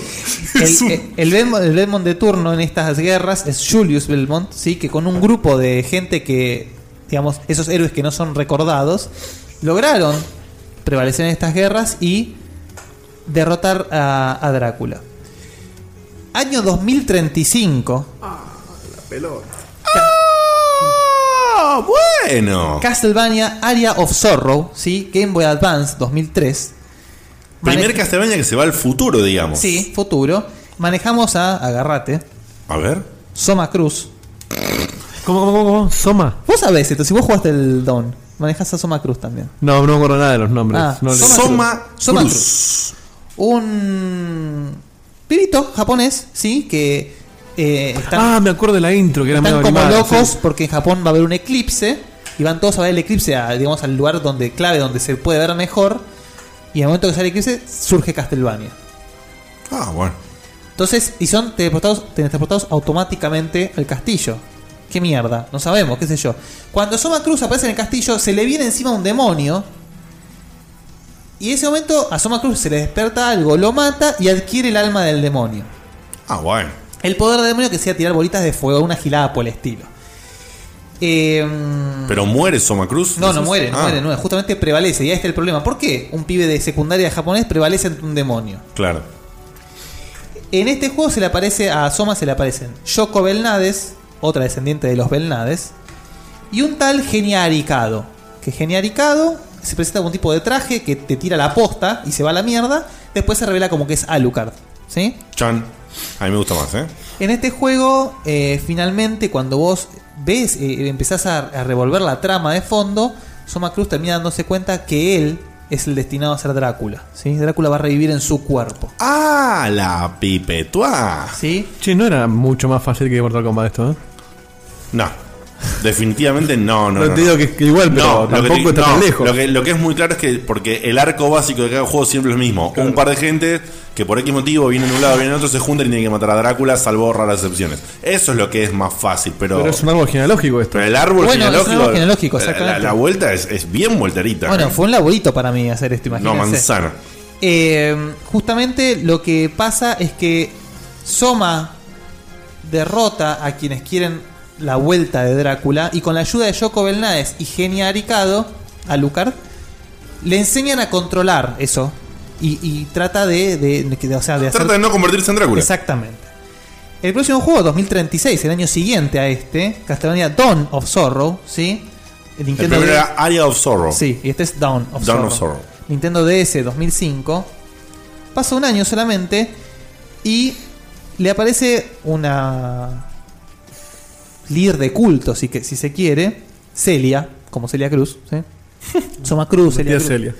S5: El, eh, el Belmont, el Belmont de turno en estas guerras es Julius Belmont, sí, que con un grupo de gente que, digamos, esos héroes que no son recordados, lograron prevalecer en estas guerras y derrotar a, a Drácula. Año 2035,
S1: La pelota. ¡Ah! Bueno.
S5: Castlevania Area of Sorrow, sí, Game Boy Advance 2003.
S1: Primer Castlevania que se va al futuro, digamos.
S5: Sí, futuro. Manejamos a, agarrate,
S1: A ver.
S5: Soma Cruz.
S6: ¿Cómo, cómo, cómo, cómo? Soma.
S5: Vos sabés esto, si vos jugaste el Dawn, manejás a Soma Cruz también.
S6: No, no me acuerdo nada de los nombres.
S5: Ah,
S6: no le-
S5: Soma Cruz. Un pibito japonés, sí, que eh, están,
S6: Ah, me acuerdo de la intro que era
S5: están
S6: medio
S5: como
S6: animada,
S5: locos
S6: sí.
S5: porque en Japón va a haber un eclipse y van todos a ver el eclipse, a, digamos, al lugar donde clave, donde se puede ver mejor. Y al momento que sale el eclipse, surge Castlevania.
S1: Ah, bueno.
S5: Entonces, y son teletransportados, teletransportados automáticamente al castillo. ¿Qué mierda? No sabemos, qué sé yo. Cuando Soma Cruz aparece en el castillo, se le viene encima un demonio. Y en ese momento a Soma Cruz se le desperta algo, lo mata y adquiere el alma del demonio.
S1: Ah, bueno.
S5: El poder del demonio que sea tirar bolitas de fuego, una gilada por el estilo. Eh,
S1: Pero muere Soma Cruz.
S5: no, no
S1: ¿Decís?
S5: muere, no
S1: Ah,
S5: muere, no, justamente prevalece. Y ahí está el problema. ¿Por qué un pibe de secundaria japonés prevalece ante un demonio?
S1: Claro.
S5: En este juego se le aparece, a Soma se le aparecen Yoko Belnades, otra descendiente de los Belnades, y un tal Geniaricado. Que Geniaricado se presenta algún tipo de traje que te tira la posta y se va a la mierda. Después se revela como que es Alucard. ¿Sí?
S1: Chan. A mí me gusta más, ¿eh?
S5: En este juego, eh, finalmente, cuando vos ves, eh, empezás a, a revolver la trama de fondo, Soma Cruz termina dándose cuenta que él es el destinado a ser Drácula. ¿sí? Drácula va a revivir en su cuerpo.
S1: ¡Ah! La pipetua.
S5: ¿Sí?
S6: Che, no era mucho más fácil que Mortal Kombat esto, ¿eh?
S1: No. Definitivamente no, no.
S6: No,
S1: no,
S6: te digo
S1: no.
S6: que, que igual, pero
S1: No, lo que
S6: tampoco
S1: te-
S6: está tan
S1: no,
S6: lejos.
S1: Lo que, lo que es muy claro es que, porque el arco básico de cada juego siempre es lo mismo. Un par de gente que por X motivo vienen de un lado, vienen de otro, se juntan y tienen que matar a Drácula, salvo raras excepciones. Eso es lo que es más fácil, pero.
S6: Pero es un árbol genealógico esto.
S1: pero el árbol
S5: Bueno, es un árbol
S1: genealógico.
S5: genealógico,
S1: la- la,
S5: exactamente.
S1: la vuelta es, es bien volterita.
S5: Bueno, fue un laborito para mí hacer esto,
S1: no,
S5: imagínense.
S1: manzana.
S5: Eh, justamente lo que pasa es que Soma derrota a quienes quieren la vuelta de Drácula y con la ayuda de Yoko Belnades y Genia Aricado, a Lucard, le enseñan a controlar eso y, y trata de, de- de- o sea, de
S1: Trata de no convertirse en Drácula.
S5: Exactamente. El próximo juego, 2036, el año siguiente a este, Castlevania Dawn of Sorrow, ¿sí? El
S1: El
S5: Nintendo
S1: primero
S5: de-
S1: era Area of Sorrow.
S5: Sí, y este es Dawn of
S1: Dawn
S5: Sorrow.
S1: of Sorrow.
S5: Nintendo DS 2005. Pasa un año solamente y le aparece una líder de culto, si, que, si se quiere, Celia, como Celia Cruz, ¿sí? Soma Cruz, Celia
S6: Tía
S5: Cruz.
S6: Celia.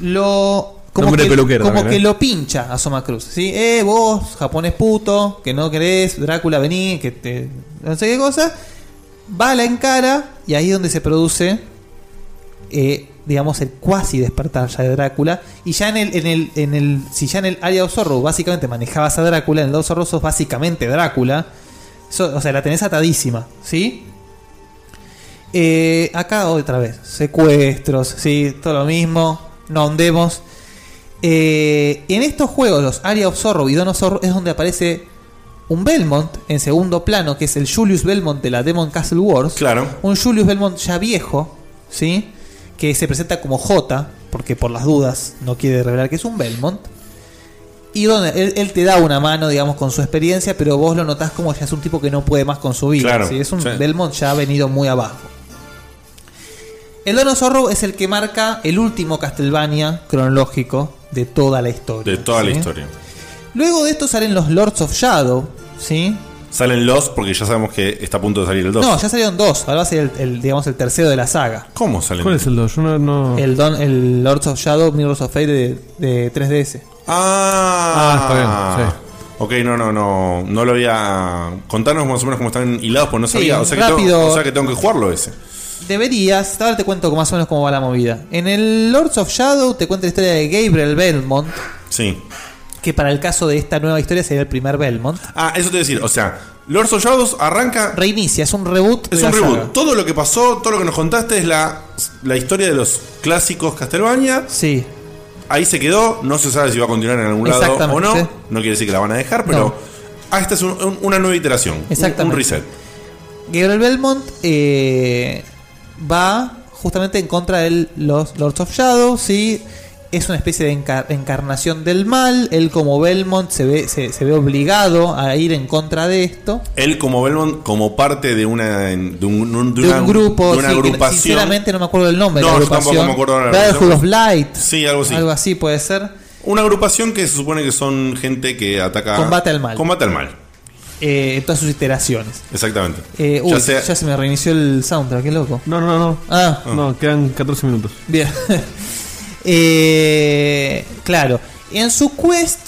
S5: Lo como
S6: Nombre
S5: que,
S6: de peluquero
S5: como
S6: también,
S5: que
S6: ¿eh?
S5: lo pincha a Soma Cruz, ¿sí? Eh, vos, japonés puto, que no querés, Drácula vení, que te no sé qué cosa. Va a la encara y ahí es donde se produce eh, digamos, el cuasi despertar ya de Drácula. Y ya en el, en el, en el, si ya en el Area of Zorro básicamente manejabas a Drácula, en el Dos Zorro sos básicamente Drácula. So- o sea, la tenés atadísima, ¿sí? Eh, acá otra vez, secuestros, ¿sí? Todo lo mismo, no andemos. Eh, en estos juegos, los Area of Zorro y Dawn of Zorro, es donde aparece un Belmont en segundo plano, que es el Julius Belmont de la Demon Castle Wars.
S1: Claro.
S5: Un Julius Belmont ya viejo, ¿sí? Que se presenta como J, porque por las dudas no quiere revelar que es un Belmont. Y donde él, él te da una mano, digamos, con su experiencia, pero vos lo notás como ya es un tipo que no puede más con su vida.
S1: Claro,
S5: ¿sí? Es un
S1: sí.
S5: Belmont ya ha venido muy abajo. El Dono Zorro es el que marca el último Castlevania cronológico de toda la historia.
S1: De toda la
S5: ¿sí?
S1: historia.
S5: Luego de esto salen los Lords of Shadow, ¿sí?
S1: Salen los porque ya sabemos que está a punto de salir el 2.
S5: No, ya salieron dos. Ahora va a ser el, el, digamos, el tercero de la saga.
S1: ¿Cómo salen?
S6: ¿Cuál es el 2? Yo no, no-
S5: El, Don, el Lords of Shadow, Mirrors of Fate de, de 3DS.
S1: Ah, Ok, no, no, no. No lo había. Contanos más o menos cómo están hilados, porque no
S5: Sí,
S1: sabía. o, sea que
S5: rápido.
S1: tengo, o sea que tengo que jugarlo ese.
S5: Deberías, ahora te cuento más o menos cómo va la movida. En el Lords of Shadow te cuenta la historia de Gabriel Belmont,
S1: Sí.
S5: que para el caso de esta nueva historia sería el primer Belmont.
S1: Ah, eso te voy a decir. O sea, Lords of Shadows arranca.
S5: Reinicia, es un reboot.
S1: Es
S5: de
S1: un
S5: la
S1: reboot.
S5: saga.
S1: Todo lo que pasó, todo lo que nos contaste es la, la historia de los clásicos Castlevania.
S5: Sí.
S1: Ahí se quedó. No se sabe si va a continuar en algún lado o no.
S5: Exactamente.
S1: No quiere decir que la van a dejar, pero. Ah, esta es un- un- una nueva iteración. un-
S5: Exactamente.
S1: Un reset.
S5: Gabriel Belmont eh, va justamente en contra de los Lords of Shadow, ¿sí? Es una especie de encar- encarnación del mal. Él como Belmont se ve, se, se ve obligado a ir en contra de esto.
S1: Él como Belmont, como parte de una de un, de un- de
S5: De
S1: una-
S5: un grupo,
S1: de una
S5: sí, que
S1: agrupación.
S5: sinceramente no me acuerdo el nombre
S1: No,
S5: de la
S1: yo tampoco
S5: agrupación.
S1: me acuerdo ahora.
S5: Brotherhood of Light.
S1: Sí, algo así.
S5: Algo así puede ser.
S1: Una agrupación que se supone que son gente que ataca.
S5: Combate al mal.
S1: Combate al mal,
S5: eh, en todas sus iteraciones.
S1: exactamente.
S5: Eh, uy,
S1: ya
S5: ya,
S1: sea-
S5: se me reinició el soundtrack, qué loco.
S6: No, no, no.
S5: Ah.
S6: No, quedan 14 minutos.
S5: Bien. Eh, claro. En su quest,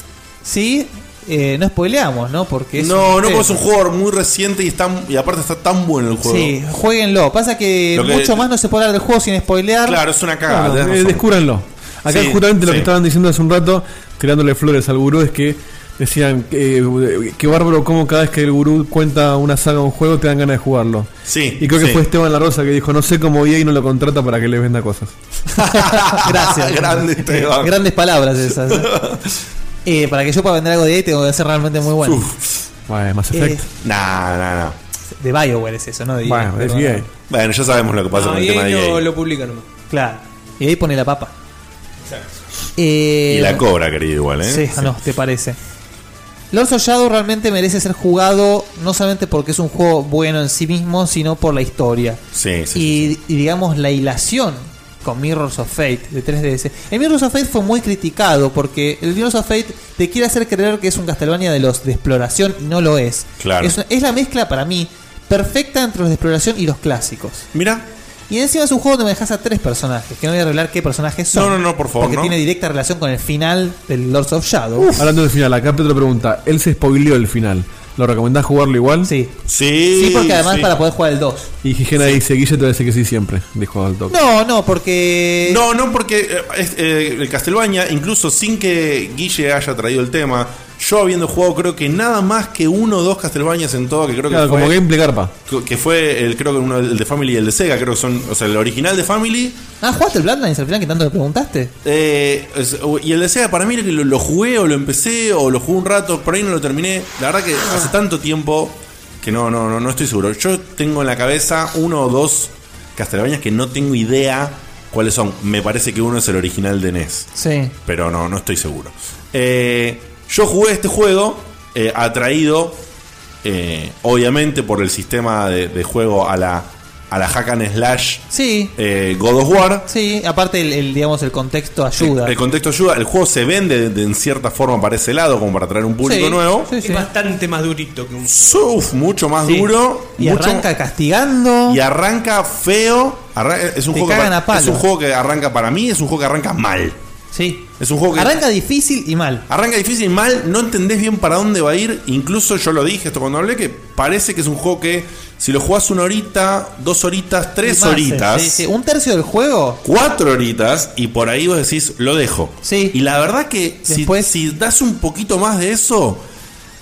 S5: ¿sí? Eh, no spoileamos, ¿no? Porque es
S1: no,
S5: un
S1: no, porque
S5: tema.
S1: es un jugador muy reciente y, está, y aparte está tan bueno el juego.
S5: Sí, jueguenlo. Pasa que,
S1: Lo que-
S5: mucho más no se puede hablar del juego sin spoilear.
S1: Claro, es una
S6: Claro,
S1: tenés
S6: eh,
S1: razón.
S6: descúbranlo. Acá
S1: Sí,
S6: justamente lo
S1: sí.
S6: que estaban diciendo hace un rato, tirándole flores al gurú, es que decían que qué bárbaro cómo cada vez que el gurú cuenta una saga o un juego te dan ganas de jugarlo.
S1: Sí,
S6: Y creo que
S1: sí.
S6: fue Esteban La Rosa que dijo, no sé cómo y no lo contrata para que le venda cosas.
S5: Gracias. Eh,
S1: Grande Esteban.
S5: Grandes palabras esas. ¿eh? Eh, para que yo pueda vender algo de ahí tengo que ser realmente muy bueno.
S6: Bueno, más
S5: Eh,
S6: efecto.
S1: Nah, nah, nah.
S5: De Bioware es eso, ¿no? De EA,
S1: Bueno, es E
S5: perdón.
S1: EA. Bueno, ya sabemos lo que pasa
S2: No,
S1: con el
S2: EA
S1: tema de E EA.
S2: lo, lo publica nomás.
S5: Claro. Y ahí pone la papa. Eh,
S1: Y la cobra, querido, igual, ¿eh?
S5: Sí, ah, no, te parece. Lords of Shadow realmente merece ser jugado no solamente porque es un juego bueno en sí mismo, sino por la historia.
S1: Sí, sí.
S5: y, y digamos la hilación con Mirrors of Fate de 3DS. El Mirrors of Fate fue muy criticado porque el Mirrors of Fate te quiere hacer creer que es un Castlevania de los de exploración y no lo es.
S1: Claro.
S5: Es, una- es la mezcla para mí perfecta entre los de exploración y los clásicos.
S1: Mira.
S5: Y encima es un juego donde manejas a tres personajes, que no voy a revelar qué personajes son.
S6: No, no, no, por favor,
S5: Porque
S6: no.
S5: tiene directa relación con el final del Lords of Shadow.
S6: Hablando del final, acá Pedro pregunta, él se spoileó el final. ¿Lo recomendás jugarlo igual?
S5: Sí.
S1: Sí.
S5: Sí, porque además para poder jugar el 2.
S6: Y Gigena dice, Guille te va a decir que sí siempre, dijo al toque.
S5: No, no, porque.
S1: No, no, porque eh, es, eh, el Castlevania, incluso sin que Guille haya traído el tema, yo habiendo jugado creo que nada más que uno o dos Castlevanias en todo, que creo
S6: Claro,
S1: que fue,
S6: como gameplay carpa.
S1: co- que fue el, creo que uno, el de Family y el de Sega, creo que son, o sea, el original de Family
S5: Ah, ¿jugaste el Bloodlines al final que tanto me preguntaste?
S1: eh, es- y el de Sega para mí era que lo, lo jugué o lo empecé o lo jugué un rato, por ahí no lo terminé. La verdad que hace tanto tiempo que no, no, no, no estoy seguro. Yo tengo en la cabeza uno o dos Castlevanias que no tengo idea cuáles son. Me parece que uno es el original de NES.
S5: Sí.
S1: Pero no, no estoy seguro. Eh, yo jugué este juego eh, atraído, eh, obviamente, por el sistema de, de juego a la, a la hack and slash
S5: Sí.
S1: eh, God of War.
S5: Sí, aparte el, el, digamos el contexto ayuda.
S1: El contexto ayuda, el juego se vende de, de- en cierta forma para ese lado, como para traer un público
S5: Sí,
S1: nuevo.
S2: Es bastante más durito que un.
S1: Uf, mucho más
S2: Sí.
S1: duro.
S2: Y arranca
S5: castigando.
S1: Y arranca feo. Arran- es, un
S5: Te
S1: juego que
S5: cagan
S1: pa-
S5: a palo.
S1: es un juego que arranca para mí, es un juego que arranca mal.
S5: Sí.
S1: Es un juego que.
S5: Arranca difícil y mal.
S1: Arranca difícil y mal, no entendés bien para dónde va a ir. Incluso yo lo dije esto cuando hablé, que parece que es un juego que si lo jugás una horita, dos horitas, tres
S5: Y más,
S1: horitas.
S5: sí, sí. Un tercio del juego.
S1: cuatro horitas y por ahí vos decís, lo dejo. Y la verdad que si- si, das un poquito más de eso,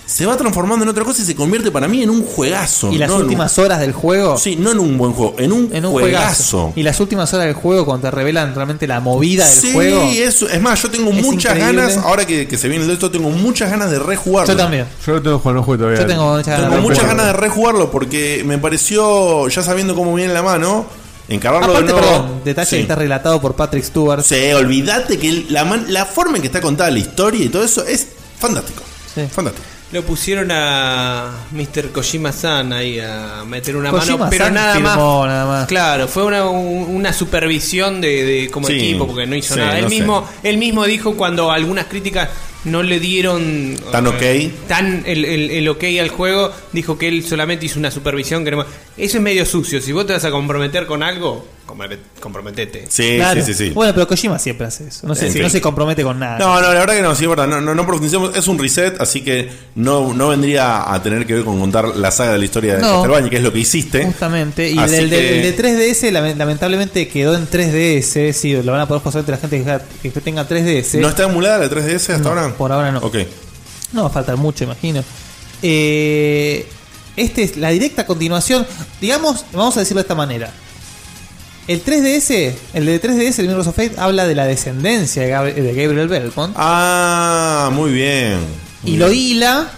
S1: se va transformando en otra cosa y se convierte para mí en un juegazo.
S5: Y las
S1: no en un-
S5: últimas horas del juego.
S1: Sí, no en un buen juego, en un,
S5: en un
S1: juegazo.
S5: juegazo. Y las últimas horas del juego cuando te revelan realmente la movida del
S1: Sí,
S5: juego.
S1: es, es más, yo tengo
S5: Es
S1: muchas
S5: increíble.
S1: ganas, ahora que, que se viene el de esto, tengo muchas ganas de rejugarlo.
S5: Yo también.
S6: Yo lo tengo jugando, no juego todavía.
S5: Yo tengo muchas ganas
S1: Tengo
S5: de
S1: muchas
S5: rejugarlo.
S1: ganas de rejugarlo porque me pareció, ya sabiendo cómo viene la mano, encargarlo
S5: Aparte,
S1: de nuevo.
S5: perdón, detalle
S1: Sí.
S5: que está relatado por Patrick Stewart.
S1: Sí, olvídate que el- la, man- la forma en que está contada la historia y todo eso es fantástico. Fantástico.
S2: Lo pusieron a Mr. Kojima-san ahí a meter una mano,
S5: Kojima-san
S2: pero nada más.
S5: firmó, nada más.
S2: Claro, fue una, un- una supervisión de, de como
S5: Sí,
S2: equipo porque no hizo
S5: sí,
S2: nada. Él
S5: no sé.
S2: mismo, él mismo dijo cuando algunas críticas no le dieron
S1: Tan
S2: eh,
S1: ok.
S2: tan el, el- el ok al juego, dijo que él solamente hizo una supervisión que no- eso es medio sucio. Si vos te vas a comprometer con algo, compromet- comprometete.
S5: Claro. Bueno, pero Kojima siempre hace eso. No se,
S1: En fin.
S5: no se compromete con nada.
S1: No, no, la verdad que no, sí, es verdad. No, no, no profundicemos. Es un reset, así que no, no vendría a tener que ver con contar la saga de la historia de
S5: No.
S1: Castlevania, que es lo que hiciste.
S5: Justamente. Este, Y
S1: Así
S5: del, del-
S1: que-
S5: el de 3DS lame- lamentablemente quedó en 3DS. Sí, lo van a poder jugar solamente la gente que, ja- que tenga 3DS.
S1: ¿No está emulada la 3DS hasta ahora?
S5: Por ahora no.
S1: Ok.
S5: No va a faltar mucho, imagino. Eh, este es la directa continuación. Digamos, vamos a decirlo de esta manera. El 3DS, el de 3DS, el Mirror's of Fate, habla de la descendencia de Gab- de Gabriel Belmont.
S1: Ah, muy bien.
S5: Y lo hila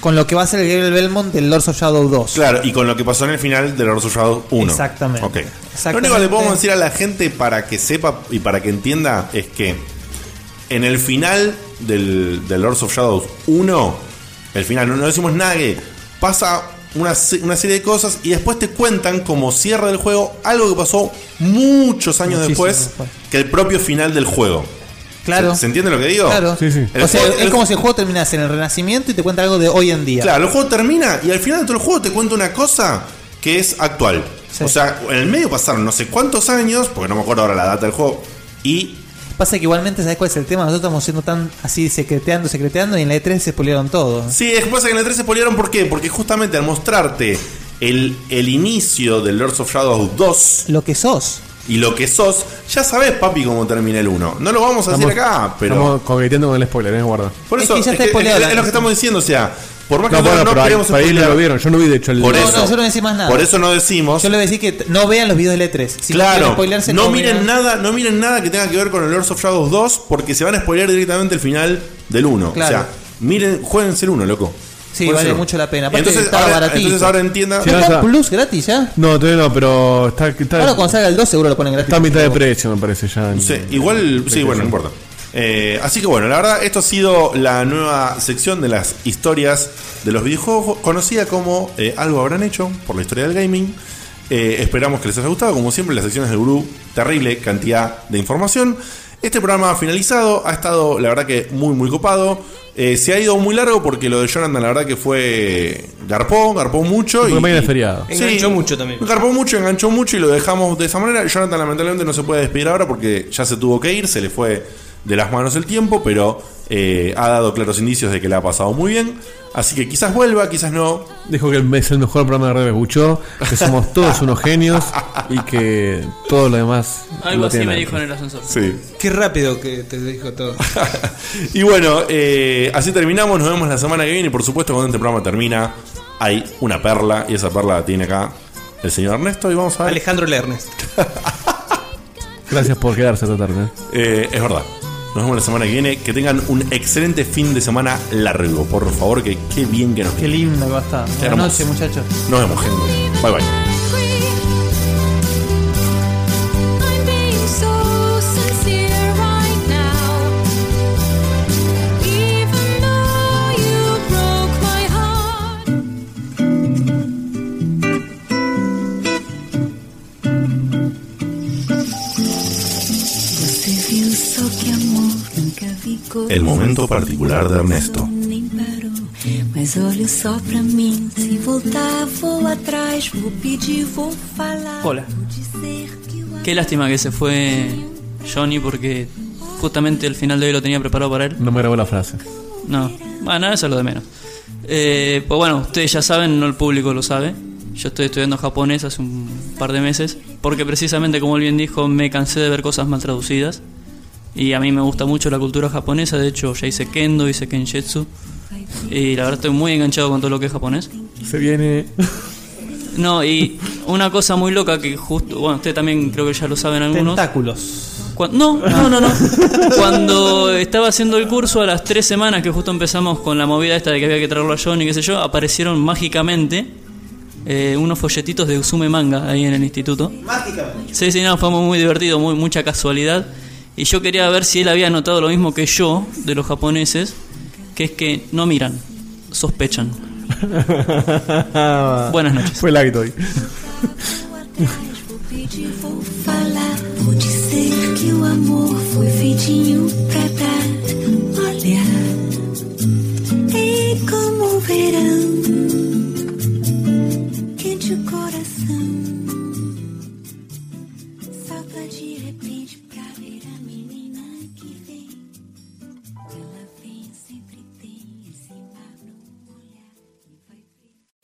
S5: con lo que va a ser el Gabriel Belmont del Lords of Shadow 2.
S1: Claro, y con lo que pasó en el final de Lords of Shadow 1.
S5: Exactamente.
S1: Ok. Lo
S5: Exactamente.
S1: único que le podemos decir a la gente para que sepa y para que entienda es que en el final del, del Lords of Shadows 1, el final, no, no decimos nada que pasa una, se- una serie de cosas y después te cuentan como cierre del juego algo que pasó muchos años
S5: Muchísimo
S1: después,
S5: después.
S1: que el propio final del juego.
S5: Claro.
S1: ¿Se, se entiende lo que digo?
S5: Claro.
S1: El
S5: o sea,
S1: juego-
S5: es como si el juego terminase en el Renacimiento y te cuenta algo de hoy en día.
S1: Claro, el juego termina y al final de todo el juego te cuenta una cosa que es actual. O sea, en el medio pasaron no sé cuántos años, porque no me acuerdo ahora la data del juego, y
S5: Pasa que igualmente, ¿sabes cuál es el tema? Nosotros estamos siendo tan así secreteando, secreteando y en la E3 se spoilearon todo.
S1: Sí, es que pasa que en el 3 se spoilearon, ¿por qué? Porque justamente al mostrarte el, el inicio del Lords of Shadows 2.
S5: Lo que sos.
S1: Y lo que sos, ya sabés, papi, cómo termina el 1. No lo vamos a decir
S6: Estamos-
S1: acá, pero.
S6: Estamos coqueteando con el spoiler, eh, guarda.
S1: por eso. Es, que es lo que estamos diciendo, o sea. Por más que
S6: No,
S1: nosotros
S6: bueno,
S1: no
S6: pero ahí,
S1: queremos
S6: por ahí no
S1: spoilear-
S6: lo vieron. Yo no vi, de hecho, el
S1: Por
S5: no,
S1: eso.
S5: no, nosotros no decimos nada.
S1: Por eso no decimos.
S5: Yo le voy a decir que t- no vean los videos de E3. Si no quieren
S1: claro,
S5: spoilearse,
S1: no,
S5: no
S1: miren
S5: vean.
S1: nada, no miren nada que tenga que ver con el Lords of Shadows 2 porque se van a spoilear directamente el final del 1.
S5: Claro.
S1: O sea, miren, jueguense el 1, loco.
S5: Sí,
S1: Jueguense
S5: vale
S1: el uno.
S5: mucho la pena. Aparte
S1: entonces,
S5: estaba
S1: ahora,
S5: baratito.
S1: entonces ahora entienda.
S5: ¿No está Plus gratis ya?
S6: No, todavía no, pero está, está,
S5: Ahora cuando salga el 2 seguro lo ponen gratis.
S6: está a mitad de precio, me parece ya. en-
S1: Sí, igual, sí, bueno, no importa. Eh, así que bueno, la verdad, esto ha sido la nueva sección de las historias de los videojuegos, conocida como eh, Algo habrán hecho por la historia del gaming. Eh, esperamos que les haya gustado. Como siempre, las secciones del gurú, terrible cantidad de información. Este programa ha finalizado, ha estado, la verdad que, muy, muy copado. Eh, se ha ido muy largo porque lo de Jonathan, la verdad que fue. Garpó, garpó mucho.
S6: Y porque mañana es feriado.
S1: Enganchó mucho también. Garpó mucho, enganchó mucho y lo dejamos de esa manera. Jonathan, lamentablemente, no se puede despedir ahora porque ya se tuvo que ir, se le fue de las manos el tiempo, pero eh, ha dado claros indicios de que la ha pasado muy bien. Así que quizás vuelva, quizás no.
S6: Dijo que es el mejor programa de Radio Escuchó, que somos todos unos genios y que todo lo demás.
S10: Algo
S6: lo
S10: así
S6: tiene
S10: me
S6: ahí.
S10: dijo en el ascensor.
S1: Sí.
S2: Qué rápido que te dijo todo.
S1: Y bueno, eh, así terminamos. Nos vemos la semana que viene. Y por supuesto, cuando este programa termina, hay una perla. Y esa perla la tiene acá el señor Ernesto. Y vamos a ver.
S2: Alejandro Lernes.
S6: Gracias por quedarse esta tarde.
S1: Eh, es verdad. Nos vemos la semana que viene. Que tengan un excelente fin de semana largo. Por favor, que qué bien que nos
S5: Qué
S1: quede.
S5: lindo que va a estar. Buenas
S1: hermoso.
S5: noches, muchachos.
S1: Nos vemos, gente. Bye bye.
S11: I'm being so sincere right now. Even though you broke my heart.
S14: Você viu só que amor nunca vigou.
S1: El momento particular de Ernesto.
S14: Nem parou. Mas olha só pra mim. Se voltar, vou atrás. Vou pedir, vou falar.
S10: Hola. Qué lástima que se fue Johnny porque justamente el final de hoy lo tenía preparado para él.
S6: No me grabó la frase.
S10: No, bueno, eso es lo de menos. Eh, pues bueno, ustedes ya saben, no el público lo sabe. Yo estoy estudiando japonés hace un par de meses, porque precisamente como él bien dijo, me cansé de ver cosas mal traducidas. Y a mí me gusta mucho la cultura japonesa, de hecho ya hice kendo, hice kenjutsu. Y la verdad estoy muy enganchado con todo lo que es japonés.
S6: Se viene.
S10: No, y una cosa muy loca que justo, bueno, ustedes también creo que ya lo saben algunos.
S5: Tentáculos.
S10: Cuan- no, no, no, no. Cuando estaba haciendo el curso, a las tres semanas que justo empezamos con la movida esta de que había que traerlo a Johnny, qué sé yo, aparecieron mágicamente eh, unos folletitos de Usume Manga ahí en el instituto. Sí, sí, no, fue muy, muy divertido, muy, mucha casualidad. Y yo quería ver si él había notado lo mismo que yo de los japoneses, que es que no miran, sospechan.
S13: Ah.
S10: Buenas noches.
S6: Fue el hábito hoy.
S14: Vou pedir, vou falar. Vou dizer que o amor foi feitinho pra dar. Olha, é como o verão. Quente o coração. Salta de repente pra ver a menina que vem. Ela vem, sempre tem esse mar no olhar.